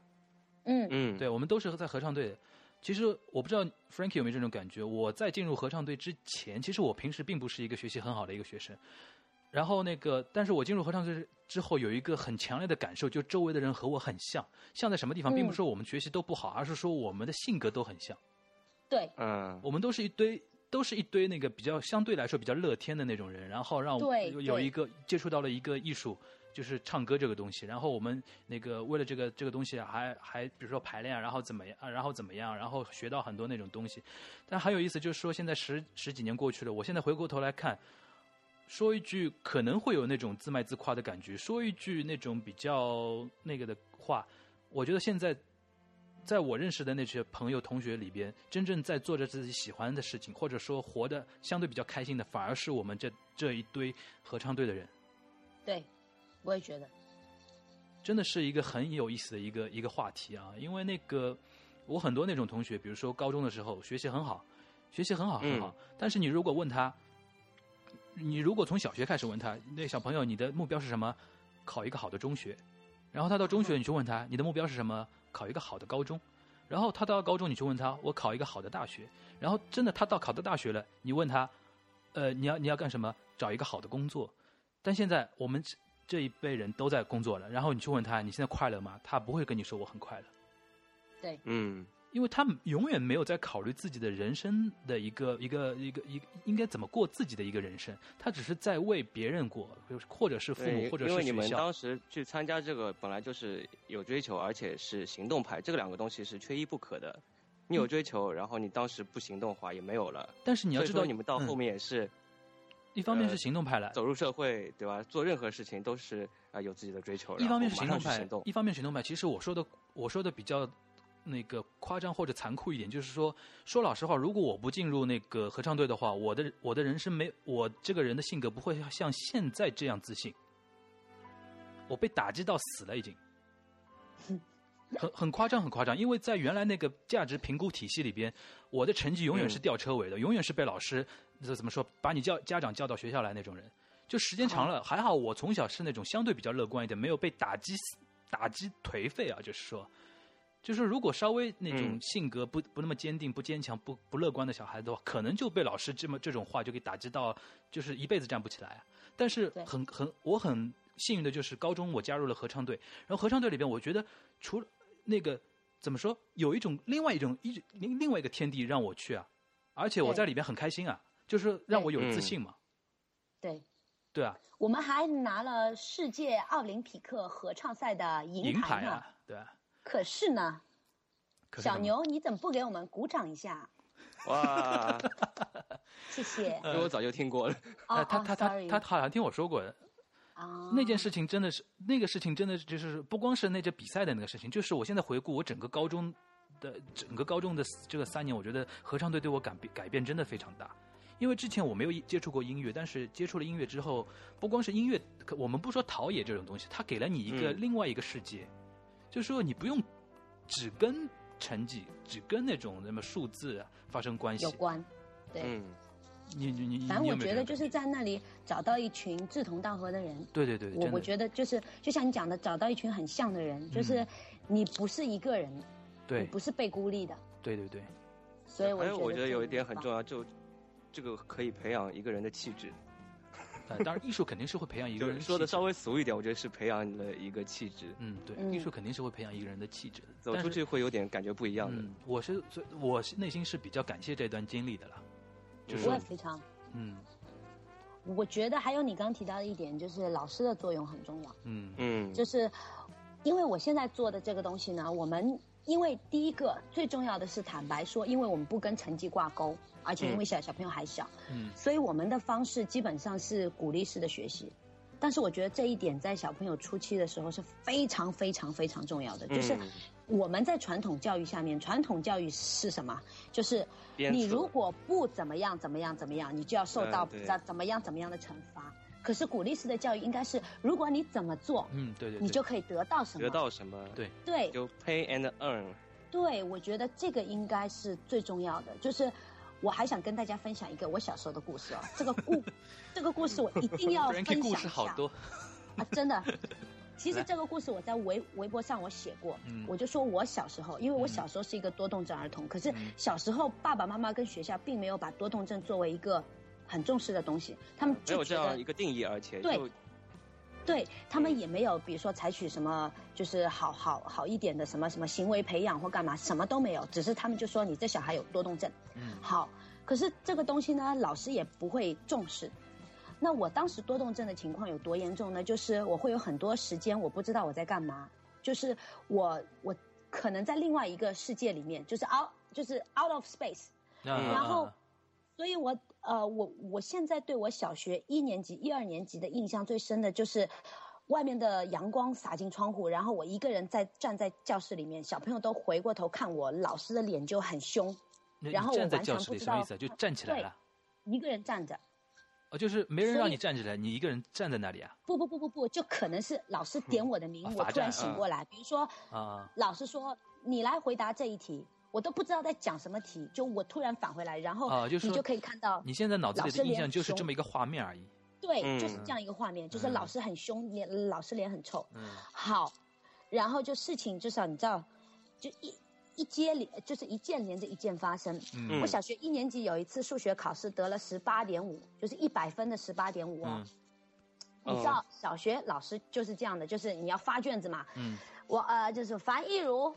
[SPEAKER 6] 嗯
[SPEAKER 5] 嗯，
[SPEAKER 4] 对，我们都是在合唱队的。其实我不知道 Frankie 有没有这种感觉。我在进入合唱队之前，其实我平时并不是一个学习很好的一个学生。然后那个，但是我进入合唱队之后，有一个很强烈的感受，就周围的人和我很像。像在什么地方，并不是说我们学习都不好，而是说我们的性格都很像。
[SPEAKER 6] 对
[SPEAKER 5] 嗯，
[SPEAKER 4] 我们都是一堆，都是一堆那个比较相对来说比较乐天的那种人，然后让我
[SPEAKER 6] 对
[SPEAKER 4] 有
[SPEAKER 6] 对
[SPEAKER 4] 有一个接触到了一个艺术，就是唱歌这个东西。然后我们那个为了这个这个东西还还比如说排练啊，然后怎么样，啊然后怎么样，然后学到很多那种东西。但很有意思，就是说现在十十几年过去了，我现在回过头来看。说一句可能会有那种自卖自夸的感觉，说一句那种比较那个的话，我觉得现在，在我认识的那些朋友、同学里边，真正在做着自己喜欢的事情，或者说活得相对比较开心的，反而是我们这这一堆合唱队的人，
[SPEAKER 6] 对，我也觉得。
[SPEAKER 4] 真的是一个很有意思的一个一个话题啊！因为那个我很多那种同学，比如说高中的时候学习很好，学习很好
[SPEAKER 5] 嗯
[SPEAKER 4] 很好，但是你如果问他，你如果从小学开始问他，那小朋友你的目标是什么？考一个好的中学。然后他到中学，你去问他，你的目标是什么？考一个好的高中。然后他到高中，你去问他，我考一个好的大学。然后真的他到考到大学了，你问他，呃，你要你要干什么？找一个好的工作。但现在我们这这一辈人都在工作了，然后你去问他，你现在快乐吗？他不会跟你说我很快乐，
[SPEAKER 6] 对，
[SPEAKER 5] 嗯，
[SPEAKER 4] 因为他永远没有在考虑自己的人生的一个一个一个一个应该怎么过自己的一个人生，他只是在为别人过，就是或者是父母，
[SPEAKER 5] 对
[SPEAKER 4] 或者
[SPEAKER 5] 因
[SPEAKER 4] 是
[SPEAKER 5] 为你
[SPEAKER 4] 学
[SPEAKER 5] 们
[SPEAKER 4] 校
[SPEAKER 5] 当。时去参加这个，本来就是有追求，而且是行动派，这个两个东西是缺一不可的。你
[SPEAKER 6] 嗯
[SPEAKER 5] 有追求，然后你当时不行动的话也没有了。
[SPEAKER 4] 但是你要
[SPEAKER 5] 所以
[SPEAKER 4] 知
[SPEAKER 5] 说
[SPEAKER 4] 道，
[SPEAKER 5] 你们到
[SPEAKER 4] 嗯
[SPEAKER 5] 后面也是
[SPEAKER 4] 一方面是
[SPEAKER 5] 呃
[SPEAKER 4] 行动派来，
[SPEAKER 5] 走入社会，对吧？做任何事情都是啊、呃有自己的追求，
[SPEAKER 4] 一
[SPEAKER 5] 然
[SPEAKER 4] 方面
[SPEAKER 5] 后
[SPEAKER 4] 是
[SPEAKER 5] 马上
[SPEAKER 4] 行动
[SPEAKER 5] 去
[SPEAKER 4] 派，
[SPEAKER 5] 行动
[SPEAKER 4] 一方面是行动派。其实我说的，我说的比较那个夸张或者残酷一点，就是说，说老实话，如果我不进入那个合唱队的话，我的我的人生没，我这个人的性格不会像现在这样自信。我被打击到死了，已经。很很夸张，很夸张，因为在原来那个价值评估体系里边，我的成绩永远是
[SPEAKER 5] 嗯
[SPEAKER 4] 吊车尾的，永远是被老师这怎么说，把你叫家长叫到学校来那种人。就时间长了，还好我从小是那种相对比较乐观一点，没有被打击死打击颓废啊，就是说，就是如果稍微那种
[SPEAKER 5] 嗯
[SPEAKER 4] 性格不不那么坚定、不坚强、不不乐观的小孩子的话，可能就被老师这么这种话就给打击到，就是一辈子站不起来啊。但是
[SPEAKER 6] 对
[SPEAKER 4] 很很我很幸运的就是高中我加入了合唱队，然后合唱队里边，我觉得除了那个怎么说，有一种另外一种一另另外一个天地让我去啊，而且我
[SPEAKER 6] 对
[SPEAKER 4] 在里边很开心啊，就是让我有
[SPEAKER 5] 嗯
[SPEAKER 4] 自信嘛，
[SPEAKER 6] 对。
[SPEAKER 4] 对啊，
[SPEAKER 6] 我们还拿了世界奥林匹克合唱赛的银
[SPEAKER 4] 银
[SPEAKER 6] 牌
[SPEAKER 4] 牌
[SPEAKER 6] 呢。
[SPEAKER 4] 啊，对啊。
[SPEAKER 6] 可是呢，
[SPEAKER 4] 可是
[SPEAKER 6] 小
[SPEAKER 4] 他们
[SPEAKER 6] 牛，你怎么不给我们鼓掌一下？
[SPEAKER 5] 哇！
[SPEAKER 6] 谢谢。
[SPEAKER 5] 因为我早就听过了，
[SPEAKER 6] 哦
[SPEAKER 4] 呃， 他
[SPEAKER 6] 哦
[SPEAKER 4] 他他
[SPEAKER 6] sorry
[SPEAKER 4] 他好像听我说过的，
[SPEAKER 6] 啊，
[SPEAKER 4] 那件事情真的是那个事情真的是就是不光是那届比赛的那个事情，就是我现在回顾我整个高中的整个高中的这个三年，我觉得合唱队对我改变改变真的非常大。因为之前我没有接触过音乐，但是接触了音乐之后，不光是音乐，可我们不说陶冶这种东西，它给了你一个
[SPEAKER 5] 嗯
[SPEAKER 4] 另外一个世界，就是说你不用只跟成绩、只跟那种什么数字啊发生关系
[SPEAKER 6] 有。关。对，
[SPEAKER 5] 嗯，
[SPEAKER 4] 你你你，
[SPEAKER 6] 反正
[SPEAKER 4] 你
[SPEAKER 6] 我
[SPEAKER 4] 有没有
[SPEAKER 6] 觉
[SPEAKER 4] 这
[SPEAKER 6] 得
[SPEAKER 4] 种
[SPEAKER 6] 就是
[SPEAKER 4] 感
[SPEAKER 6] 在那里找到一群志同道合的人。
[SPEAKER 4] 对对对，
[SPEAKER 6] 我
[SPEAKER 4] 真
[SPEAKER 6] 我
[SPEAKER 4] 的嗯
[SPEAKER 6] 觉得就是就像你讲的，找到一群很像的人，就是你不是一个人，你
[SPEAKER 4] 对
[SPEAKER 6] 不是被孤立的。
[SPEAKER 4] 对对对。
[SPEAKER 6] 所以我
[SPEAKER 5] 还哎有我觉得有一点很重
[SPEAKER 6] 要。
[SPEAKER 5] 要，就这个可以培养一个人的气质。
[SPEAKER 4] 呃，当然，艺术肯定是会培养一个
[SPEAKER 5] 就
[SPEAKER 4] 人
[SPEAKER 5] 是说的
[SPEAKER 4] 气质
[SPEAKER 5] 稍微俗一点，我觉得是培养了一个气质，
[SPEAKER 4] 嗯，对，
[SPEAKER 6] 嗯
[SPEAKER 4] 艺术肯定是会培养一个人的气质的。
[SPEAKER 5] 走
[SPEAKER 4] 但
[SPEAKER 5] 出
[SPEAKER 4] 是
[SPEAKER 5] 去会有点感觉不一样的。
[SPEAKER 4] 嗯，我是所以我是内心是比较感谢这段经历的啦。就是
[SPEAKER 6] 我也非常，
[SPEAKER 4] 嗯
[SPEAKER 6] 我觉得还有你刚提到的一点，就是老师的作用很重要。
[SPEAKER 4] 嗯
[SPEAKER 5] 嗯，
[SPEAKER 6] 就是因为我现在做的这个东西呢，我们因为第一个最重要的是坦白说，因为我们不跟成绩挂钩，而且因为小小朋友还小，
[SPEAKER 4] 嗯
[SPEAKER 6] 所以我们的方式基本上是鼓励式的学习。但是我觉得这一点在小朋友初期的时候是非常非常非常重要的，就是
[SPEAKER 5] 嗯
[SPEAKER 6] 我们在传统教育下面，传统教育是什么？就是
[SPEAKER 5] 鞭
[SPEAKER 6] 你
[SPEAKER 5] 策
[SPEAKER 6] 如果不怎么样怎么样怎么样，你就要受
[SPEAKER 5] 嗯
[SPEAKER 6] 到
[SPEAKER 5] 对
[SPEAKER 6] 怎怎么样怎么样的惩罚。可是鼓励式的教育应该是，如果你怎么做，
[SPEAKER 4] 嗯，对对对，
[SPEAKER 6] 你就可以得到什么？
[SPEAKER 5] 得到什么，
[SPEAKER 4] 对
[SPEAKER 6] 对
[SPEAKER 5] 就 pay and earn。
[SPEAKER 6] 对，我觉得这个应该是最重要的。就是我还想跟大家分享一个我小时候的故事哦，这个 故这个故事我一定要
[SPEAKER 4] 不
[SPEAKER 6] 分
[SPEAKER 4] 然
[SPEAKER 6] 享
[SPEAKER 4] 给
[SPEAKER 6] 一
[SPEAKER 4] 故
[SPEAKER 6] 下
[SPEAKER 4] 事好多。
[SPEAKER 6] 啊，真 的。其实
[SPEAKER 4] 来
[SPEAKER 6] 这个故事我在微微博上我写过，
[SPEAKER 4] 嗯
[SPEAKER 6] 我就说我小时候，因为我小时候是一个多动症儿童，可是
[SPEAKER 4] 嗯
[SPEAKER 6] 小时候爸爸妈妈跟学校并没有把多动症作为一个很重视的东西，他们
[SPEAKER 5] 没有
[SPEAKER 6] 就
[SPEAKER 5] 这
[SPEAKER 6] 觉
[SPEAKER 5] 样
[SPEAKER 6] 得
[SPEAKER 5] 一个定义，而且
[SPEAKER 6] 对
[SPEAKER 5] 就
[SPEAKER 6] 对他们也没有，比如说采取什么就是好好好一点的什么什么行为培养或干嘛，什么都没有，只是他们就说你这小孩有多动症。
[SPEAKER 4] 嗯
[SPEAKER 6] 好，可是这个东西呢，老师也不会重视。那我当时多动症的情况有多严重呢？就是我会有很多时间我不知道我在干嘛，就是我我可能在另外一个世界里面，就是 out 就是 out of space，
[SPEAKER 4] 那
[SPEAKER 5] 嗯
[SPEAKER 6] 然后，所以我呃，我我现在对我小学一年级、一二年级的印象最深的就是，外面的阳光洒进窗户，然后我一个人在站在教室里面，小朋友都回过头看我，老师的脸就很凶，
[SPEAKER 4] 那
[SPEAKER 6] 然
[SPEAKER 4] 你
[SPEAKER 6] 后我
[SPEAKER 4] 站在
[SPEAKER 6] 完
[SPEAKER 4] 教
[SPEAKER 6] 全
[SPEAKER 4] 室
[SPEAKER 6] 不
[SPEAKER 4] 里
[SPEAKER 6] 知
[SPEAKER 4] 什么意
[SPEAKER 6] 道
[SPEAKER 4] 思啊？就站起来
[SPEAKER 6] 对
[SPEAKER 4] 了。
[SPEAKER 6] 一个人站着。
[SPEAKER 4] 哦，就是没人让
[SPEAKER 6] 所以
[SPEAKER 4] 你站起来，你一个人站在那里啊
[SPEAKER 6] 不不不不不，就可能是老师点我的名
[SPEAKER 4] 啊，
[SPEAKER 6] 我
[SPEAKER 4] 罚
[SPEAKER 6] 突然
[SPEAKER 4] 站
[SPEAKER 6] 醒
[SPEAKER 5] 嗯
[SPEAKER 6] 过来。比如说，
[SPEAKER 4] 啊！
[SPEAKER 6] 老师说你来回答这一题，我都不知道在讲什么题，就我突然返回来，然后
[SPEAKER 5] 哦
[SPEAKER 4] 啊就
[SPEAKER 6] 哦你
[SPEAKER 4] 说
[SPEAKER 6] 就可以看到
[SPEAKER 4] 你现在脑子
[SPEAKER 6] 老
[SPEAKER 4] 里
[SPEAKER 6] 师
[SPEAKER 4] 的印
[SPEAKER 6] 脸
[SPEAKER 4] 象
[SPEAKER 6] 很
[SPEAKER 4] 就是这
[SPEAKER 6] 凶
[SPEAKER 4] 么一个画面而已。
[SPEAKER 6] 对，就是
[SPEAKER 5] 嗯
[SPEAKER 6] 这样一个画面，就是老师很凶，脸、老师脸很臭。
[SPEAKER 4] 嗯
[SPEAKER 6] 好，然后就事情至少你知道，就一一接连就是一件连着一件发生。
[SPEAKER 4] 嗯
[SPEAKER 6] 我小学一年级有一次数学考试得了十八点五，就是一百分的十八点五
[SPEAKER 4] 嗯
[SPEAKER 6] 哦。你知道小学老师就是这样的，就是你要发卷子嘛。
[SPEAKER 4] 嗯
[SPEAKER 6] 我呃就是樊亦儒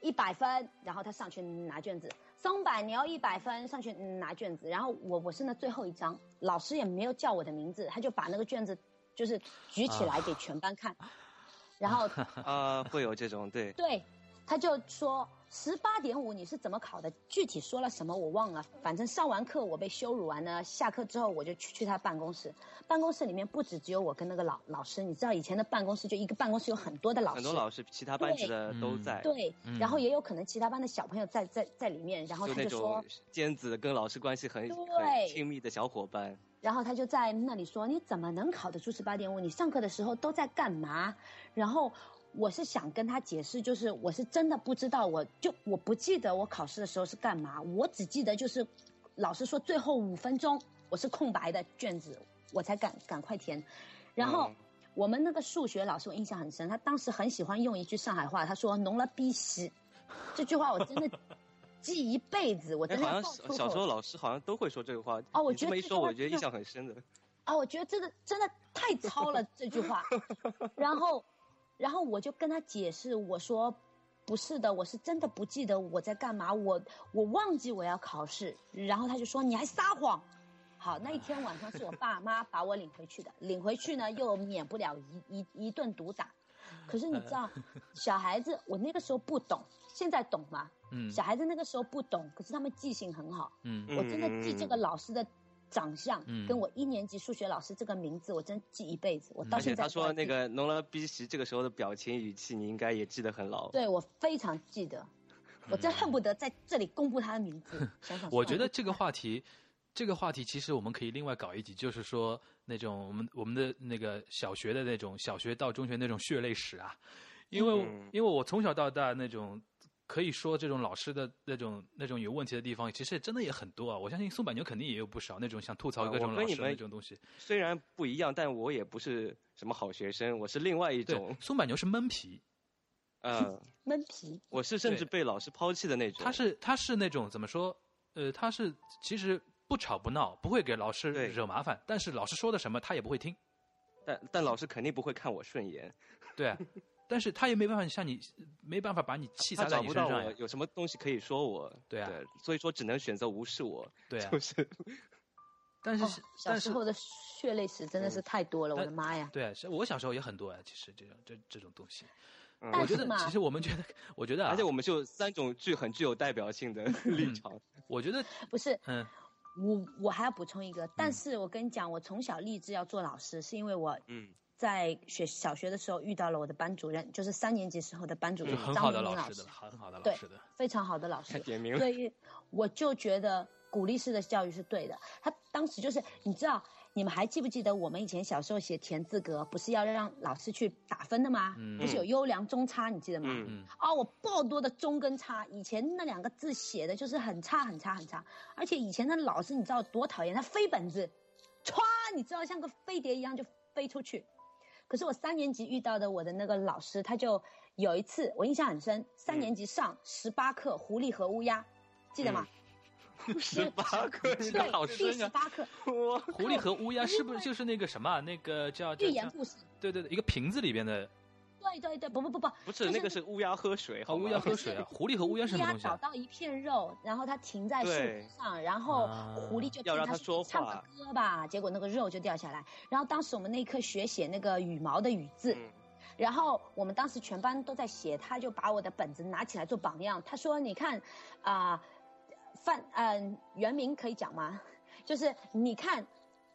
[SPEAKER 6] 一百分，然后他上去拿卷子；松柏牛一百分上去拿卷子，然后我我是那最后一张，老师也没有叫我的名字，他就把那个卷子就是举起
[SPEAKER 4] 啊
[SPEAKER 6] 来给全班看，然后
[SPEAKER 5] 啊，会有这种对，
[SPEAKER 6] 对，他就说十八点五你是怎么考的？具体说了什么我忘了，反正上完课我被羞辱完呢，下课之后我就去去他办公室，办公室里面不止只有我跟那个老老师，你知道以前的办公室就一个办公室有很多的老师，
[SPEAKER 5] 很多老师其他班级的都在，
[SPEAKER 6] 对，
[SPEAKER 4] 嗯
[SPEAKER 6] 然后也有可能其他班的小朋友在在在里面，然后
[SPEAKER 5] 就
[SPEAKER 6] 他
[SPEAKER 5] 那
[SPEAKER 6] 就说
[SPEAKER 5] 种，尖子跟老师关系很很
[SPEAKER 6] 对
[SPEAKER 5] 亲密的小伙伴，
[SPEAKER 6] 然后他就在那里说，你怎么能考得出十八点五？你上课的时候都在干嘛？然后我是想跟他解释，就是我是真的不知道，我就我不记得我考试的时候是干嘛，我只记得就是老师说最后五分钟我是空白的卷子，我才赶赶快填，然后。
[SPEAKER 5] 嗯
[SPEAKER 6] 我们那个数学老师，我印象很深，他当时很喜欢用一句上海话，他说“浓了逼屎”，这句话我真的记一辈子，我
[SPEAKER 5] 哎，
[SPEAKER 6] 真的
[SPEAKER 5] 好像
[SPEAKER 6] 要爆
[SPEAKER 5] 小
[SPEAKER 6] 粗
[SPEAKER 5] 小时
[SPEAKER 6] 口
[SPEAKER 5] 候老师好像都会说这个话。
[SPEAKER 6] 哦我
[SPEAKER 5] 你
[SPEAKER 6] 觉
[SPEAKER 5] 这
[SPEAKER 6] 得
[SPEAKER 5] 么一
[SPEAKER 6] 这
[SPEAKER 5] 说，
[SPEAKER 6] 句话
[SPEAKER 5] 我觉得
[SPEAKER 6] 就
[SPEAKER 5] 印象很深的。
[SPEAKER 6] 啊，我觉得真的真的太糙了这句话。然后，然后我就跟他解释，我说不是的，我是真的不记得我在干嘛，我我忘记我要考试。然后他就说你还撒谎。好，那一天晚上是我爸妈把我领回去的，领回去呢又免不了一一一顿毒打。可是你知道， 小孩子我那个时候不懂，现在懂吗？
[SPEAKER 4] 嗯
[SPEAKER 6] 小孩子那个时候不懂，可是他们记性很好。
[SPEAKER 4] 嗯
[SPEAKER 6] 我真的记这个
[SPEAKER 5] 嗯，
[SPEAKER 6] 老师的长相，
[SPEAKER 4] 嗯
[SPEAKER 6] 跟我一年级数学老师这个名字，我真记一辈子。我到
[SPEAKER 5] 而
[SPEAKER 6] 现
[SPEAKER 5] 且
[SPEAKER 6] 在
[SPEAKER 5] 他
[SPEAKER 6] 都还
[SPEAKER 5] 说那
[SPEAKER 6] 记
[SPEAKER 5] 个浓了逼席这个时候的表情语气，你应该也记得很牢。
[SPEAKER 6] 对我非常记得，我真恨不得在这里公布他的名字。想想
[SPEAKER 4] 嗯 我
[SPEAKER 6] 算
[SPEAKER 4] 觉
[SPEAKER 6] 了
[SPEAKER 4] 得这个话题，这个话题其实我们可以另外搞一集，就是说那种我们我们的那个小学的那种小学到中学那种血泪史啊，因为我、
[SPEAKER 5] 嗯
[SPEAKER 4] 因为我从小到大那种。可以说，这种老师的那种那种有问题的地方，其实真的也很多啊。我相信松柏牛肯定也有不少那种想吐槽
[SPEAKER 5] 啊
[SPEAKER 4] 各种
[SPEAKER 5] 我
[SPEAKER 4] 老
[SPEAKER 5] 跟
[SPEAKER 4] 师
[SPEAKER 5] 你
[SPEAKER 4] 的那
[SPEAKER 5] 们
[SPEAKER 4] 种东西。
[SPEAKER 5] 虽然不一样，但我也不是什么好学生，我是另外一
[SPEAKER 4] 对
[SPEAKER 5] 种，。
[SPEAKER 4] 松柏牛是闷皮，
[SPEAKER 5] 嗯，
[SPEAKER 6] 闷皮，
[SPEAKER 5] 我 是甚至被老师抛弃的那种。
[SPEAKER 4] 他是他是那种怎么说？呃，他是其实不吵不闹，不会给老师
[SPEAKER 5] 对
[SPEAKER 4] 惹麻烦，但是老师说的什么他也不会听。
[SPEAKER 5] 但但老师肯定不会看我顺眼，
[SPEAKER 4] 对啊，但是他也没办法像你，没办法把你气
[SPEAKER 5] 他
[SPEAKER 4] 撒在
[SPEAKER 5] 找
[SPEAKER 4] 你
[SPEAKER 5] 不
[SPEAKER 4] 身
[SPEAKER 5] 到
[SPEAKER 4] 上
[SPEAKER 5] 我
[SPEAKER 4] 呀。
[SPEAKER 5] 有什么东西可以说我。
[SPEAKER 4] 对啊
[SPEAKER 5] 所以说只能选择无视我，
[SPEAKER 4] 对啊
[SPEAKER 5] 就，是
[SPEAKER 4] 但是、
[SPEAKER 6] 哦小
[SPEAKER 4] 但
[SPEAKER 6] 时
[SPEAKER 4] 是嗯
[SPEAKER 6] 候的血泪史真的是太多了，我的妈呀！
[SPEAKER 4] 对啊，是我小时候也很多啊，其实这种这这种东西，
[SPEAKER 5] 嗯
[SPEAKER 4] 我
[SPEAKER 6] 但
[SPEAKER 4] 觉
[SPEAKER 6] 是
[SPEAKER 4] 得
[SPEAKER 6] 嘛，
[SPEAKER 4] 其实我们觉得，我觉得啊，嗯
[SPEAKER 5] 而且我们就三种具很具有代表性的立场。
[SPEAKER 4] 我觉得
[SPEAKER 6] 不是
[SPEAKER 4] 嗯
[SPEAKER 6] 我，我还要补充一个，但是我跟你讲，我从小立志要做老师，是因为我
[SPEAKER 5] 嗯，
[SPEAKER 6] 在学小学的时候遇到了我的班主任，就是三年级时候的班
[SPEAKER 5] 嗯
[SPEAKER 6] 主任
[SPEAKER 4] 就很
[SPEAKER 6] 张
[SPEAKER 4] 好
[SPEAKER 6] 明
[SPEAKER 4] 的
[SPEAKER 6] 明
[SPEAKER 4] 老
[SPEAKER 6] 老
[SPEAKER 4] 师
[SPEAKER 6] 师
[SPEAKER 4] 的，，很好的老
[SPEAKER 6] 对
[SPEAKER 4] 师的，
[SPEAKER 6] 非常好的老师。
[SPEAKER 5] 点名了
[SPEAKER 6] 所以我就觉得鼓励式的教育是对的。他当时就是，你知道，你们还记不记得我们以前小时候写填字格，不是要让老师去打分的吗？
[SPEAKER 4] 嗯
[SPEAKER 6] 不是有优良中差，你记得吗？
[SPEAKER 5] 嗯
[SPEAKER 4] 嗯
[SPEAKER 6] 啊、我爆多的中跟差，以前那两个字写的就是很差很差很差，而且以前的老师你知道多讨厌，他飞本子，歘，你知道像个飞碟一样就飞出去。可是我三年级遇到的我的那个老师，他就有一次我印象很深，三年级上十八课狐狸和乌鸦，记得吗？
[SPEAKER 5] 十八个，你
[SPEAKER 6] 对，
[SPEAKER 4] 好
[SPEAKER 6] 第
[SPEAKER 4] 深啊
[SPEAKER 6] 十八课
[SPEAKER 5] 我
[SPEAKER 4] 狐狸和乌鸦是不是就是那个什么啊、那个叫叫
[SPEAKER 6] 寓言
[SPEAKER 4] 叫
[SPEAKER 6] 故事。
[SPEAKER 4] 对对对，一个瓶子里边的
[SPEAKER 6] 对对对，不不不不，
[SPEAKER 5] 不是
[SPEAKER 6] 就是
[SPEAKER 5] 那个是哦乌鸦喝水，
[SPEAKER 4] 啊
[SPEAKER 5] 好吗
[SPEAKER 4] 乌鸦 喝水啊，狐狸和乌鸦是什么
[SPEAKER 6] 鸭
[SPEAKER 4] 东西
[SPEAKER 6] 找
[SPEAKER 4] 啊？
[SPEAKER 6] 到一片肉，然后它停在树
[SPEAKER 5] 对
[SPEAKER 6] 枝上，然后
[SPEAKER 4] 啊
[SPEAKER 6] 狐狸就
[SPEAKER 5] 要
[SPEAKER 6] 听
[SPEAKER 5] 让它
[SPEAKER 6] 它
[SPEAKER 5] 说
[SPEAKER 6] 唱
[SPEAKER 5] 话
[SPEAKER 6] 个歌吧，结果那个肉就掉下来。然后当时我们那一课学写那个羽毛的羽字，
[SPEAKER 5] 嗯
[SPEAKER 6] 然后我们当时全班都在写，他就把我的本子拿起来做榜样，他说：“你看，啊、范嗯、原名可以讲吗？就是你看。”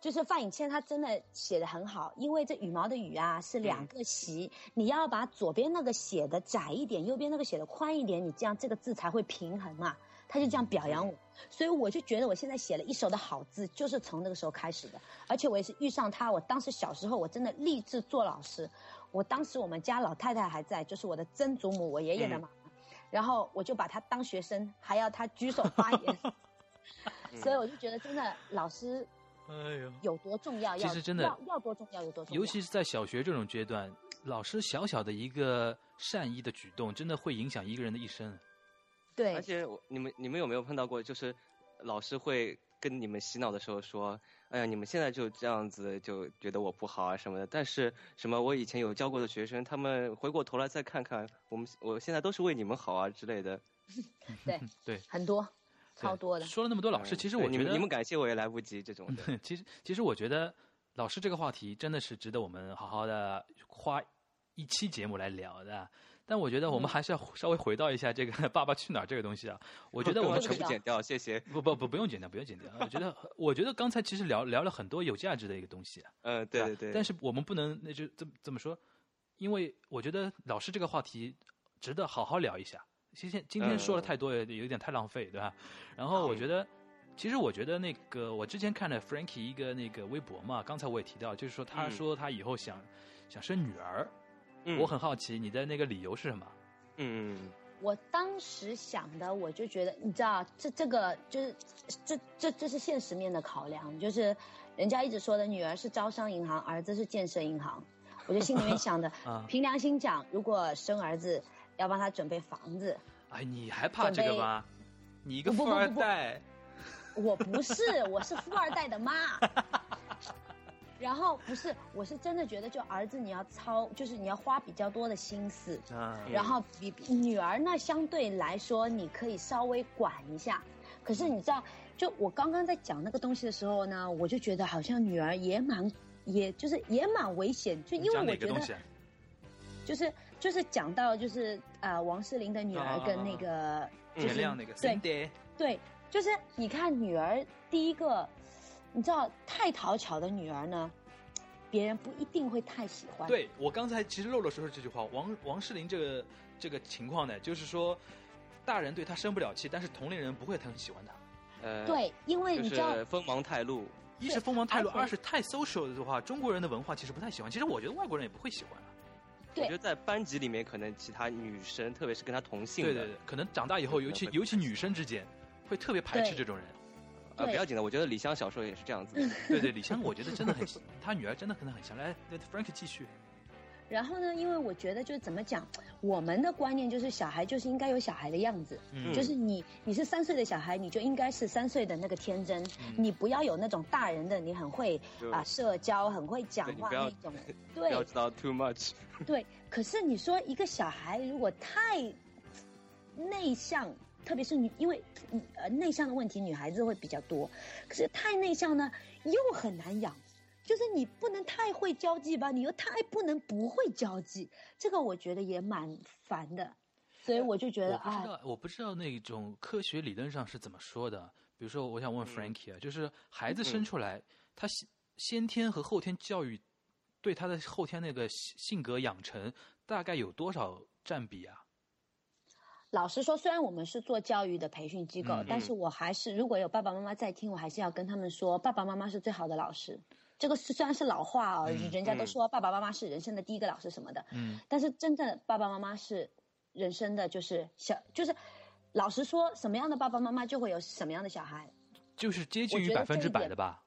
[SPEAKER 6] 就是范颖倩，她真的写的很好，因为这羽毛的羽啊是两
[SPEAKER 5] 嗯
[SPEAKER 6] 个席，你要把左边那个写的窄一点，右边那个写的宽一点，你这样这个字才会平衡嘛。他就这样表扬我，所以我就觉得我现在写了一手的好字，就是从那个时候开始的。而且我也是遇上他，我当时小时候我真的立志做老师，我当时我们家老太太还在，就是我的曾祖母，我爷
[SPEAKER 4] 嗯
[SPEAKER 6] 爷的妈妈，然后我就把她当学生，还要她举手发 言，所以我就觉得真的老师
[SPEAKER 4] 哎呦，
[SPEAKER 6] 有多重要，
[SPEAKER 4] 其
[SPEAKER 6] 要
[SPEAKER 4] 实真的
[SPEAKER 6] 要要多重要有多重要，
[SPEAKER 4] 尤其是在小学这种阶段，老师小小的一个善意的举动，真的会影响一个人的一生。
[SPEAKER 6] 对
[SPEAKER 5] 而，且我你们你们有没有碰到过，就是老师会跟你们洗脑的时候说，哎呀，你们现在就这样子就觉得我不好啊什么的，但是什么我以前有教过的学生，他们回过头来再看看，我们我现在都是为你们好啊之类的。
[SPEAKER 6] 很多，
[SPEAKER 4] 嗯对
[SPEAKER 6] 超多的。
[SPEAKER 4] 说了那么多老师，
[SPEAKER 5] 嗯
[SPEAKER 4] 其实
[SPEAKER 5] 对
[SPEAKER 4] 我
[SPEAKER 5] 你
[SPEAKER 4] 觉
[SPEAKER 5] 们
[SPEAKER 4] 得嗯
[SPEAKER 5] 你们感谢我也来不及这种的。
[SPEAKER 4] 其实，其实我觉得老师这个话题真的是值得我们好好的花一期节目来聊的。但我觉得我
[SPEAKER 6] 嗯
[SPEAKER 4] 们还是要稍微回到一下这个 《爸爸去哪儿》这个东西啊。我觉 得我们
[SPEAKER 5] 全
[SPEAKER 6] 知
[SPEAKER 5] 部
[SPEAKER 6] 道
[SPEAKER 5] 剪掉，谢谢。
[SPEAKER 4] 不不不不用剪掉，不用剪掉。我觉得我觉得刚才其实聊聊了很多有价值的一个东西啊。
[SPEAKER 5] 嗯，对
[SPEAKER 4] 吧
[SPEAKER 5] 对对。
[SPEAKER 4] 但是我们不能那就怎么怎么说？因为我觉得老师这个话题值得好好聊一下。今天今天说了太多，也有点太浪费，对吧？
[SPEAKER 6] 嗯
[SPEAKER 4] 然后我觉得，其实我觉得那个我之前看了 Frankie 一个那个微博嘛，刚才我也提到，就是说他
[SPEAKER 5] 嗯
[SPEAKER 4] 说他以后想、想生女儿，
[SPEAKER 5] 嗯
[SPEAKER 4] 我很好奇你的那个理由是什么？
[SPEAKER 5] 嗯
[SPEAKER 6] 我当时想的，我就觉得，你知道，这这个就是这这这是现实面的考量，就是人家一直说的，女儿是招商银行，儿子是建设银行。我就心里面想的
[SPEAKER 4] 啊，
[SPEAKER 6] 凭良心讲，如果生儿子，要帮他准备房子。
[SPEAKER 4] 哎，你还怕这个吗？你一个
[SPEAKER 6] 不
[SPEAKER 4] 富
[SPEAKER 6] 不不
[SPEAKER 4] 二
[SPEAKER 6] 不不
[SPEAKER 4] 代，
[SPEAKER 6] 我不是，我是富二代的妈。然后不是，我是真的觉得，就儿子你要操，就是你要花比较多的心思，
[SPEAKER 4] 啊，
[SPEAKER 5] 嗯
[SPEAKER 6] 然后比比女儿呢相对来说你可以稍微管一下。可是你知道，就我刚刚在讲那个东西的时候呢，我就觉得好像女儿也蛮，也就是也蛮危险，就
[SPEAKER 4] 你
[SPEAKER 6] 因为
[SPEAKER 4] 讲
[SPEAKER 6] 我
[SPEAKER 4] 哪
[SPEAKER 6] 觉
[SPEAKER 4] 个东
[SPEAKER 6] 得
[SPEAKER 4] 西啊？
[SPEAKER 6] 就是就是讲到就是呃王诗龄的女儿跟那个就是
[SPEAKER 4] 原谅那个
[SPEAKER 6] 对
[SPEAKER 4] Cindy
[SPEAKER 6] 对，就是你看女儿第一个，你知道太讨巧的女儿呢，别人不一定会太喜欢。，
[SPEAKER 4] 对我刚才其实漏了说这句话，王王诗龄这个这个情况呢，就是说，大人对她生不了气，但是同龄人不会很喜欢她。
[SPEAKER 5] 呃，
[SPEAKER 6] 对，因为
[SPEAKER 5] 就
[SPEAKER 6] 你知道，
[SPEAKER 5] 是锋芒太露。
[SPEAKER 4] 一是锋芒太露，
[SPEAKER 6] 而且
[SPEAKER 4] 二是太 social 的话，中国人的文化其实不太喜欢。其实我觉得外国人也不会喜欢啊。
[SPEAKER 6] 对
[SPEAKER 5] 我觉得在班级里面，可能其他女生，特别是跟她同性
[SPEAKER 4] 对
[SPEAKER 5] 的，
[SPEAKER 4] 对对，可能长大以后，
[SPEAKER 5] 有
[SPEAKER 4] 尤
[SPEAKER 5] 可
[SPEAKER 4] 其
[SPEAKER 5] 能会
[SPEAKER 4] 尤其女生之间，会特别排斥
[SPEAKER 6] 对
[SPEAKER 4] 这种人。
[SPEAKER 5] 啊，
[SPEAKER 6] 对
[SPEAKER 5] 不要紧的。我觉得李湘小时候也是这样子的。
[SPEAKER 4] 对对，李湘我觉得真的很，她女儿真的可能很像。来那，Frank 继续。
[SPEAKER 6] 然后呢，因为我觉得就是怎么讲，我们的观念就是小孩就是应该有小孩的样子，
[SPEAKER 4] 嗯
[SPEAKER 6] 就是你你是三岁的小孩，你就应该是三岁的那个天真，
[SPEAKER 4] 嗯
[SPEAKER 6] 你不要有那种大人的，你很会
[SPEAKER 5] 就
[SPEAKER 6] 啊、社交，很会讲
[SPEAKER 5] 对你
[SPEAKER 6] 话
[SPEAKER 5] 不要
[SPEAKER 6] 那种，
[SPEAKER 5] 不
[SPEAKER 6] 对，
[SPEAKER 5] 要知道 too much。
[SPEAKER 6] 对，可是你说一个小孩如果太内向，特别是女，因为嗯呃内向的问题女孩子会比较多，可是太内向呢又很难养。就是你不能太会交际吧，你又太不能不会交际，这个我觉得也蛮烦的，所以我就觉得
[SPEAKER 4] 呃我不知
[SPEAKER 6] 啊，
[SPEAKER 4] 道，我不知道那种科学理论上是怎么说的。比如说，我想
[SPEAKER 6] 嗯
[SPEAKER 4] 问 Frankie 啊，就是孩子生出来，他先先天和后天教育对他的后天那个性性格养成大概有多少占比啊？
[SPEAKER 6] 老实说，虽然我们是做教育的培训机构，
[SPEAKER 4] 嗯
[SPEAKER 6] 但是我还是如果有爸爸妈妈在听，我还是要跟他们说，爸爸妈妈是最好的老师。这个是虽然是老话哦，
[SPEAKER 4] 嗯
[SPEAKER 6] 人家都说爸爸妈妈是人生的第一个老师什么的，
[SPEAKER 4] 嗯，
[SPEAKER 6] 但是真正的爸爸妈妈是人生的就是小，就是老实说，什么样的爸爸妈妈就会有什么样的小孩。
[SPEAKER 4] 就是接近于
[SPEAKER 6] 我觉
[SPEAKER 4] 百
[SPEAKER 6] 得这
[SPEAKER 4] 分
[SPEAKER 6] 一
[SPEAKER 4] 之
[SPEAKER 6] 点
[SPEAKER 4] 百的吧？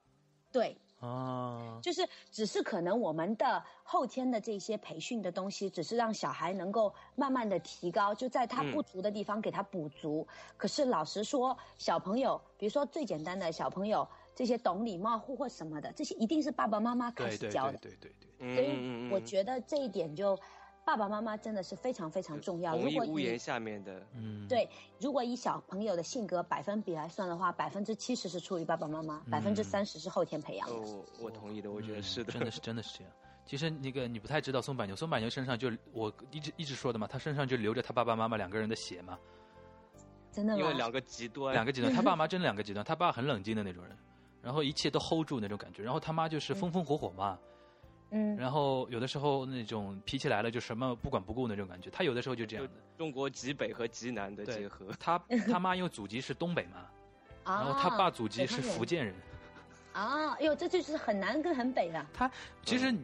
[SPEAKER 6] 对，
[SPEAKER 4] 啊，
[SPEAKER 6] 就是只是可能我们的后天的这些培训的东西，只是让小孩能够慢慢的提高，就在他
[SPEAKER 5] 嗯
[SPEAKER 6] 不足的地方给他补足。可是老实说，小朋友，比如说最简单的小朋友，这些懂礼貌或或什么的，这些一定是爸爸妈妈开
[SPEAKER 4] 对
[SPEAKER 6] 始
[SPEAKER 4] 对
[SPEAKER 6] 教
[SPEAKER 4] 对
[SPEAKER 6] 的。
[SPEAKER 4] 对对对，
[SPEAKER 5] 嗯
[SPEAKER 6] 所以我觉得这一点就爸爸妈妈真的是非常非常重要。
[SPEAKER 5] 同
[SPEAKER 6] 啊如
[SPEAKER 5] 一
[SPEAKER 6] 果
[SPEAKER 5] 屋檐
[SPEAKER 6] 以
[SPEAKER 5] 下面的，
[SPEAKER 4] 嗯，
[SPEAKER 6] 对如果以小朋友的性格百分比来算的话，百分之七十是出于爸爸妈妈，百分之三十是后天培养的。
[SPEAKER 5] 嗯哦，我同意的，我觉得
[SPEAKER 4] 嗯
[SPEAKER 5] 是的。
[SPEAKER 4] 真的是真的是这样。其实那个你不太知道松柏牛，松柏牛身上就我一直一直说的嘛，他身上就流着他爸爸妈妈两个人的血嘛，
[SPEAKER 6] 真的
[SPEAKER 5] 因为
[SPEAKER 6] 吗？
[SPEAKER 5] 两个极端，
[SPEAKER 4] 两个极端，他爸 妈真两个极端，他爸很冷静的那种人，然后一切都 hold 住那种感觉，然后他妈就是风风火火嘛，
[SPEAKER 6] 嗯。
[SPEAKER 4] 然后有的时候那种脾气来了就什么不管不顾那种感觉，他有的时候就这样的。
[SPEAKER 5] 中国极北和极南的
[SPEAKER 4] 对
[SPEAKER 5] 结合。
[SPEAKER 4] 他他妈因为祖籍是东北嘛，
[SPEAKER 6] 啊
[SPEAKER 4] 然后他嗯爸祖籍是
[SPEAKER 6] 北方人
[SPEAKER 4] 福建人，
[SPEAKER 6] 啊，哎呦，这就是很南跟很北了。
[SPEAKER 4] 其实你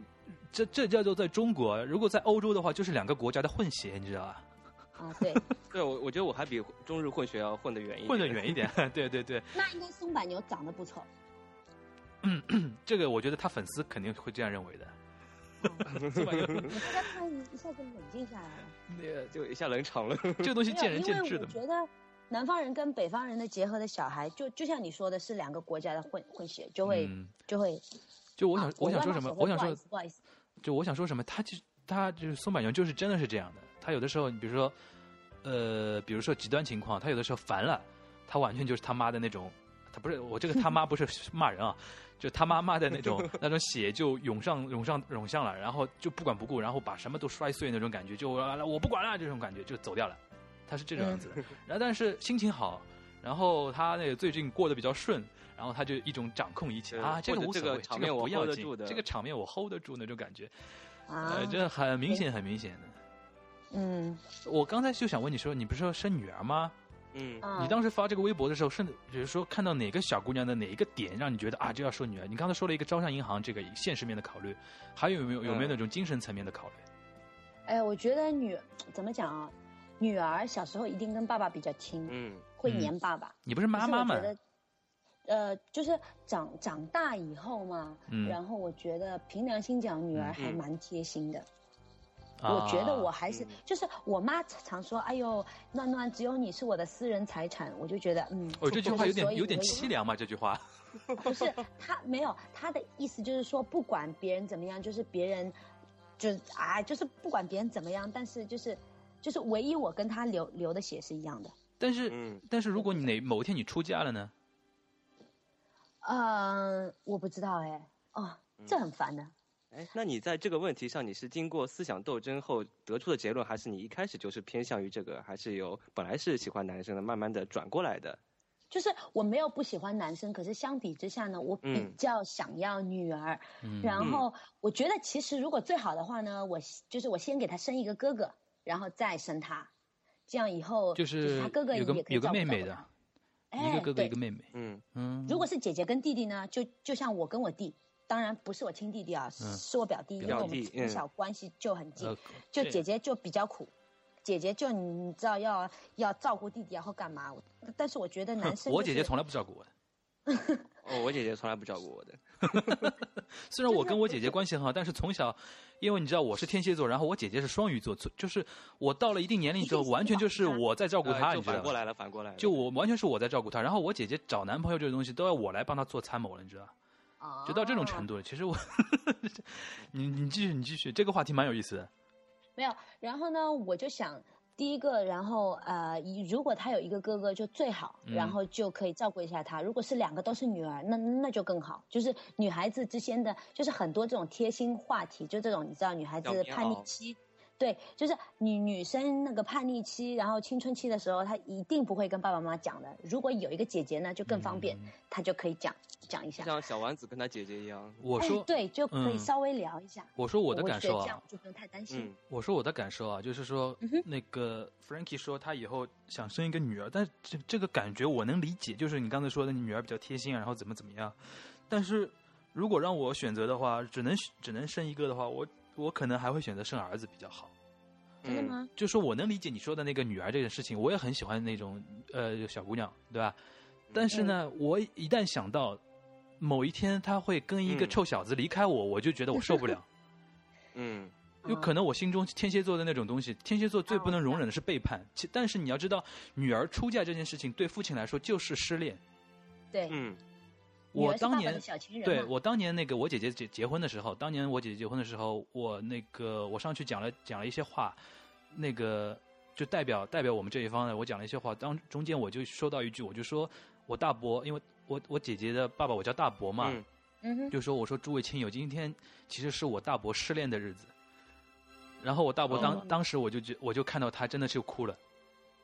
[SPEAKER 4] 这这叫做在中国，如果在欧洲的话，就是两个国家的混血，你知道吧？
[SPEAKER 6] 啊， 对，
[SPEAKER 5] 对，我我觉得我还比中日混血要混得远一点。
[SPEAKER 4] 混得远一点， 对对对，
[SPEAKER 6] 那应该松柏牛长得不错。
[SPEAKER 4] 这个我觉得他粉丝肯定会这样认为 的。松柏牛
[SPEAKER 6] 我刚才一下就冷静下来了，
[SPEAKER 4] 那个
[SPEAKER 5] 就一下冷场了。
[SPEAKER 4] 这个东西
[SPEAKER 6] 没有
[SPEAKER 4] 见仁见
[SPEAKER 6] 因
[SPEAKER 4] 智
[SPEAKER 6] 为
[SPEAKER 4] 的
[SPEAKER 6] 我
[SPEAKER 4] 嘛，
[SPEAKER 6] 觉得南方人跟北方人的结合的小孩，就就像你说的，是两个国家的混混血，就会、
[SPEAKER 4] 嗯
[SPEAKER 6] 就会。
[SPEAKER 4] 就我想、
[SPEAKER 6] 啊
[SPEAKER 4] 我想说什么，我想，
[SPEAKER 6] 外
[SPEAKER 4] 说
[SPEAKER 6] 貌，不好意思，
[SPEAKER 4] 就我想说什么，他就他就是松柏牛就是真的是这样的，他有的时候你比如说，呃，比如说极端情况，他有的时候烦了，他完全就是他妈的那种，他不是我这个他妈不是骂人啊， 就他妈妈的那种那种血就涌上涌上涌上了，然后就不管不顾，然后把什么都摔碎那种感觉，就啊我不管了这种感觉就走掉了，他是这种 样子的。然后但是心情好，然后他那个最近过得比较顺，然后他就一种掌控一切
[SPEAKER 5] 对
[SPEAKER 4] 啊，这个
[SPEAKER 5] 或者
[SPEAKER 4] 无
[SPEAKER 5] 这
[SPEAKER 4] 所
[SPEAKER 5] 个
[SPEAKER 4] 谓，
[SPEAKER 5] 场
[SPEAKER 4] 这个
[SPEAKER 5] 面我
[SPEAKER 4] 不要
[SPEAKER 5] hold 得
[SPEAKER 4] 紧
[SPEAKER 5] 住的
[SPEAKER 4] 这个场面我 hold 得住那种感觉，
[SPEAKER 6] 啊
[SPEAKER 4] 呃，，这很明显很明显的。
[SPEAKER 6] 嗯
[SPEAKER 4] 我刚才就想问你说，你不是说生女儿吗？
[SPEAKER 5] 嗯，
[SPEAKER 6] 啊，
[SPEAKER 4] 你当时发这个微博的时候，甚至比如说看到哪个小姑娘的哪一个点，让你觉得啊，这要说女儿？你刚才说了一个招商银行这个现实面的考虑，还有没有有没有
[SPEAKER 5] 嗯
[SPEAKER 4] 那种精神层面的考虑？
[SPEAKER 6] 哎，我觉得女怎么讲啊？女儿小时候一定跟爸爸比较亲，
[SPEAKER 5] 嗯，
[SPEAKER 6] 会
[SPEAKER 4] 嗯
[SPEAKER 6] 黏爸爸。
[SPEAKER 4] 你不是妈
[SPEAKER 6] 可是
[SPEAKER 4] 妈
[SPEAKER 6] 我
[SPEAKER 4] 吗
[SPEAKER 6] 觉？得，呃，就是长长大以后嘛，
[SPEAKER 4] 嗯
[SPEAKER 6] 然后我觉得凭良心讲，女儿还
[SPEAKER 5] 嗯
[SPEAKER 6] 蛮贴心的。
[SPEAKER 4] 啊
[SPEAKER 6] 我觉得我还是、
[SPEAKER 5] 嗯
[SPEAKER 6] 就是我妈常说，哎呦，暖暖，只有你是我的私人财产，我就觉得，嗯，
[SPEAKER 4] 哦，这句话有点有点
[SPEAKER 6] 凄
[SPEAKER 4] 凄凉嘛，这句话。
[SPEAKER 6] 不是他没有他的意思，就是说不管别人怎么样，就是别人，就是啊，就是不管别人怎么样，但是就是就是唯一我跟他流流的血是一样的。
[SPEAKER 4] 但是、
[SPEAKER 5] 嗯
[SPEAKER 4] 但是如果你哪某一天你出家了呢？
[SPEAKER 6] 嗯、我不知道哎、哦，
[SPEAKER 4] 嗯
[SPEAKER 6] 这很烦的。
[SPEAKER 5] 哎，那你在这个问题上，你是经过思想斗争后得出的结论，还是你一开始就是偏向于这个，还是有本来是喜欢男生的，慢慢的转过来的？
[SPEAKER 6] 就是我没有不喜欢男生，可是相比之下呢，我比
[SPEAKER 5] 嗯
[SPEAKER 6] 较想要女儿。
[SPEAKER 4] 嗯
[SPEAKER 6] 然后我觉得其实如果最好的话呢，我就是我先给他生一个哥哥，然后再生他，这样以后
[SPEAKER 4] 就是
[SPEAKER 6] 他哥哥
[SPEAKER 4] 有个
[SPEAKER 6] 也可以
[SPEAKER 4] 有个
[SPEAKER 6] 照顾
[SPEAKER 4] 妹妹
[SPEAKER 6] 照顾
[SPEAKER 4] 的
[SPEAKER 6] 他，，
[SPEAKER 4] 一
[SPEAKER 6] 哎，
[SPEAKER 4] 个哥哥
[SPEAKER 6] 对
[SPEAKER 4] 一个妹妹。
[SPEAKER 5] 嗯
[SPEAKER 4] 嗯，
[SPEAKER 6] 如果是姐姐跟弟弟呢，就就像我跟我弟，当然不是我亲弟弟啊，
[SPEAKER 4] 嗯
[SPEAKER 6] 是我表弟，因为
[SPEAKER 5] 表
[SPEAKER 6] 我们
[SPEAKER 5] 弟
[SPEAKER 6] 从
[SPEAKER 5] 嗯
[SPEAKER 6] 小关系就很近。
[SPEAKER 4] 呃
[SPEAKER 6] 就
[SPEAKER 4] 这
[SPEAKER 6] 姐姐就比较苦，姐姐就你知道要要照顾弟弟，然后干嘛？我但是我觉得男生、
[SPEAKER 4] 我姐姐从来不照顾我的，
[SPEAKER 5] 哦，我姐姐从来不照顾我的。
[SPEAKER 4] 虽然我 跟我姐姐关系很好，但是从小，因为你知道我是天蝎座，然后我姐姐是双鱼座，就就是我到了一定年龄之后，
[SPEAKER 6] 一定是
[SPEAKER 4] 完全就是我在照顾她，
[SPEAKER 5] 呃就
[SPEAKER 4] 你知道
[SPEAKER 5] 反过
[SPEAKER 4] 吗？
[SPEAKER 5] 来了，反过来了。
[SPEAKER 4] 就我完全是我在照顾她，然后我姐姐找男朋友这个东西都要我来帮她做参谋了，你知道吧？就到这种程
[SPEAKER 6] 度、
[SPEAKER 4] 度了。其实
[SPEAKER 5] 哦
[SPEAKER 4] 我， 你你继续你继续，这个话题蛮有意思的。
[SPEAKER 6] 没有。然后呢，我就想第一个，然后呃，以如果他有一个哥哥就最好，
[SPEAKER 4] 嗯
[SPEAKER 6] 然后就可以照顾一下他。如果是两个都是女儿，那那就更好。就是女孩子之间的，就是很多这种贴心话题，就这种你知道，女孩
[SPEAKER 5] 小
[SPEAKER 6] 子
[SPEAKER 5] 棉
[SPEAKER 6] 叛逆
[SPEAKER 5] 袄
[SPEAKER 6] 期。对，就是女女生那个叛逆期，然后青春期的时候，她一定不会跟爸爸妈妈讲的。如果有一个姐姐呢，就更方便，
[SPEAKER 4] 嗯
[SPEAKER 6] 她就可以讲讲一下。
[SPEAKER 5] 像小丸子跟他姐姐一样，嗯
[SPEAKER 4] 我说
[SPEAKER 6] 哎，，对，就可以
[SPEAKER 4] 嗯
[SPEAKER 6] 稍微聊一下。
[SPEAKER 4] 我说我的
[SPEAKER 6] 觉
[SPEAKER 4] 感
[SPEAKER 6] 得
[SPEAKER 4] 受
[SPEAKER 6] 这
[SPEAKER 4] 啊
[SPEAKER 6] 样，就不用太担心。
[SPEAKER 5] 嗯，
[SPEAKER 4] 我说我的感受啊，就是说、那个 Frankie 说他以后想生一个女儿，但是这这个感觉我能理解，就是你刚才说的，你女儿比较贴心啊，然后怎么怎么样。但是如果让我选择的话，只能只能生一个的话，我我可能还会选择生儿子比较好。
[SPEAKER 6] 真的
[SPEAKER 5] 嗯？
[SPEAKER 6] 吗？
[SPEAKER 4] 就说我能理解你说的那个女儿这件事情，我也很喜欢那种呃小姑娘，对吧？但是呢，我一旦想到某一天她会跟一个
[SPEAKER 5] 嗯
[SPEAKER 4] 臭小子离开我，我就觉得我受不了。
[SPEAKER 5] 嗯，
[SPEAKER 4] 有可能我心中天蝎座的那种东西，天蝎座最不能容忍的是背叛。其但是你要知道，女儿出嫁这件事情对父亲来说就是失恋。
[SPEAKER 6] 对，
[SPEAKER 5] 嗯，
[SPEAKER 6] 女
[SPEAKER 4] 我
[SPEAKER 6] 儿是
[SPEAKER 4] 当
[SPEAKER 6] 爸爸
[SPEAKER 4] 年
[SPEAKER 6] 的小情人
[SPEAKER 4] 对
[SPEAKER 6] 嘛
[SPEAKER 4] 我当年那个我姐姐结结婚的时候，当年我姐姐结婚的时候，我那个我上去讲了讲了一些话，那个就代表代表我们这一方的，我讲了一些话，当中间我就说到一句，我就说我大伯，因为我我姐姐的爸爸我叫大伯嘛，
[SPEAKER 5] 嗯
[SPEAKER 6] 嗯哼，
[SPEAKER 4] 就说我说诸位亲友，今天其实是我大伯失恋的日子。然后我大伯当、
[SPEAKER 5] 哦
[SPEAKER 4] 当时我就觉我就看到他真的是哭了，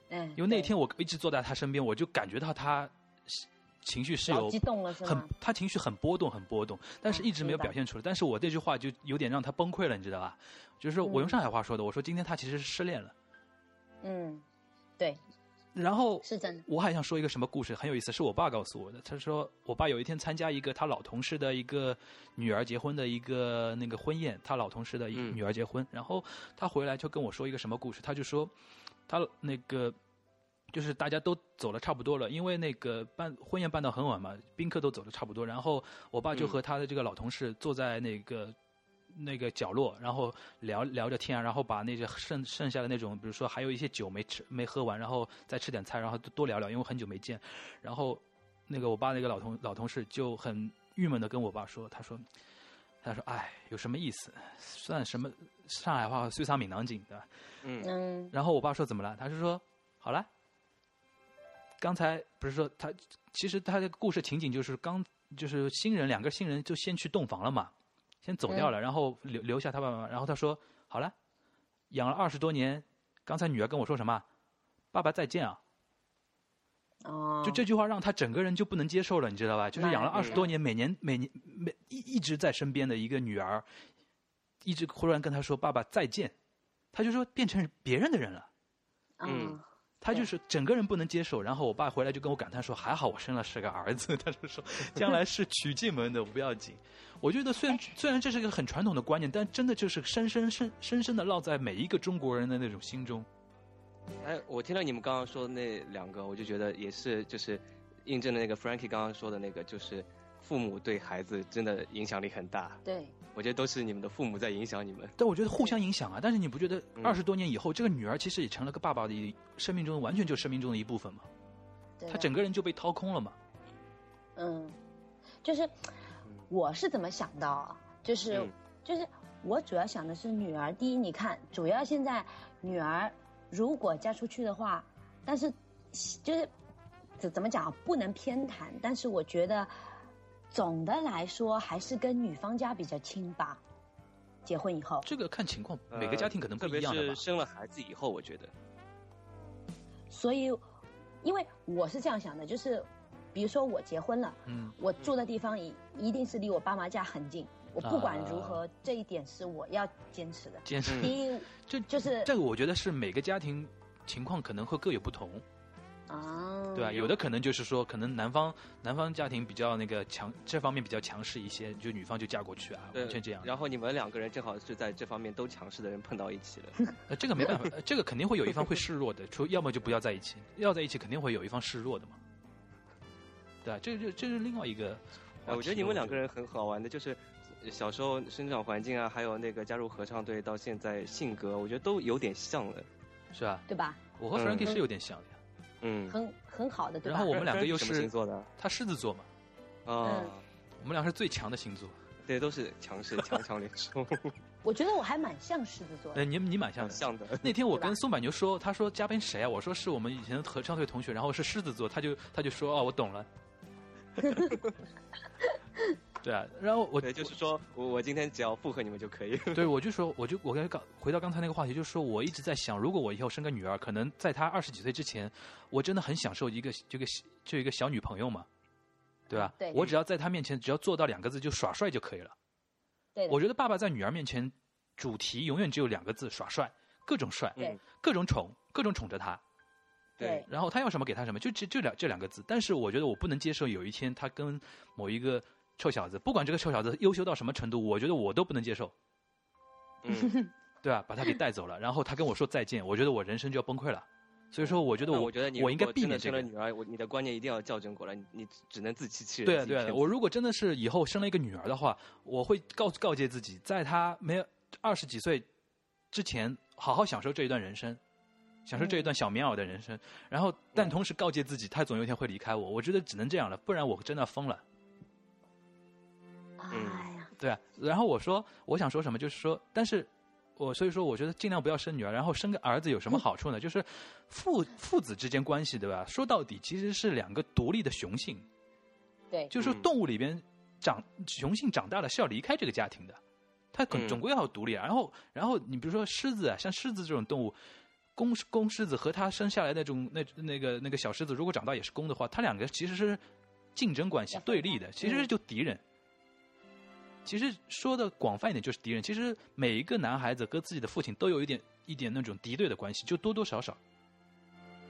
[SPEAKER 6] 嗯，
[SPEAKER 4] 因为那
[SPEAKER 6] 对
[SPEAKER 4] 天我一直坐在他身边，我就感觉到他情绪是
[SPEAKER 6] 老
[SPEAKER 4] 有
[SPEAKER 6] 激动了是
[SPEAKER 4] 很
[SPEAKER 6] 吗？
[SPEAKER 4] 他情绪很波动，很波动，但是
[SPEAKER 6] 嗯
[SPEAKER 4] 一直没有
[SPEAKER 6] 明白
[SPEAKER 4] 表现出来。但是我这句话就有点让他崩溃了，你知道吧？就是我
[SPEAKER 6] 嗯
[SPEAKER 4] 用上海话说的，我说今天他其实是失恋了。
[SPEAKER 6] 嗯，对，
[SPEAKER 4] 然后
[SPEAKER 6] 是真的。
[SPEAKER 4] 我还想说一个什么故事，很有意思，是我爸告诉我的。他说，我爸有一天参加一个他老同事的一个女儿结婚的一个那个婚宴，他老同事的一个
[SPEAKER 5] 嗯
[SPEAKER 4] 女儿结婚，然后他回来就跟我说一个什么故事，他就说，他那个就是大家都走了差不多了，因为那个办婚宴办到很晚嘛，宾客都走的差不多，然后我爸就
[SPEAKER 5] 嗯
[SPEAKER 4] 和他的这个老同事坐在那个。那个角落，然后聊聊着天，啊然后把那些剩剩下的那种，比如说还有一些酒没吃没喝完，然后再吃点菜，然后多聊聊，因为很久没见。然后那个我爸那个老同老同事就很郁闷的跟我爸说，他说他说哎，有什么意思？算什么上海话碎啥闽南景对吧？
[SPEAKER 5] 嗯，
[SPEAKER 6] 嗯，
[SPEAKER 4] 然后我爸说怎么了？他是说好了，刚才不是说他其实他的故事情景就是刚就是新人两个新人就先去洞房了嘛，先走掉了，然后留留下他爸爸妈妈。然后他说好了，养了二十多年，刚才女儿跟我说什么？爸爸再见啊！
[SPEAKER 6] 哦，
[SPEAKER 4] 就这句话让他整个人就不能接受了，你知道吧？就是养了二十多年，每年每年每一一直在身边的一个女儿，一直忽然跟他说爸爸再见，他就说变成别人的人了。
[SPEAKER 5] 嗯
[SPEAKER 6] 啊，
[SPEAKER 4] 他就是整个人不能接受，然后我爸回来就跟我感叹说：“还好我生了是个儿子。” 他就说：“将来是娶进门的，不要紧。”我觉得虽然 虽然这是一个很传统的观念，但真的就是深深深深深的烙在每一个中国人的那种心中。
[SPEAKER 5] 哎，我听了你们刚刚说的那两个，我就觉得也是，就是印证了那个 Frankie 刚刚说的那个，就是父母对孩子真的影响力很大。
[SPEAKER 6] 对，
[SPEAKER 5] 我觉得都是你们的父母在影响你们。
[SPEAKER 4] 但我觉得互相影响啊。但是你不觉得
[SPEAKER 5] 嗯
[SPEAKER 4] 二十多年以后，这个女儿其实也成了个爸爸的一生命中完全就生命中的一部分嘛？
[SPEAKER 6] 对啊
[SPEAKER 4] 她
[SPEAKER 6] 的
[SPEAKER 4] 整个人就被掏空了嘛？
[SPEAKER 6] 嗯，就是我是怎么想的啊？就是、
[SPEAKER 5] 嗯
[SPEAKER 6] 就是我主要想的是女儿。第一，你看，主要现在女儿如果嫁出去的话，但是就是怎怎么讲啊，不能偏袒，但是我觉得总的来说还是跟女方家比较亲吧。结婚以后，
[SPEAKER 4] 这个看情况，
[SPEAKER 5] 呃
[SPEAKER 4] 每个家庭可能不
[SPEAKER 5] 特别
[SPEAKER 4] 一样的
[SPEAKER 5] 是
[SPEAKER 4] 吧。哦
[SPEAKER 5] 生了孩子以后，我觉得，
[SPEAKER 6] 所以因为我是这样想的，就是比如说我结婚了。
[SPEAKER 4] 嗯，
[SPEAKER 6] 我住的地方一一定是离我爸妈家很近。我不管如
[SPEAKER 4] 啊
[SPEAKER 6] 何，这一点是我要坚持的。
[SPEAKER 4] 坚持。
[SPEAKER 5] 嗯
[SPEAKER 6] 第一，
[SPEAKER 4] 这
[SPEAKER 6] 就是
[SPEAKER 4] 这个我觉得是每个家庭情况可能会各有不同。
[SPEAKER 6] 啊，
[SPEAKER 5] 嗯
[SPEAKER 4] 对吧？有的可能就是说，可能男方男方家庭比较那个强，这方面比较强势一些，就女方就嫁过去啊，
[SPEAKER 5] 对
[SPEAKER 4] 完全这样。
[SPEAKER 5] 然后你们两个人正好是在这方面都强势的人碰到一起了。
[SPEAKER 4] 呃，这个没办法，呃这个肯定会有一方会示弱的，除要么就不要在一起，要在一起肯定会有一方示弱的嘛。对啊，这这这是另外一个
[SPEAKER 5] 哎
[SPEAKER 4] 话题。
[SPEAKER 5] 我觉得你们两个人很好玩的，就是小时候生长环境啊，还有那个加入合唱队到现在性格，我觉得都有点像了。
[SPEAKER 4] 是吧？
[SPEAKER 6] 对吧？
[SPEAKER 4] 我和
[SPEAKER 5] 嗯
[SPEAKER 4] Frankie 是有点像的呀，
[SPEAKER 5] 嗯，
[SPEAKER 6] 很很好的，对吧？
[SPEAKER 4] 然后我们两个
[SPEAKER 5] Frankie
[SPEAKER 4] 又
[SPEAKER 5] 什么
[SPEAKER 4] 是嗯
[SPEAKER 5] 星座的啊
[SPEAKER 4] 他狮子座嘛，
[SPEAKER 5] 啊？
[SPEAKER 4] 我们俩是最强的星座。
[SPEAKER 5] 对，都是强势强强联 手，
[SPEAKER 6] 我觉得我还蛮像狮子座的
[SPEAKER 4] 呃，你你蛮像的。
[SPEAKER 5] 像的。
[SPEAKER 4] 那天我
[SPEAKER 6] 对
[SPEAKER 4] 跟
[SPEAKER 6] 吧
[SPEAKER 4] 松柏牛说，他说嘉宾谁啊？我说是我们以前的合唱队同学，然后是狮子座，他就他就说哦，我 懂了。 对啊，然后我
[SPEAKER 5] 对，就是说我我今天只要附和你们就可以。
[SPEAKER 4] 对我就说，我就我刚刚回到刚才那个话题，就是说我一直在想，如果我以后生个女儿，可能在她二十几岁之前，我真的很享受一个这个就一个小女朋友嘛，对吧？
[SPEAKER 6] 对
[SPEAKER 4] 我只要在她面前，只要做到两个字，就耍帅就可以了。
[SPEAKER 6] 对的
[SPEAKER 4] 我觉得爸爸在女儿面前，主题永远只有两个字：耍帅，各种帅
[SPEAKER 6] 对，
[SPEAKER 4] 各种宠，各种宠着她。
[SPEAKER 6] 对，
[SPEAKER 4] 然后他要什么给他什么，就这这两这两个字。但是我觉得我不能接受有一天他跟某一个臭小子，不管这个臭小子优秀到什么程度，我觉得我都不能接受，
[SPEAKER 5] 嗯，
[SPEAKER 4] 对吧？把他给带走了，然后他跟我说再见，我觉得我人生就要崩溃了。所以说，我觉得
[SPEAKER 5] 那
[SPEAKER 4] 我
[SPEAKER 5] 我觉得你
[SPEAKER 4] 我应该避免
[SPEAKER 5] 如
[SPEAKER 4] 这
[SPEAKER 5] 果
[SPEAKER 4] 个
[SPEAKER 5] 真的。生了女儿，我你的观念一定要校正过来，你你只能自欺欺人。
[SPEAKER 4] 对啊
[SPEAKER 5] 自己
[SPEAKER 4] 对啊，
[SPEAKER 5] 骗
[SPEAKER 4] 我如果真的是以后生了一个女儿的话，我会告告诫自己，在她没有二十几岁之前，好好享受这一段人生，享受这
[SPEAKER 5] 嗯
[SPEAKER 4] 一段小棉袄的人生。然后，但同时告诫自己，她总有一天会离开我。我觉得只能这样了，不然我真的要疯了。
[SPEAKER 6] 哎呀，
[SPEAKER 4] 对啊，然后我说我想说什么，就是说，但是我所以说，我觉得尽量不要生女儿，然后生个儿子有什么好处呢？就是父父子之间关系，对吧？说到底，其实是两个独立的雄性，
[SPEAKER 6] 对，
[SPEAKER 4] 就是说
[SPEAKER 5] 嗯
[SPEAKER 4] 动物里边长雄性长大了是要离开这个家庭的，它可
[SPEAKER 5] 嗯
[SPEAKER 4] 总归要独立啊。然后，然后你比如说狮子啊，像狮子这种动物。公公狮子和它生下来那种那那个那个小狮子，如果长大也是公的话，它两个其实是竞争关系
[SPEAKER 6] 要分
[SPEAKER 4] 对立的，其实就敌人。其实说的广泛一点就是敌人。其实每一个男孩子跟自己的父亲都有一点一点那种敌对的关系，就多多少少。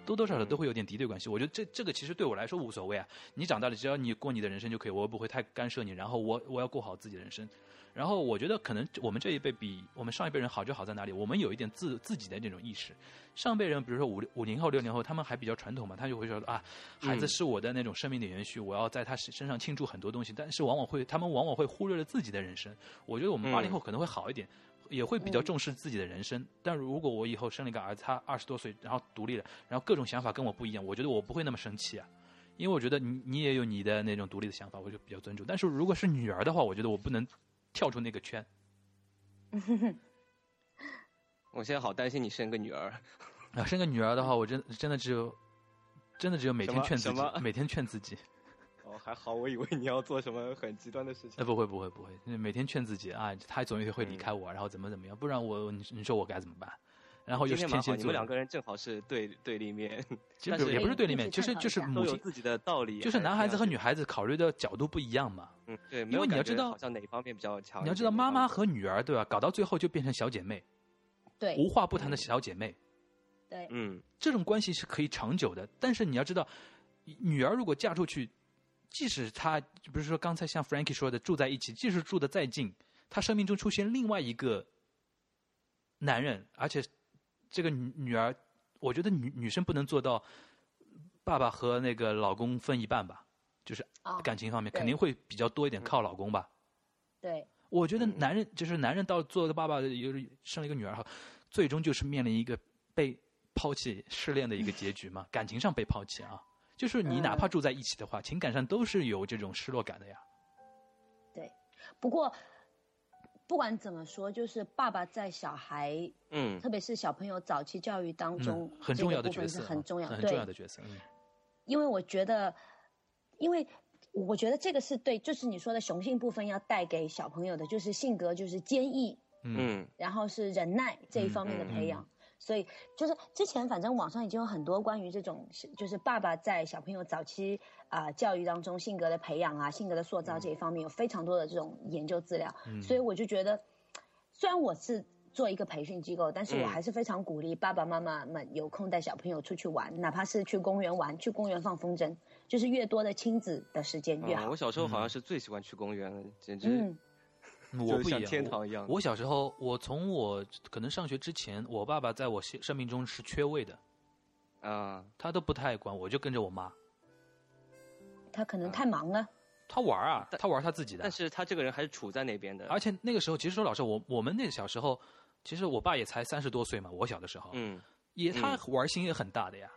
[SPEAKER 4] 多多少少都会有点敌对关系。我觉得这这个其实对我来说无所谓啊，你长大了，只要你过你的人生就可以，我不会太干涉你。然后我我要过好自己的人生。然后我觉得可能我们这一辈比我们上一辈人好就好在哪里，我们有一点自自己的那种意识。上辈人比如说五五零后、六零后，他们还比较传统嘛，他就会说啊，孩子是我的那种生命的延续，我要在他身上倾注很多东西。但是往往会他们往往会忽略了自己的人生。我觉得我们八零后可能会好一点。也会比较重视自己的人生，嗯、但如果我以后生了一个儿子，他二十多岁，然后独立了，然后各种想法跟我不一样，我觉得我不会那么生气啊，因为我觉得你你也有你的那种独立的想法，我就比较尊重。但是如果是女儿的话，我觉得我不能跳出那个圈。
[SPEAKER 5] 我现在好担心你生个女儿
[SPEAKER 4] 啊，生个女儿的话，我真真的只有，真的只有每天劝自己，每天劝自己。
[SPEAKER 5] 哦，还好，我以为你要做什么很极端的事情。
[SPEAKER 4] 哎，不会，不会，不会，每天劝自己啊，他总有一天会离开我，嗯、然后怎么怎么样，不然我你你说我该怎么办？然后又是天蝎座，
[SPEAKER 5] 你们两个人正好是对对立面，
[SPEAKER 4] 其实也不是对立面，其实就是
[SPEAKER 5] 都有自己的道理，
[SPEAKER 4] 就是男孩子和女孩子考虑的角度不一样嘛。
[SPEAKER 5] 嗯，对，
[SPEAKER 4] 因为你要知道，
[SPEAKER 5] 好像哪方面比较强，
[SPEAKER 4] 你要知道妈妈和女儿对吧？搞到最后就变成小姐妹，
[SPEAKER 6] 对，
[SPEAKER 4] 无话不谈的小姐妹，
[SPEAKER 6] 对，
[SPEAKER 5] 嗯，
[SPEAKER 4] 这种关系是可以长久的，但是你要知道，女儿如果嫁出去。即使他不是说刚才像 Frankie 说的住在一起，即使住的再近，他生命中出现另外一个男人，而且这个女女儿，我觉得女女生不能做到爸爸和那个老公分一半吧，就是感情方面、
[SPEAKER 6] 哦、
[SPEAKER 4] 肯定会比较多一点靠老公吧。
[SPEAKER 6] 对，
[SPEAKER 4] 我觉得男人就是男人到做爸爸有生了一个女儿后，最终就是面临一个被抛弃、失恋的一个结局嘛，感情上被抛弃啊。就是你哪怕住在一起的话，嗯、情感上都是有这种失落感的呀。
[SPEAKER 6] 对，不过不管怎么说，就是爸爸在小孩，
[SPEAKER 5] 嗯，
[SPEAKER 6] 特别是小朋友早期教育当中，
[SPEAKER 4] 嗯、很重要的角
[SPEAKER 6] 色，很重要，
[SPEAKER 4] 很重要的角色。嗯、
[SPEAKER 6] 因为我觉得，因为我觉得这个是对，就是你说的雄性部分要带给小朋友的，就是性格，就是坚毅，
[SPEAKER 5] 嗯，
[SPEAKER 6] 然后是忍耐这一方面的培养。所以就是之前，反正网上已经有很多关于这种，就是爸爸在小朋友早期啊、呃、教育当中性格的培养啊、性格的塑造这一方面有非常多的这种研究资料。
[SPEAKER 4] 嗯、
[SPEAKER 6] 所以我就觉得，虽然我是做一个培训机构，但是我还是非常鼓励爸爸妈妈们有空带小朋友出去玩，哪怕是去公园玩、去公园放风筝，就是越多的亲子的时间越好。
[SPEAKER 5] 嗯、我小时候好像是最喜欢去公园了，简直、嗯。
[SPEAKER 4] 我不一样，
[SPEAKER 5] 天堂一样
[SPEAKER 4] 我。我小时候，我从我可能上学之前，我爸爸在我生命中是缺位的，
[SPEAKER 5] 啊，
[SPEAKER 4] 他都不太管，我就跟着我妈。
[SPEAKER 6] 他可能太忙了。啊、
[SPEAKER 4] 他玩啊，他玩他自己的。
[SPEAKER 5] 但是他这个人还是处在那边的。
[SPEAKER 4] 而且那个时候，其实说老实，我我们那小时候，其实我爸也才三十多岁嘛，我小的时候，
[SPEAKER 5] 嗯，
[SPEAKER 4] 也他玩心也很大的呀。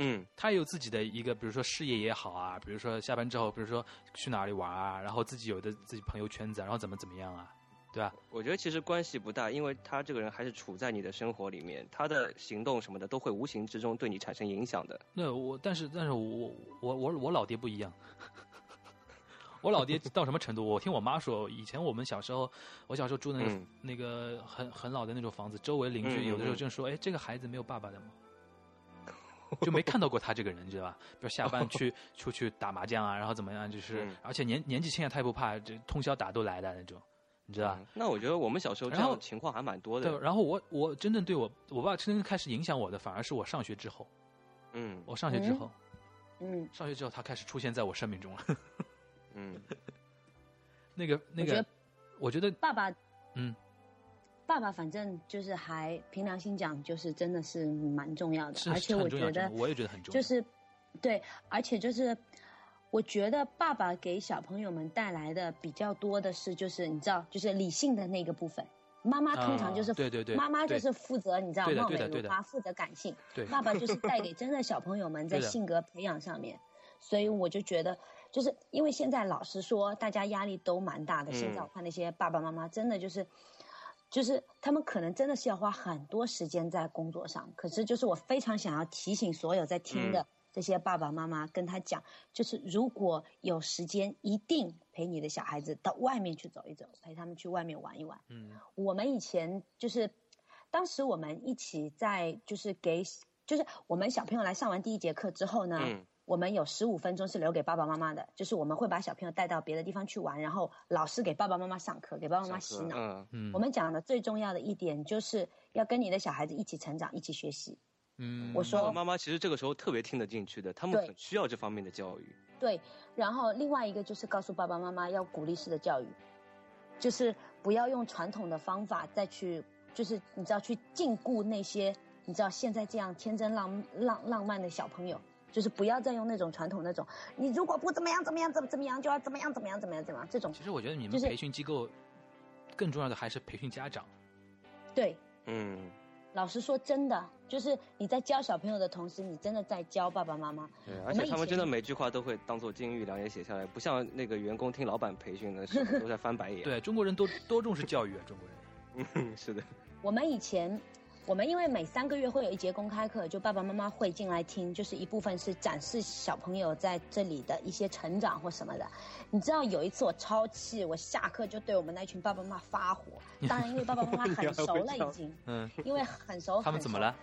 [SPEAKER 5] 嗯，
[SPEAKER 4] 他有自己的一个，比如说事业也好啊，比如说下班之后，比如说去哪里玩啊，然后自己有的自己朋友圈子，然后怎么怎么样啊，对吧？
[SPEAKER 5] 我觉得其实关系不大，因为他这个人还是处在你的生活里面，他的行动什么的都会无形之中对你产生影响的。
[SPEAKER 4] 那我，但是但是我我我我老爹不一样， 我老爹到什么程度？我听我妈说，以前我们小时候，我小时候住那个、
[SPEAKER 5] 嗯、
[SPEAKER 4] 那个很很老的那种房子，周围邻居有的时候正说，嗯嗯哎，这个孩子没有爸爸的吗？就没看到过他这个人，你知道吧？比如下班 去出去打麻将啊，然后怎么样？就是，
[SPEAKER 5] 嗯、
[SPEAKER 4] 而且年年纪轻啊，他也不怕，这通宵打都来的那种，你知道吧、嗯？
[SPEAKER 5] 那我觉得我们小时候这样的情况还蛮多的。
[SPEAKER 4] 对，然后我我真正对我我爸真正开始影响我的，反而是我上学之后。
[SPEAKER 5] 嗯，
[SPEAKER 4] 我上学之后，
[SPEAKER 6] 嗯，
[SPEAKER 4] 上学之后他开始出现在我生命中了。
[SPEAKER 5] 嗯，
[SPEAKER 4] 那个那个，我觉得
[SPEAKER 6] 爸爸，
[SPEAKER 4] 嗯。
[SPEAKER 6] 爸爸，反正就是还凭良心讲，就是真的是蛮重要的，而且我觉得
[SPEAKER 4] 我也觉得很重
[SPEAKER 6] 要，就是对，而且就是我觉得爸爸给小朋友们带来的比较多的是，就是你知道，就是理性的那个部分。妈妈通常就是、啊、
[SPEAKER 4] 对对对，
[SPEAKER 6] 妈妈就是负责你知道貌美如花，
[SPEAKER 4] 负
[SPEAKER 6] 责感性，
[SPEAKER 4] 对，
[SPEAKER 6] 爸爸就是带给真的小朋友们在性格培养上面，所以我就觉得。就是因为现在老实说，大家压力都蛮大
[SPEAKER 5] 嗯、
[SPEAKER 6] 的。现在我看那些爸爸妈妈，真的就是。就是他们可能真的是要花很多时间在工作上，可是就是我非常想要提醒所有在听
[SPEAKER 5] 嗯
[SPEAKER 6] 的这些爸爸妈妈，跟他讲，嗯、就是如果有时间，一定陪你的小孩子到外面去走一走，陪他们去外面玩一玩。
[SPEAKER 4] 嗯，
[SPEAKER 6] 我们以前就是，当时我们一起在就是给就是我们小朋友来上完第一节课之后呢。
[SPEAKER 5] 嗯
[SPEAKER 6] 我们有十五分钟是留给爸爸妈妈的，就是我们会把小朋友带到别的地方去玩，然后老师给爸爸妈妈上课，给爸爸妈妈洗脑。
[SPEAKER 5] 嗯，
[SPEAKER 6] 我们讲的最重要的一点就是要跟你的小孩子一起成长，一起学习。
[SPEAKER 4] 嗯，
[SPEAKER 5] 爸
[SPEAKER 6] 我
[SPEAKER 5] 爸
[SPEAKER 6] 说
[SPEAKER 5] 妈妈其实这个时候特别听得进去的，他们
[SPEAKER 6] 对
[SPEAKER 5] 很需要这方面的教育。
[SPEAKER 6] 对，然后另外一个就是告诉爸爸妈妈要鼓励式的教育，就是不要用传统的方法再去，就是你知道去禁锢那些你知道现在这样天真浪浪浪漫的小朋友，就是不要再用那种传统那种，你如果不怎么样怎么样怎么怎么样就要怎么样怎么样怎么样怎么样这种，
[SPEAKER 4] 其实我觉得你们
[SPEAKER 6] 就是
[SPEAKER 4] 培训机构更重要的还是培训家长。
[SPEAKER 6] 对，
[SPEAKER 5] 嗯，
[SPEAKER 6] 老实说，真的就是你在教小朋友的同时，你真的在教爸爸妈妈。
[SPEAKER 5] 对，
[SPEAKER 4] 啊
[SPEAKER 6] 我
[SPEAKER 5] 而且
[SPEAKER 6] 们以
[SPEAKER 5] 他们真
[SPEAKER 6] 前
[SPEAKER 5] 的每句话都会当做金玉良言写下来，不像那个员工听老板培训的时 候都在翻白眼。
[SPEAKER 4] 对，中国人都多重视教育啊，中国人。
[SPEAKER 5] 嗯，是 的，
[SPEAKER 6] 我们以前，我们因为每三个月会有一节公开课，就爸爸妈妈会进来听，就是一部分是展示小朋友在这里的一些成长或什么的。你知道有一次我超气，我下课就对我们那群爸爸妈妈发 火，当然因为爸爸妈妈很熟了已经，
[SPEAKER 4] 嗯，
[SPEAKER 6] 因为很熟。
[SPEAKER 4] 他
[SPEAKER 6] 很
[SPEAKER 4] 们怎么
[SPEAKER 6] 熟
[SPEAKER 4] 了？？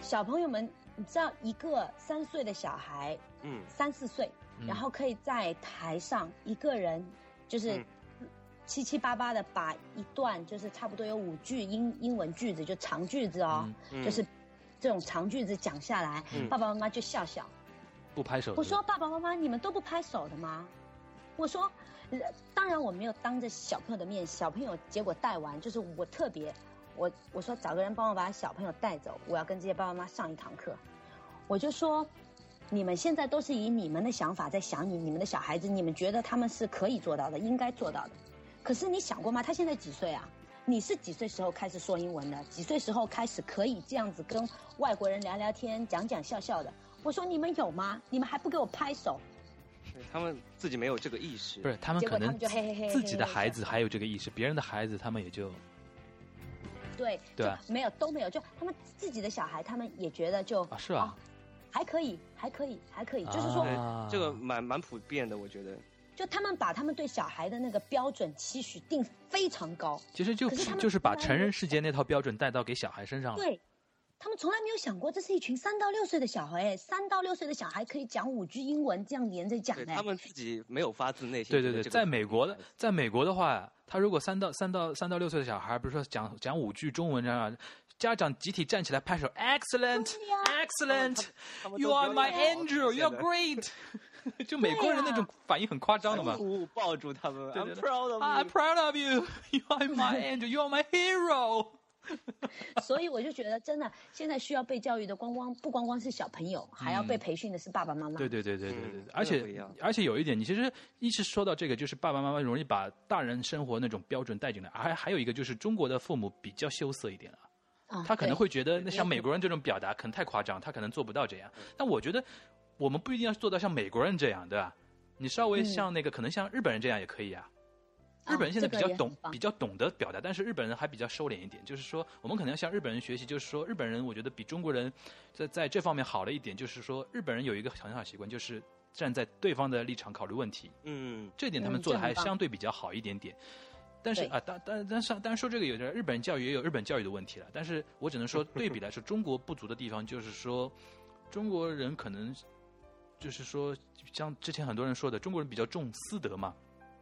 [SPEAKER 6] 小朋友们，你知道一个三岁的小孩，
[SPEAKER 5] 嗯，
[SPEAKER 6] 三四岁，
[SPEAKER 4] 嗯
[SPEAKER 6] 然后可以在台上一个人就是
[SPEAKER 5] 嗯
[SPEAKER 6] 七七八八的把一段就是差不多有五句英英文句子，就长句子哦，
[SPEAKER 5] 嗯
[SPEAKER 6] 就是这种长句子讲下来，
[SPEAKER 5] 嗯
[SPEAKER 6] 爸爸妈妈就笑笑。
[SPEAKER 4] 不拍手。
[SPEAKER 6] 我说爸爸妈妈，你们都不拍手的吗？我说，呃当然我没有当着小朋友的面，小朋友结果带完，就是我特别，我我说找个人帮我把小朋友带走，我要跟这些爸爸妈妈上一堂课。我就说，你们现在都是以你们的想法在想你，你们的小孩子，你们觉得他们是可以做到的，应该做到的。可是你想过吗？他现在几岁啊？你是几岁时候开始说英文的？几岁时候开始可以这样子跟外国人聊聊天、讲讲笑笑的？我说你们有吗？你们还不给我拍手？
[SPEAKER 5] 对他们自己没有这个意识。
[SPEAKER 4] 不是，他们
[SPEAKER 6] 结果
[SPEAKER 4] 可
[SPEAKER 6] 他
[SPEAKER 4] 能
[SPEAKER 6] 们就嘿嘿嘿嘿
[SPEAKER 4] 自己的
[SPEAKER 6] 嘿嘿
[SPEAKER 4] 孩子还有这个意识，别人的孩子他们也就
[SPEAKER 6] 对
[SPEAKER 4] 对啊
[SPEAKER 6] 就没有都没有，就他们自己的小孩，他们也觉得就哦
[SPEAKER 4] 啊是吧？
[SPEAKER 6] 还可以，还可以，还可以，就是说，
[SPEAKER 4] 啊
[SPEAKER 5] 对，哎这个蛮蛮普遍的，我觉 得。
[SPEAKER 6] 就他们把他们对小孩的那个标准期许定非常高，
[SPEAKER 4] 其实就
[SPEAKER 6] 可是他们
[SPEAKER 4] 就是把
[SPEAKER 6] 从来
[SPEAKER 4] 成
[SPEAKER 6] 没
[SPEAKER 4] 人
[SPEAKER 6] 有
[SPEAKER 4] 世界那套标准带到给小孩身上了。
[SPEAKER 6] 对。他们从来没有想过，这是一群三到六岁的小孩，哎，三到六岁的小孩可以讲五句英文，这样连着讲
[SPEAKER 5] 对
[SPEAKER 6] 的。哎
[SPEAKER 5] 他们自己没有发自内心。
[SPEAKER 4] 对对对，在美国的，在美国的话，他如果三到三到三到六岁的小孩，比如说讲讲五句中文这样，啊家长集体站起来拍手，excellent，excellent，you are my angel，you are great，就美国人那种反应很夸张的嘛。
[SPEAKER 5] 哭抱住他们
[SPEAKER 4] 对
[SPEAKER 5] ，I'm
[SPEAKER 4] 对对
[SPEAKER 5] proud of
[SPEAKER 4] I'm
[SPEAKER 5] you。
[SPEAKER 4] proud of you. You are my angel. You are my hero.
[SPEAKER 6] 所以我就觉得，真的，现在需要被教育的，光光不光光是小朋友，还要被培训的是爸爸妈妈。
[SPEAKER 4] 嗯对对对对对对
[SPEAKER 5] 嗯，
[SPEAKER 4] 而
[SPEAKER 5] 真的不一
[SPEAKER 4] 且
[SPEAKER 5] 样
[SPEAKER 4] 而且有一点，你其实一是说到这个，就是爸爸妈妈容易把大人生活那种标准带进来，还还有一个就是中国的父母比较羞涩一点啊。
[SPEAKER 6] 啊，
[SPEAKER 4] 他可能
[SPEAKER 6] 对
[SPEAKER 4] 会觉得，那
[SPEAKER 6] 对嗯
[SPEAKER 4] 像美国人这种表达可能太夸张，他可能做不到这样。但我觉得，我们不一定要做到像美国人这样，对吧？你稍微
[SPEAKER 6] 嗯
[SPEAKER 4] 像那个，可能像日本人这样也可以啊。
[SPEAKER 6] 啊
[SPEAKER 4] 日本人现在
[SPEAKER 6] 这
[SPEAKER 4] 比
[SPEAKER 6] 个
[SPEAKER 4] 较
[SPEAKER 6] 也很
[SPEAKER 4] 懂，
[SPEAKER 6] 棒
[SPEAKER 4] 比较懂得表达，但是日本人还比较收敛一点。就是说，我们可能要向日本人学习，就是说，日本人我觉得比中国人在在这方面好了一点，就是说，日本人有一个很好的习惯，就是站在对方的立场考虑问题。
[SPEAKER 5] 嗯，
[SPEAKER 4] 这点他
[SPEAKER 6] 嗯
[SPEAKER 4] 们做的
[SPEAKER 6] 这很
[SPEAKER 4] 还
[SPEAKER 6] 棒
[SPEAKER 4] 相对比较好一点点。但是
[SPEAKER 6] 对
[SPEAKER 4] 啊，当当但是当然说这个有点日本教育也有日本教育的问题了，但是我只能说对比来说， 中国不足的地方就是说，中国人可能就是说，像之前很多人说的，中国人比较重私德嘛，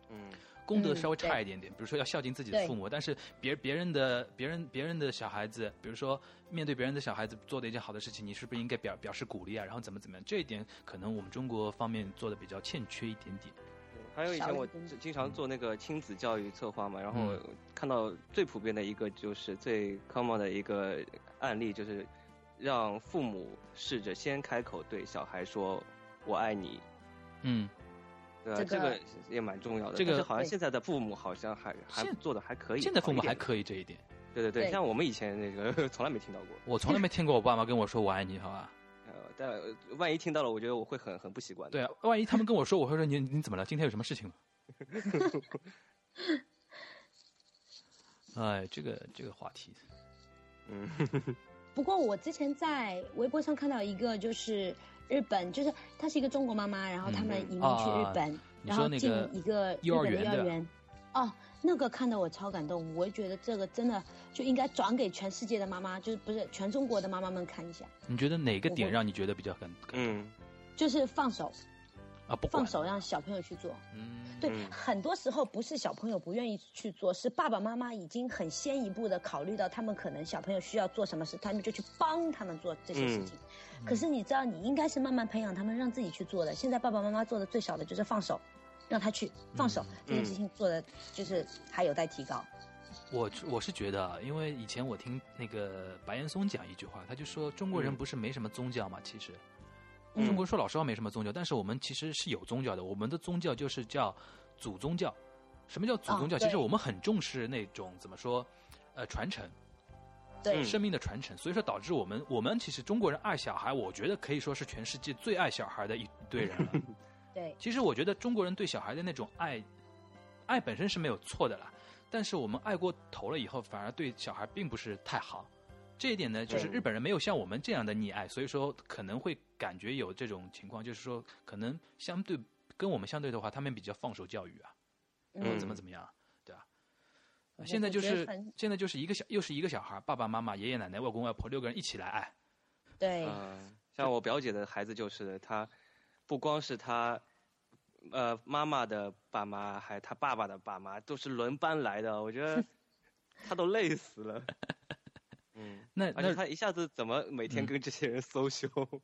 [SPEAKER 5] 嗯，
[SPEAKER 4] 功德
[SPEAKER 6] 嗯
[SPEAKER 4] 稍微差
[SPEAKER 6] 对
[SPEAKER 4] 一点点，比如说要孝敬自己的
[SPEAKER 6] 对
[SPEAKER 4] 父母，但是别别人的别人别人的小孩子，比如说面对别人的小孩子做的一件好的事情，你是不是应该表表示鼓励啊？然后怎么怎么样？这一点可能我们中国方面做的比较欠缺一点点。
[SPEAKER 5] 还有以
[SPEAKER 6] 少
[SPEAKER 5] 前
[SPEAKER 6] 一
[SPEAKER 5] 我
[SPEAKER 6] 点
[SPEAKER 5] 经常做那个亲子教育策划嘛，然后
[SPEAKER 4] 嗯
[SPEAKER 5] 我看到最普遍的一个就是最 common 的一个案例，就是让父母试着先开口对小孩说“我爱你
[SPEAKER 4] 嗯。”，
[SPEAKER 5] 对吧？啊
[SPEAKER 6] 这
[SPEAKER 5] 这
[SPEAKER 6] 个
[SPEAKER 5] 个也蛮重要的。
[SPEAKER 4] 这个
[SPEAKER 5] 但是好像
[SPEAKER 6] 对
[SPEAKER 5] 现在的父母好像还还
[SPEAKER 4] 现
[SPEAKER 5] 做的还可以，
[SPEAKER 4] 现在父母
[SPEAKER 5] 好一
[SPEAKER 4] 还
[SPEAKER 5] 点
[SPEAKER 4] 可以这 一点，
[SPEAKER 5] 对对对，
[SPEAKER 6] 对
[SPEAKER 5] 像我们以前那个 从来没听到过，
[SPEAKER 4] 我从来没听过我爸妈跟我说我爱你，好吧？
[SPEAKER 5] 呃，但 呃万一听到了，我觉得我会很很不习惯的。
[SPEAKER 4] 对啊，万一他们跟我说，我会说你你怎么了？今天有什么事情吗？ 哎，这个这个话题，
[SPEAKER 5] 嗯，
[SPEAKER 6] 不过我之前在微博上看到一个，就是日本，就是她是一个中国妈妈，然后他们移民去日本，
[SPEAKER 4] 嗯啊你
[SPEAKER 6] 然
[SPEAKER 4] 说
[SPEAKER 6] 后
[SPEAKER 4] 那
[SPEAKER 6] 进
[SPEAKER 4] 个
[SPEAKER 6] 一个日
[SPEAKER 4] 幼儿
[SPEAKER 6] 本的
[SPEAKER 4] 园
[SPEAKER 6] 幼儿
[SPEAKER 4] 的
[SPEAKER 6] 园。哦，那个看得我超感动，我觉得这个真的就应该转给全世界的妈妈，就是不是全中国的妈妈们看一下，
[SPEAKER 4] 你觉得哪个
[SPEAKER 6] 我
[SPEAKER 4] 点
[SPEAKER 6] 会
[SPEAKER 4] 让你觉得比较感？感
[SPEAKER 5] 嗯，
[SPEAKER 6] 就是放手，
[SPEAKER 4] 啊，不管
[SPEAKER 6] 放手让小朋友去做。
[SPEAKER 4] 嗯，
[SPEAKER 6] 对，
[SPEAKER 5] 嗯
[SPEAKER 6] 很多时候不是小朋友不愿意去做，是爸爸妈妈已经很先一步的考虑到他们可能小朋友需要做什么事，他们就去帮他们做这些
[SPEAKER 4] 嗯
[SPEAKER 6] 事情。可是你知道，你应该是慢慢培养他们，让自己去做的。现在爸爸妈妈做的最少的就是放手，让他去
[SPEAKER 4] 嗯
[SPEAKER 6] 放手、这件事情做的就是还有待提高。
[SPEAKER 4] 我我是觉得啊，因为以前我听那个白岩松讲一句话，他就说中国人
[SPEAKER 5] 嗯
[SPEAKER 4] 不是没什么宗教嘛，其实
[SPEAKER 5] 嗯
[SPEAKER 4] 中国说老实话没什么宗教，但是我们其实是有宗教的，我们的宗教就是叫祖宗教。什么叫祖宗教？
[SPEAKER 6] 哦
[SPEAKER 4] 其实
[SPEAKER 6] 对
[SPEAKER 4] 我们很重视那种怎么说，呃，传承。
[SPEAKER 6] 对
[SPEAKER 5] 嗯
[SPEAKER 4] 生命的传承，所以说导致我们我们其实中国人爱小孩，我觉得可以说是全世界最爱小孩的一堆人了。
[SPEAKER 6] 对，
[SPEAKER 4] 其实我觉得中国人对小孩的那种爱，爱本身是没有错的啦，但是我们爱过头了以后，反而对小孩并不是太好。这一点呢，就是
[SPEAKER 5] 对
[SPEAKER 4] 日本人没有像我们这样的溺爱，所以说可能会感觉有这种情况，就是说可能相对跟我们相对的话，他们比较放手教育啊，或者
[SPEAKER 5] 嗯
[SPEAKER 4] 怎么怎么样啊，对吧？
[SPEAKER 6] 我
[SPEAKER 4] 现在就
[SPEAKER 6] 觉得
[SPEAKER 4] 是
[SPEAKER 6] 很
[SPEAKER 4] 现在就是一个小又是一个小孩，爸爸妈妈、爷爷奶奶、外公外婆六个人一起来爱，
[SPEAKER 6] 对，
[SPEAKER 4] 啊
[SPEAKER 5] 嗯，像我表姐的孩子就是，她不光是她，呃，妈妈的爸妈，还她爸爸的爸妈，都是轮班来的，我觉得 她都累死了。嗯，
[SPEAKER 4] 那
[SPEAKER 5] 而且
[SPEAKER 4] 那
[SPEAKER 5] 她一下子怎么每天
[SPEAKER 4] 嗯
[SPEAKER 5] 跟这些人 social，、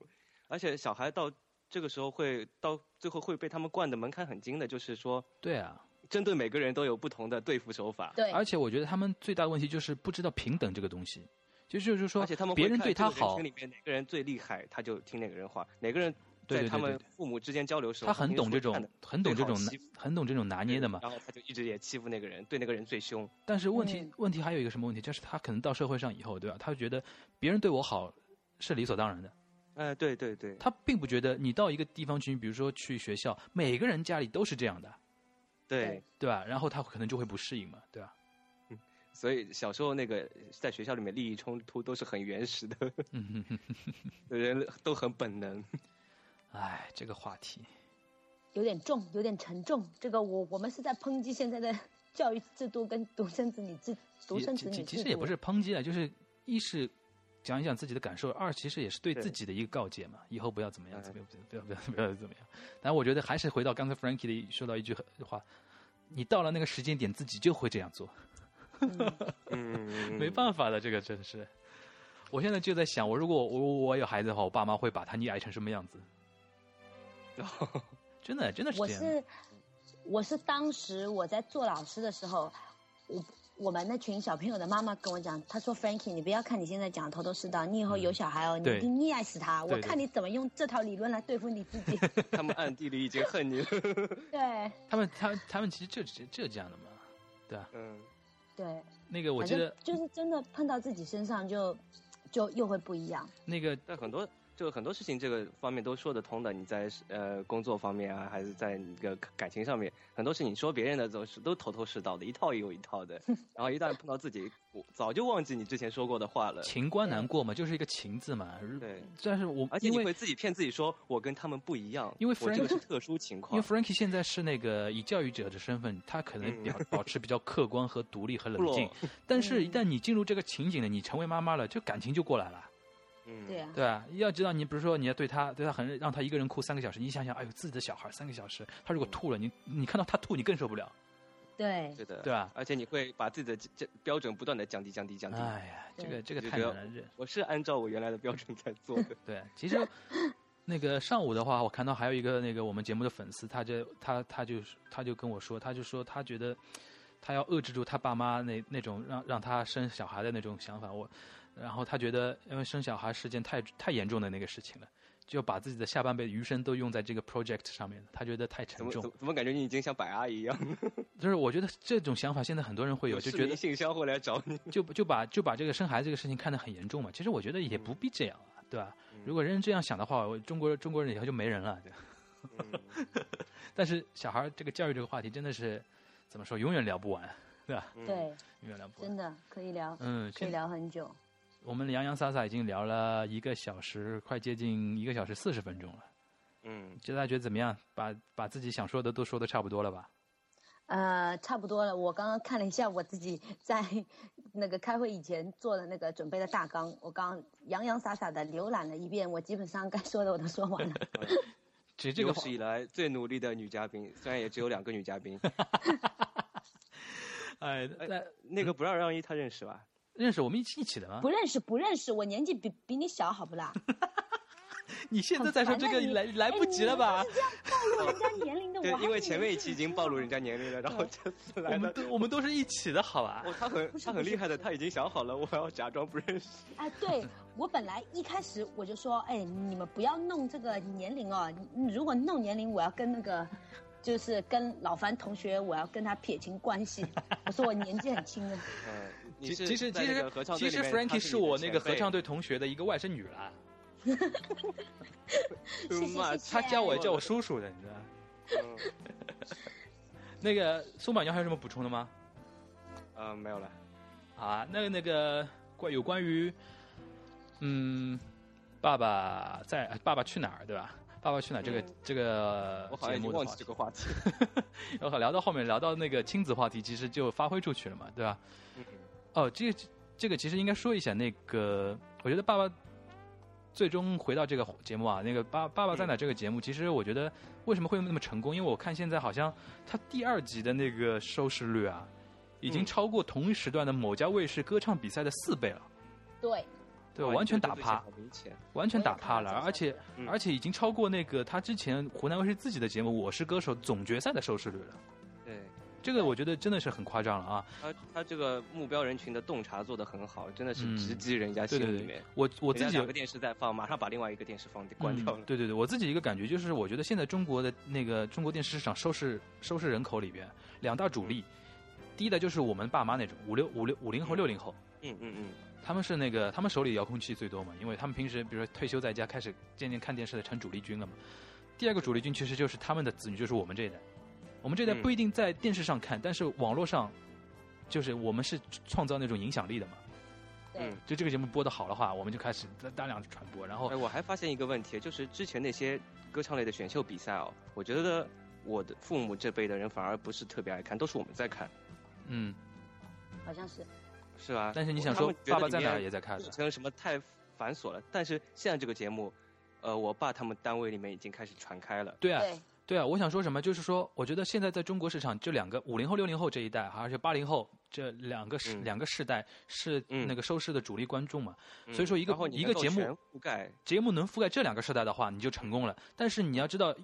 [SPEAKER 5] 而 且小孩到这个时候会到最后会被他们惯的门槛很精的，就是说
[SPEAKER 4] 对啊，
[SPEAKER 5] 针对每个人都有不同的对付手法。
[SPEAKER 6] 对，
[SPEAKER 4] 而且我觉得他们最大的问题就是不知道平等这个东西，就就是说，
[SPEAKER 5] 而且他们会
[SPEAKER 4] 别人
[SPEAKER 5] 看
[SPEAKER 4] 对
[SPEAKER 5] 这个
[SPEAKER 4] 他
[SPEAKER 5] 人
[SPEAKER 4] 好
[SPEAKER 5] 群，里面哪个人最厉害，他就听哪个人话。哪个人
[SPEAKER 4] 对
[SPEAKER 5] 在
[SPEAKER 4] 对
[SPEAKER 5] 他
[SPEAKER 4] 对对
[SPEAKER 5] 们父母之间交流时候，
[SPEAKER 4] 他很
[SPEAKER 5] 平时
[SPEAKER 4] 懂这
[SPEAKER 5] 会看
[SPEAKER 4] 种
[SPEAKER 5] 的，
[SPEAKER 4] 很懂
[SPEAKER 5] 最
[SPEAKER 4] 这
[SPEAKER 5] 好
[SPEAKER 4] 种拿
[SPEAKER 5] 欺负
[SPEAKER 4] 很懂这种拿捏的嘛。
[SPEAKER 5] 然后他就一直也欺负那个人，对那个人最凶。
[SPEAKER 4] 但是问题
[SPEAKER 6] 嗯
[SPEAKER 4] 问题还有一个什么问题，就是他可能到社会上以后，对吧？他觉得别人对我好是理所当然的，
[SPEAKER 5] 哎，对对对，
[SPEAKER 4] 他并不觉得你到一个地方去，比如说去学校，每个人家里都是这样的，
[SPEAKER 5] 对，
[SPEAKER 4] 对吧？然后他可能就会不适应嘛，对吧？
[SPEAKER 5] 所以小时候那个在学校里面利益冲突都是很原始的，
[SPEAKER 4] 嗯哼哼，
[SPEAKER 5] 人都很本能。
[SPEAKER 4] 哎，这个话题，
[SPEAKER 6] 有点重，有点沉重。这个我我们是在抨击现在的 教育制度跟独生子女制独
[SPEAKER 4] 也
[SPEAKER 6] 生子
[SPEAKER 4] 其
[SPEAKER 6] 女制度。
[SPEAKER 4] 其其实也不是抨击啊，就是一是讲一讲自己的感受，二其实也是对
[SPEAKER 5] 对
[SPEAKER 4] 自己的一个告诫嘛，以后不要怎么样，怎
[SPEAKER 5] 嗯
[SPEAKER 4] 么样，
[SPEAKER 6] 哎
[SPEAKER 4] 不要不要不要怎么样。但我觉得还是回到刚才 Frankie 的一说到一句话，你到了那个时间点，自己就会这样做，
[SPEAKER 5] 嗯，
[SPEAKER 4] 没办法的，这个真是。我现在就在想，我如果我我我有孩子的话，我爸妈会把他溺爱成什么 样子？
[SPEAKER 5] 法。
[SPEAKER 4] 真的，真的是
[SPEAKER 6] 我
[SPEAKER 4] 这样的。
[SPEAKER 6] 是我是当时我在做老师的时候，我我们那群小朋友的妈妈跟我讲，她说 Frankie，你不要看你现在讲头头是道，你以后有小孩哦，你
[SPEAKER 4] 嗯对
[SPEAKER 6] 一定溺爱死他。
[SPEAKER 4] 对
[SPEAKER 6] 我
[SPEAKER 4] 对
[SPEAKER 6] 看你怎么用这套理论来对付你自 己。
[SPEAKER 5] 他们暗地里已经恨你了。
[SPEAKER 6] 对
[SPEAKER 4] 他们他们他们其实就就这样的嘛。
[SPEAKER 5] 嗯，
[SPEAKER 6] 对，
[SPEAKER 4] 那个我
[SPEAKER 6] 反
[SPEAKER 4] 记
[SPEAKER 6] 正
[SPEAKER 4] 得嗯
[SPEAKER 6] 就是真的碰到自己身上就就又会不一样。
[SPEAKER 4] 那个
[SPEAKER 5] 但很多就很多事情这个方面都说得通的。你在呃工作方面啊，还是在你的感情上面，很多事情你说别人的都是都头头是道的，一套又一套 的。然后一旦碰到自己，我早就忘记你之前说过的话
[SPEAKER 6] 呃
[SPEAKER 5] 了。
[SPEAKER 4] 情关难过嘛，就是一个情字嘛。如
[SPEAKER 5] 对。
[SPEAKER 4] 但是我
[SPEAKER 5] 而且
[SPEAKER 4] 嗯因
[SPEAKER 5] 你
[SPEAKER 4] 为
[SPEAKER 5] 会自己骗自己说，我跟他们不一样，
[SPEAKER 4] 因为
[SPEAKER 5] 我这个
[SPEAKER 4] Frank-
[SPEAKER 5] 是特殊情
[SPEAKER 4] 因
[SPEAKER 5] 况
[SPEAKER 4] 为，Frankie 现在是那个以教育者的身份，他可
[SPEAKER 5] 嗯
[SPEAKER 4] 能表保持比较客观和独立和冷静
[SPEAKER 5] Pro，
[SPEAKER 4] 但是，一旦你进入这个情景了，你成为妈妈了，就感情就过来了，
[SPEAKER 5] 嗯，
[SPEAKER 6] 对啊，
[SPEAKER 4] 对吧？要知道，你比如说你要对他，对他很让他一个人哭三个小时，你想想，哎呦，自己的小孩三个小时，他如
[SPEAKER 5] 嗯
[SPEAKER 4] 果吐了，你你看到他吐，你更受不了，
[SPEAKER 6] 对
[SPEAKER 5] 是的，
[SPEAKER 4] 对啊吧
[SPEAKER 5] 而且你会把自己的这这标准不断的降低、降低、降低。
[SPEAKER 4] 哎呀，这个这个
[SPEAKER 5] 就
[SPEAKER 4] 太
[SPEAKER 5] 觉
[SPEAKER 4] 难
[SPEAKER 5] 得
[SPEAKER 4] 了，这
[SPEAKER 5] 我是按照我原来的标准在做的，
[SPEAKER 4] 对，其实那个上午的话，我看到还有一个那个我们节目的粉丝，他就他他就是他就跟我说，他就说他觉得他要遏制住他爸妈那那种让让他生小孩的那种想法，我，然后他觉得因为生小孩是件太太严重的那个事情了。就把自己的下半辈余生都用在这个 project 上面了，他觉得太
[SPEAKER 5] 怎
[SPEAKER 4] 沉
[SPEAKER 5] 么
[SPEAKER 4] 重
[SPEAKER 5] 怎。么怎么感觉你已经像白阿姨一样，
[SPEAKER 4] 就是我觉得这种想法现在很多人会有，就
[SPEAKER 5] 市
[SPEAKER 4] 觉
[SPEAKER 5] 民
[SPEAKER 4] 得
[SPEAKER 5] 信箱会来找你。
[SPEAKER 4] 就就把就把这个生孩子这个事情看得很严重嘛。其实我觉得也
[SPEAKER 5] 嗯
[SPEAKER 4] 不必这样啊，对吧？如果人人这样想的话，我中国中国人以后就没人了。对吧
[SPEAKER 5] 嗯
[SPEAKER 4] 但是小孩儿这个教育这个话题真的是怎么说，永远聊不完，对吧？
[SPEAKER 5] 嗯
[SPEAKER 6] 对，
[SPEAKER 4] 永远聊不完。
[SPEAKER 6] 真的可以聊，
[SPEAKER 4] 嗯，
[SPEAKER 6] 可以
[SPEAKER 4] 现
[SPEAKER 6] 聊很久。
[SPEAKER 4] 我们洋洋洒洒已经聊了一个小时，快接近一个小时四十分钟了。
[SPEAKER 5] 嗯，
[SPEAKER 4] 就大家觉得怎么样？把把自己想说的都说的差不多了吧？
[SPEAKER 6] 呃，差不多了。我刚刚看了一下我自己 在那个开会以前做的那个准备的 大纲，我刚洋洋洒洒的浏览了一遍，我基本上该说的我都说完了。
[SPEAKER 4] 其实这个
[SPEAKER 5] 有史以来最努力的女嘉宾，虽然也只有两个女嘉宾。
[SPEAKER 4] 哎，那
[SPEAKER 5] 那个不让让一他认识吧？
[SPEAKER 4] 认识我们一起一起的吗
[SPEAKER 6] 不？认识不认识，我年纪比比你小，好不 啦？
[SPEAKER 4] 你现在再说这个
[SPEAKER 6] 很烦的
[SPEAKER 4] 来
[SPEAKER 6] 啊你
[SPEAKER 4] 来不及了吧？
[SPEAKER 6] 暴露哎人家年龄的，
[SPEAKER 5] 对
[SPEAKER 6] 我，还
[SPEAKER 5] 因为
[SPEAKER 6] 是
[SPEAKER 5] 前面一
[SPEAKER 6] 年
[SPEAKER 5] 期
[SPEAKER 6] 轻
[SPEAKER 5] 已经暴露人家年龄了，然后这
[SPEAKER 6] 哎
[SPEAKER 5] 次来
[SPEAKER 4] 我们
[SPEAKER 5] 的，
[SPEAKER 4] 都我们都是一起的，好吧？
[SPEAKER 5] 哦，他很
[SPEAKER 6] 不是
[SPEAKER 5] 他
[SPEAKER 6] 不
[SPEAKER 5] 很
[SPEAKER 6] 是
[SPEAKER 5] 厉害的，
[SPEAKER 6] 不是
[SPEAKER 5] 他已经想好了，我要假装不认识。
[SPEAKER 6] 啊，对我本来一开始我就说，哎，你们不要弄这个年龄哦，你如果弄年龄，我要跟那个，就是跟老樊同学，我要跟他撇清关 系。我说我年纪很轻的，
[SPEAKER 5] 嗯，你
[SPEAKER 4] 其
[SPEAKER 5] 是
[SPEAKER 4] 其实
[SPEAKER 5] 在
[SPEAKER 4] 其
[SPEAKER 5] 那
[SPEAKER 4] 实
[SPEAKER 5] 个合唱队
[SPEAKER 4] 其
[SPEAKER 5] 里
[SPEAKER 4] 实
[SPEAKER 5] 面
[SPEAKER 4] Frankie
[SPEAKER 5] 她
[SPEAKER 4] 是
[SPEAKER 5] 你的
[SPEAKER 4] 我那个
[SPEAKER 5] 前
[SPEAKER 4] 合
[SPEAKER 5] 辈
[SPEAKER 4] 唱队同学的一个外甥女啊啦，
[SPEAKER 5] Too
[SPEAKER 6] 谢谢
[SPEAKER 5] much
[SPEAKER 6] 谢
[SPEAKER 4] 她嗯叫我
[SPEAKER 5] 对
[SPEAKER 4] 叫我叔叔的，你知道吗？
[SPEAKER 5] 嗯
[SPEAKER 4] 那个松板牛还有什么补充的吗？
[SPEAKER 5] 呃，没有了。
[SPEAKER 4] 啊，那那个关有关于，嗯，爸爸在《爸爸去哪儿》对吧？《爸爸去哪儿》这个、
[SPEAKER 5] 嗯
[SPEAKER 4] 这个
[SPEAKER 5] 我好像
[SPEAKER 4] 节
[SPEAKER 5] 已
[SPEAKER 4] 目
[SPEAKER 5] 经
[SPEAKER 4] 的
[SPEAKER 5] 忘
[SPEAKER 4] 话
[SPEAKER 5] 记这
[SPEAKER 4] 题，
[SPEAKER 5] 个话题。
[SPEAKER 4] 然后聊到后面聊到那个亲子话题，其实就发挥出去了嘛，对吧？
[SPEAKER 5] 嗯
[SPEAKER 4] 哦，这个这个其实应该说一下，那个我觉得爸爸最终回到这个节目啊，那个爸爸爸在哪这个节目，其实我觉得为什么会那么成功？因为我看现在好像他第二集的那个收视率啊，已经
[SPEAKER 5] 嗯
[SPEAKER 4] 超过同一时段的某家卫视歌唱比赛的四倍了。
[SPEAKER 6] 对，
[SPEAKER 4] 对，
[SPEAKER 5] 哇
[SPEAKER 4] 完
[SPEAKER 5] 啊你
[SPEAKER 4] 全
[SPEAKER 5] 这
[SPEAKER 4] 打
[SPEAKER 5] 个对
[SPEAKER 4] 趴
[SPEAKER 5] 象好，明显。
[SPEAKER 4] 完全
[SPEAKER 6] 我也
[SPEAKER 4] 打
[SPEAKER 6] 看
[SPEAKER 4] 趴
[SPEAKER 6] 到
[SPEAKER 4] 了，
[SPEAKER 6] 这些
[SPEAKER 4] 而且
[SPEAKER 5] 嗯
[SPEAKER 4] 而且已经超过那个他之前湖南卫视自己的节目《我是歌手》总决赛的收视率了。
[SPEAKER 5] 对
[SPEAKER 4] 这个我觉得真的是很夸张了啊！
[SPEAKER 5] 他，他这个目标人群的洞察做得很好，真的是
[SPEAKER 4] 嗯
[SPEAKER 5] 直击人家
[SPEAKER 4] 对
[SPEAKER 5] 心
[SPEAKER 4] 对
[SPEAKER 5] 里
[SPEAKER 4] 对
[SPEAKER 5] 面。，
[SPEAKER 4] 我我自
[SPEAKER 5] 人家
[SPEAKER 4] 己
[SPEAKER 5] 两个电视在放，马上把另外一个电视放关掉了
[SPEAKER 4] 嗯。对对对，我自己一个感觉就是，我觉得现在中国的那个中国电视市场收视收视人口里边，两大主力，第一的就是我们爸妈那种五六五六五零后
[SPEAKER 5] 嗯
[SPEAKER 4] 六零后，
[SPEAKER 5] 嗯嗯嗯，
[SPEAKER 4] 他们是那个他们手里遥控器最多嘛，因为他们平时比如说退休在家，开始渐渐看电视的成主力军了嘛。第二个主力军其实就是他们的子女，就是我们这一代。我们这一代
[SPEAKER 5] 嗯
[SPEAKER 4] 不一定在电视上看，但是网络上，就是我们是创造那种影响力的嘛。
[SPEAKER 6] 对
[SPEAKER 5] 嗯
[SPEAKER 4] 就这个节目播的好的话，我们就开始大大量传播，然后
[SPEAKER 5] 哎，我还发现一个问题，就是之前那些歌唱类的选秀比赛哦，我觉得我的父母这辈的人反而不是特别爱看，都是我们在看，
[SPEAKER 4] 嗯，
[SPEAKER 6] 好像是。
[SPEAKER 5] 是吧？
[SPEAKER 4] 但是你想
[SPEAKER 5] 他
[SPEAKER 4] 说
[SPEAKER 5] 们
[SPEAKER 4] 《
[SPEAKER 5] 觉得
[SPEAKER 4] 爸爸
[SPEAKER 5] 里
[SPEAKER 4] 在哪儿》
[SPEAKER 5] 面
[SPEAKER 4] 也在看
[SPEAKER 5] 制
[SPEAKER 4] 的，
[SPEAKER 5] 成什么太繁琐了。但是现在这个节目，呃，我爸他们单位里面已经开始传开了。
[SPEAKER 4] 对啊，
[SPEAKER 6] 对，
[SPEAKER 4] 对啊，我想说什么，就是说，我觉得现在在中国市场，这两个五零后、六零后这一代，而且八零后这两个世、
[SPEAKER 5] 嗯
[SPEAKER 4] 两个世代是
[SPEAKER 5] 嗯
[SPEAKER 4] 那个收视的主力观众嘛。
[SPEAKER 5] 嗯
[SPEAKER 4] 所以说一个
[SPEAKER 5] 然后你
[SPEAKER 4] 一
[SPEAKER 5] 能
[SPEAKER 4] 个
[SPEAKER 5] 够
[SPEAKER 4] 节目
[SPEAKER 5] 全覆盖，
[SPEAKER 4] 节目能覆盖这两个世代的话，你就成功了。但是你要知道，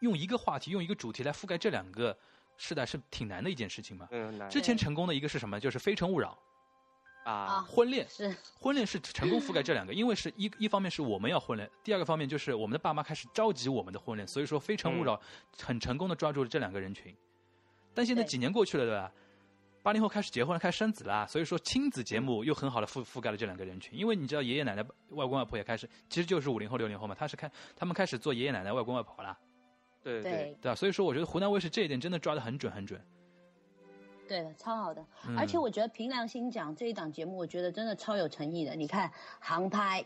[SPEAKER 4] 用一个话题、用一个主题来覆盖这两个世代是挺难的一件事情嘛。
[SPEAKER 5] 嗯，难
[SPEAKER 4] 之前成功的一个是什么？就是《非诚勿扰
[SPEAKER 5] 啊
[SPEAKER 6] 啊》
[SPEAKER 4] 婚恋，
[SPEAKER 6] 是
[SPEAKER 4] 婚恋是成功覆盖这两个，因为是一一方面是我们要婚恋，第二个方面就是我们的爸妈开始着急我们的婚恋，所以说《非诚勿扰》很成功的抓住了这两个人群。但现在
[SPEAKER 6] 嗯对
[SPEAKER 4] 几年过去了，对吧？八零后开始结婚了，开始生子啦，所以说亲子节目又很好的覆覆盖了这两个人群，因为你知道爷爷奶奶、外公外婆也开始，其实就是五零后、六零后嘛，他是开他们开始做爷爷奶奶、外公外婆啦，
[SPEAKER 5] 对对，
[SPEAKER 6] 对
[SPEAKER 4] 对吧？所以说我觉得湖南卫视这一点真的抓的很准很准，
[SPEAKER 6] 对的，超好的。
[SPEAKER 4] 嗯、
[SPEAKER 6] 而且我觉得凭良心讲，这一档节目我觉得真的超有诚意的。你看航拍，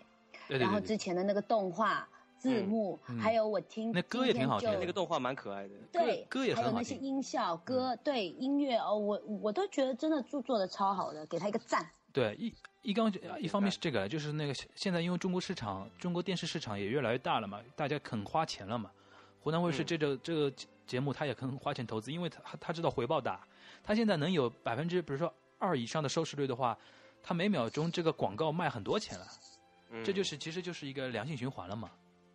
[SPEAKER 4] 对对
[SPEAKER 6] 然后
[SPEAKER 4] 对
[SPEAKER 6] 之
[SPEAKER 4] 对，
[SPEAKER 6] 前的那个动画字
[SPEAKER 5] 嗯
[SPEAKER 6] 幕，
[SPEAKER 4] 嗯
[SPEAKER 6] 还有我听
[SPEAKER 4] 那歌
[SPEAKER 6] 今
[SPEAKER 4] 也挺
[SPEAKER 6] 天
[SPEAKER 4] 好听的
[SPEAKER 6] 就
[SPEAKER 5] 那个动画蛮可爱的。
[SPEAKER 6] 对，
[SPEAKER 4] 歌也
[SPEAKER 6] 还有
[SPEAKER 4] 很好
[SPEAKER 6] 那些
[SPEAKER 4] 听嗯
[SPEAKER 6] 音效、歌，对音乐哦，我我都觉得真的做做的超好的，给他一个赞。
[SPEAKER 4] 对，一一刚一方
[SPEAKER 5] 明
[SPEAKER 4] 面
[SPEAKER 5] 白
[SPEAKER 4] 是这个，就是那个现在因为中国市场，中国电视市场也越来越大了嘛，大家肯花钱了嘛。湖南卫视
[SPEAKER 5] 嗯
[SPEAKER 4] 这个、这个节目，他也肯花钱投资，因为他他知道回报大，他现在能有百分之比如说二以上的收视率的话，他每秒钟这个广告卖很多钱了，
[SPEAKER 5] 嗯
[SPEAKER 4] 这就是其实就是一个良性循环了嘛。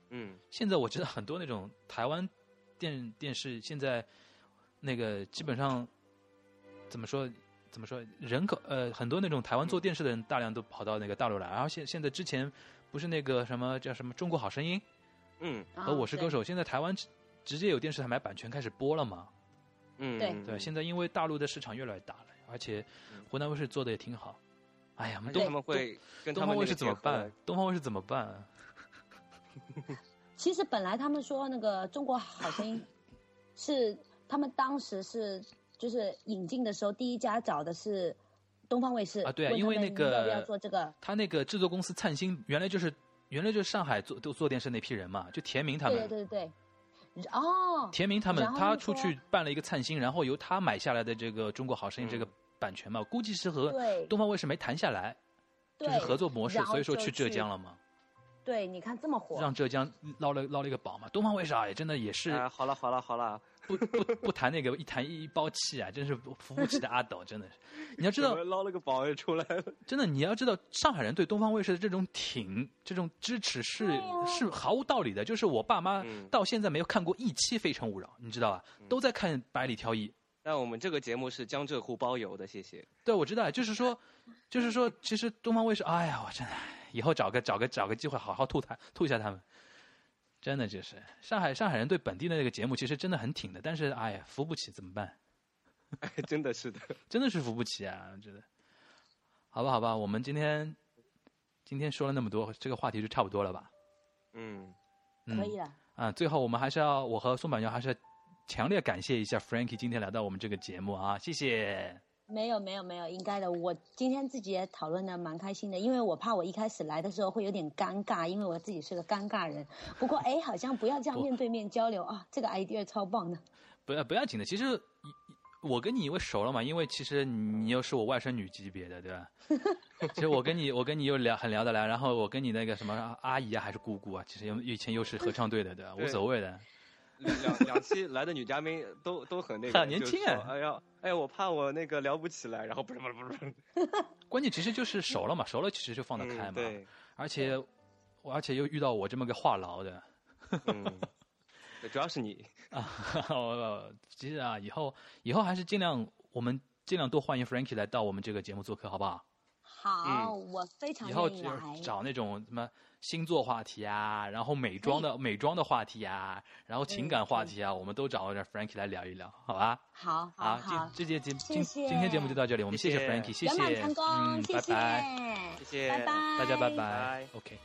[SPEAKER 5] 嗯
[SPEAKER 4] 现在我知道很多那种台湾电电视现在那个基本上怎么说怎么说人口呃很多那种台湾做电视的人大量都跑到那个大陆来，然后现现在之前不是那个什么叫什么中国好声音
[SPEAKER 5] 嗯
[SPEAKER 6] 啊
[SPEAKER 4] 和呃我是歌
[SPEAKER 6] 对
[SPEAKER 4] 手，现在台湾直直接有电视台买版权开始播了嘛？
[SPEAKER 5] 嗯，
[SPEAKER 6] 对
[SPEAKER 4] 对，现
[SPEAKER 5] 在
[SPEAKER 4] 在因为大陆的市场越来越大了，而且
[SPEAKER 5] 嗯
[SPEAKER 4] 湖南卫视做的也挺好。哎呀，我们
[SPEAKER 5] 他
[SPEAKER 4] 东
[SPEAKER 5] 们会跟
[SPEAKER 4] 东
[SPEAKER 5] 他
[SPEAKER 4] 方
[SPEAKER 5] 们
[SPEAKER 4] 卫
[SPEAKER 5] 那
[SPEAKER 4] 视
[SPEAKER 5] 个
[SPEAKER 4] 怎么
[SPEAKER 5] 结合
[SPEAKER 4] 办？？东方卫视怎么办啊？
[SPEAKER 6] 其实本来他们说那个《中国好声 音》是他们当时是就是引进的时候，第一家找的是东方卫视
[SPEAKER 4] 啊对啊
[SPEAKER 6] 问
[SPEAKER 4] 因为
[SPEAKER 6] 他
[SPEAKER 4] 那
[SPEAKER 6] 们
[SPEAKER 4] 个
[SPEAKER 6] 要不要做这个，
[SPEAKER 4] 他那个制作公司灿星原来就是原来就是上海做都做电视那批人嘛，就田明他
[SPEAKER 6] 对
[SPEAKER 4] 们，
[SPEAKER 6] 对对对对，哦，
[SPEAKER 4] 田明他们
[SPEAKER 6] 然后
[SPEAKER 4] 他
[SPEAKER 6] 那
[SPEAKER 4] 出
[SPEAKER 6] 个
[SPEAKER 4] 去办了一个灿星，然后由他买下来的这个《中国好声音》这个版权嘛，估计是和
[SPEAKER 6] 对
[SPEAKER 4] 东方卫视没谈下来，就是
[SPEAKER 6] 对
[SPEAKER 4] 合作模式
[SPEAKER 6] 然，后
[SPEAKER 4] 所以说
[SPEAKER 6] 就
[SPEAKER 4] 去浙
[SPEAKER 6] 去
[SPEAKER 4] 江了嘛。
[SPEAKER 6] 对，你看这么火，
[SPEAKER 4] 让浙江捞了捞了一个宝嘛。东方卫视啊，也真的也是
[SPEAKER 5] 啊，好了好了好了，
[SPEAKER 4] 不不不谈那个，一谈一包气啊，真是扶不起的阿斗，真的是。你要知道，
[SPEAKER 5] 捞了个宝也出来了。
[SPEAKER 4] 真的，你要知道，上海人对东方卫视的这种挺、这种支持是、
[SPEAKER 6] 啊、
[SPEAKER 4] 是毫无道理的。就是我爸妈
[SPEAKER 5] 嗯
[SPEAKER 4] 到现在没有看过一期《非诚勿扰》，你知道吧？都在看《百里挑一》。
[SPEAKER 5] 但我们这个节目是江浙沪包邮的，谢谢。
[SPEAKER 4] 对，我知道，就是说，就是说，其实东方卫视，哎呀，我真的，以后找个找个找个机会好好吐他吐一下他们，真的就是上海上海人对本地的那个节目其实真的很挺的，但是哎呀，扶不起怎么办？
[SPEAKER 5] 哎，真的是的。
[SPEAKER 4] 真的是扶不起啊，我觉得。好吧，好吧，我们今天今天说了那么多，这个话题就差不多了吧？
[SPEAKER 5] 嗯，
[SPEAKER 4] 嗯、
[SPEAKER 6] 可以了。
[SPEAKER 4] 啊，最后我们还是要，我和松板娘还是要强烈感谢一下 Frankie 今天来到我们这个节目啊，谢谢。
[SPEAKER 6] 没有没有没有，应该的。我今天自己也讨论的蛮开心的，因为我怕我一开始来的时候会有点尴尬，因为我自己是个尴尬人。不过哎，好像不要这样
[SPEAKER 4] 不
[SPEAKER 6] 面对面交流啊，这个 idea 超棒的。
[SPEAKER 4] 不要不要紧的，其实我跟你因为熟了嘛，因为其实你又是我外甥女级别的，对吧？ 其实我跟你我跟你又聊很聊得来，然后我跟你那个什么阿姨啊还是姑姑啊，其实又以前又是合唱队的，对吧？无
[SPEAKER 5] 对
[SPEAKER 4] 所谓的。
[SPEAKER 5] 两两期来的女嘉宾都都很那个，
[SPEAKER 4] 很年轻
[SPEAKER 5] 就
[SPEAKER 4] 啊
[SPEAKER 5] 是说哎呀，哎，我怕我那个聊不起来，然后不是不是不是，
[SPEAKER 4] 关键其实就是熟了嘛，熟了其实就放得开
[SPEAKER 5] 嗯
[SPEAKER 4] 嘛。
[SPEAKER 5] 对，
[SPEAKER 4] 而且我而且又遇到我这么个话痨的，
[SPEAKER 5] 嗯，对主要是你，
[SPEAKER 4] 啊，我其实啊，以后以后还是尽量我们尽量多欢迎 Frankie 来到我们这个节目做客，好不好？
[SPEAKER 6] 好，我非常
[SPEAKER 4] 嗯以后
[SPEAKER 6] 愿意
[SPEAKER 4] 就
[SPEAKER 6] 来。
[SPEAKER 4] 找那种什么星座话题啊，然后美妆的美妆的话题啊，然后情感话
[SPEAKER 6] 嗯
[SPEAKER 4] 题啊，我们都找点 Frankie 来聊一聊，好吧？
[SPEAKER 6] 好好
[SPEAKER 4] 好，
[SPEAKER 6] 好，
[SPEAKER 4] 今这节节
[SPEAKER 6] 谢
[SPEAKER 4] 今
[SPEAKER 6] 谢
[SPEAKER 4] 今天节目就到这里，我们谢
[SPEAKER 5] 谢谢
[SPEAKER 4] Frankie，谢
[SPEAKER 6] 圆满
[SPEAKER 4] 谢，
[SPEAKER 6] 成功，
[SPEAKER 4] 嗯，
[SPEAKER 6] 谢
[SPEAKER 4] 拜
[SPEAKER 6] 谢，
[SPEAKER 4] 拜，
[SPEAKER 5] 谢谢，
[SPEAKER 6] 拜拜，
[SPEAKER 4] 大家拜拜
[SPEAKER 5] 拜
[SPEAKER 4] o k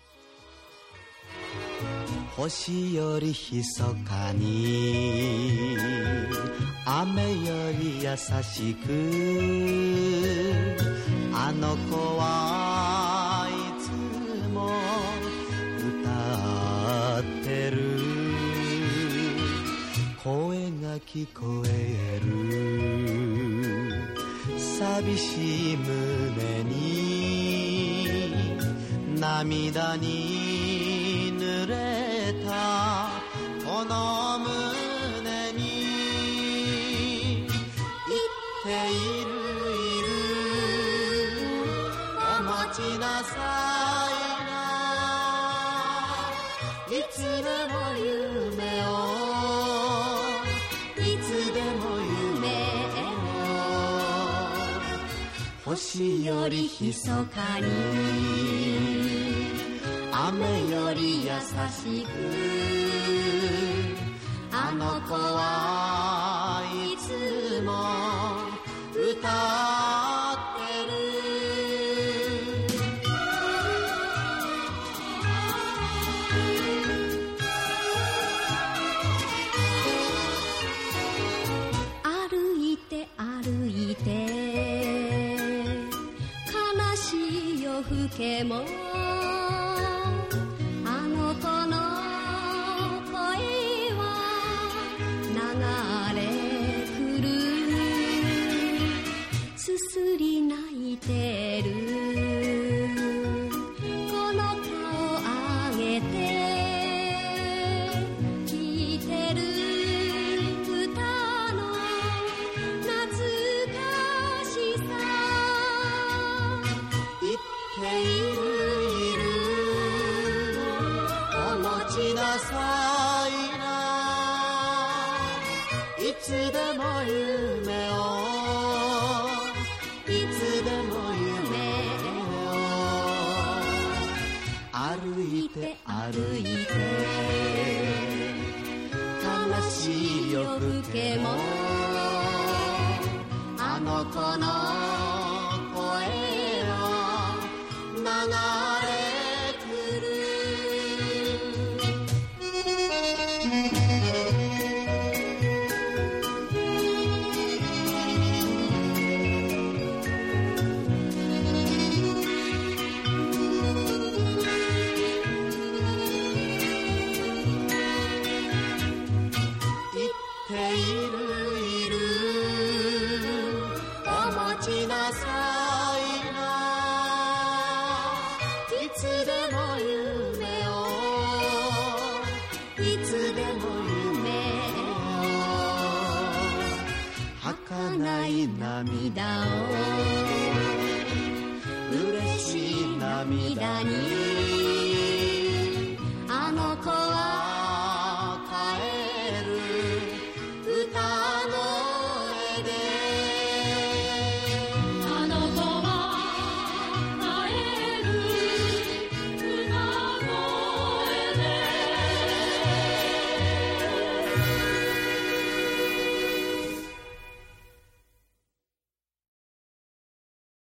[SPEAKER 8] 星よりひそかに雨より優しくあの子はいつも歌ってる声が聞こえる寂しい胸に涙に濡れたこの胸に言っているいるお待ちなさいないつでも夢をいつでも夢を星よりひそかに雨より優しくあの子はいつも歌ってる
[SPEAKER 9] 歩いて歩いて悲しい夜更けもあの子の声は流れ来るすすり泣いてるこの顔上げて聴いてる歌の懐かしさ
[SPEAKER 8] 言っているいるお持ちなさいないつでも夢をいつでも夢を歩いて歩いて悲しい夜更けもあの子の声は流れ来る言っているいるお持
[SPEAKER 9] 涙を嬉しい涙にあの子は帰る歌の絵であの子は帰る歌の絵で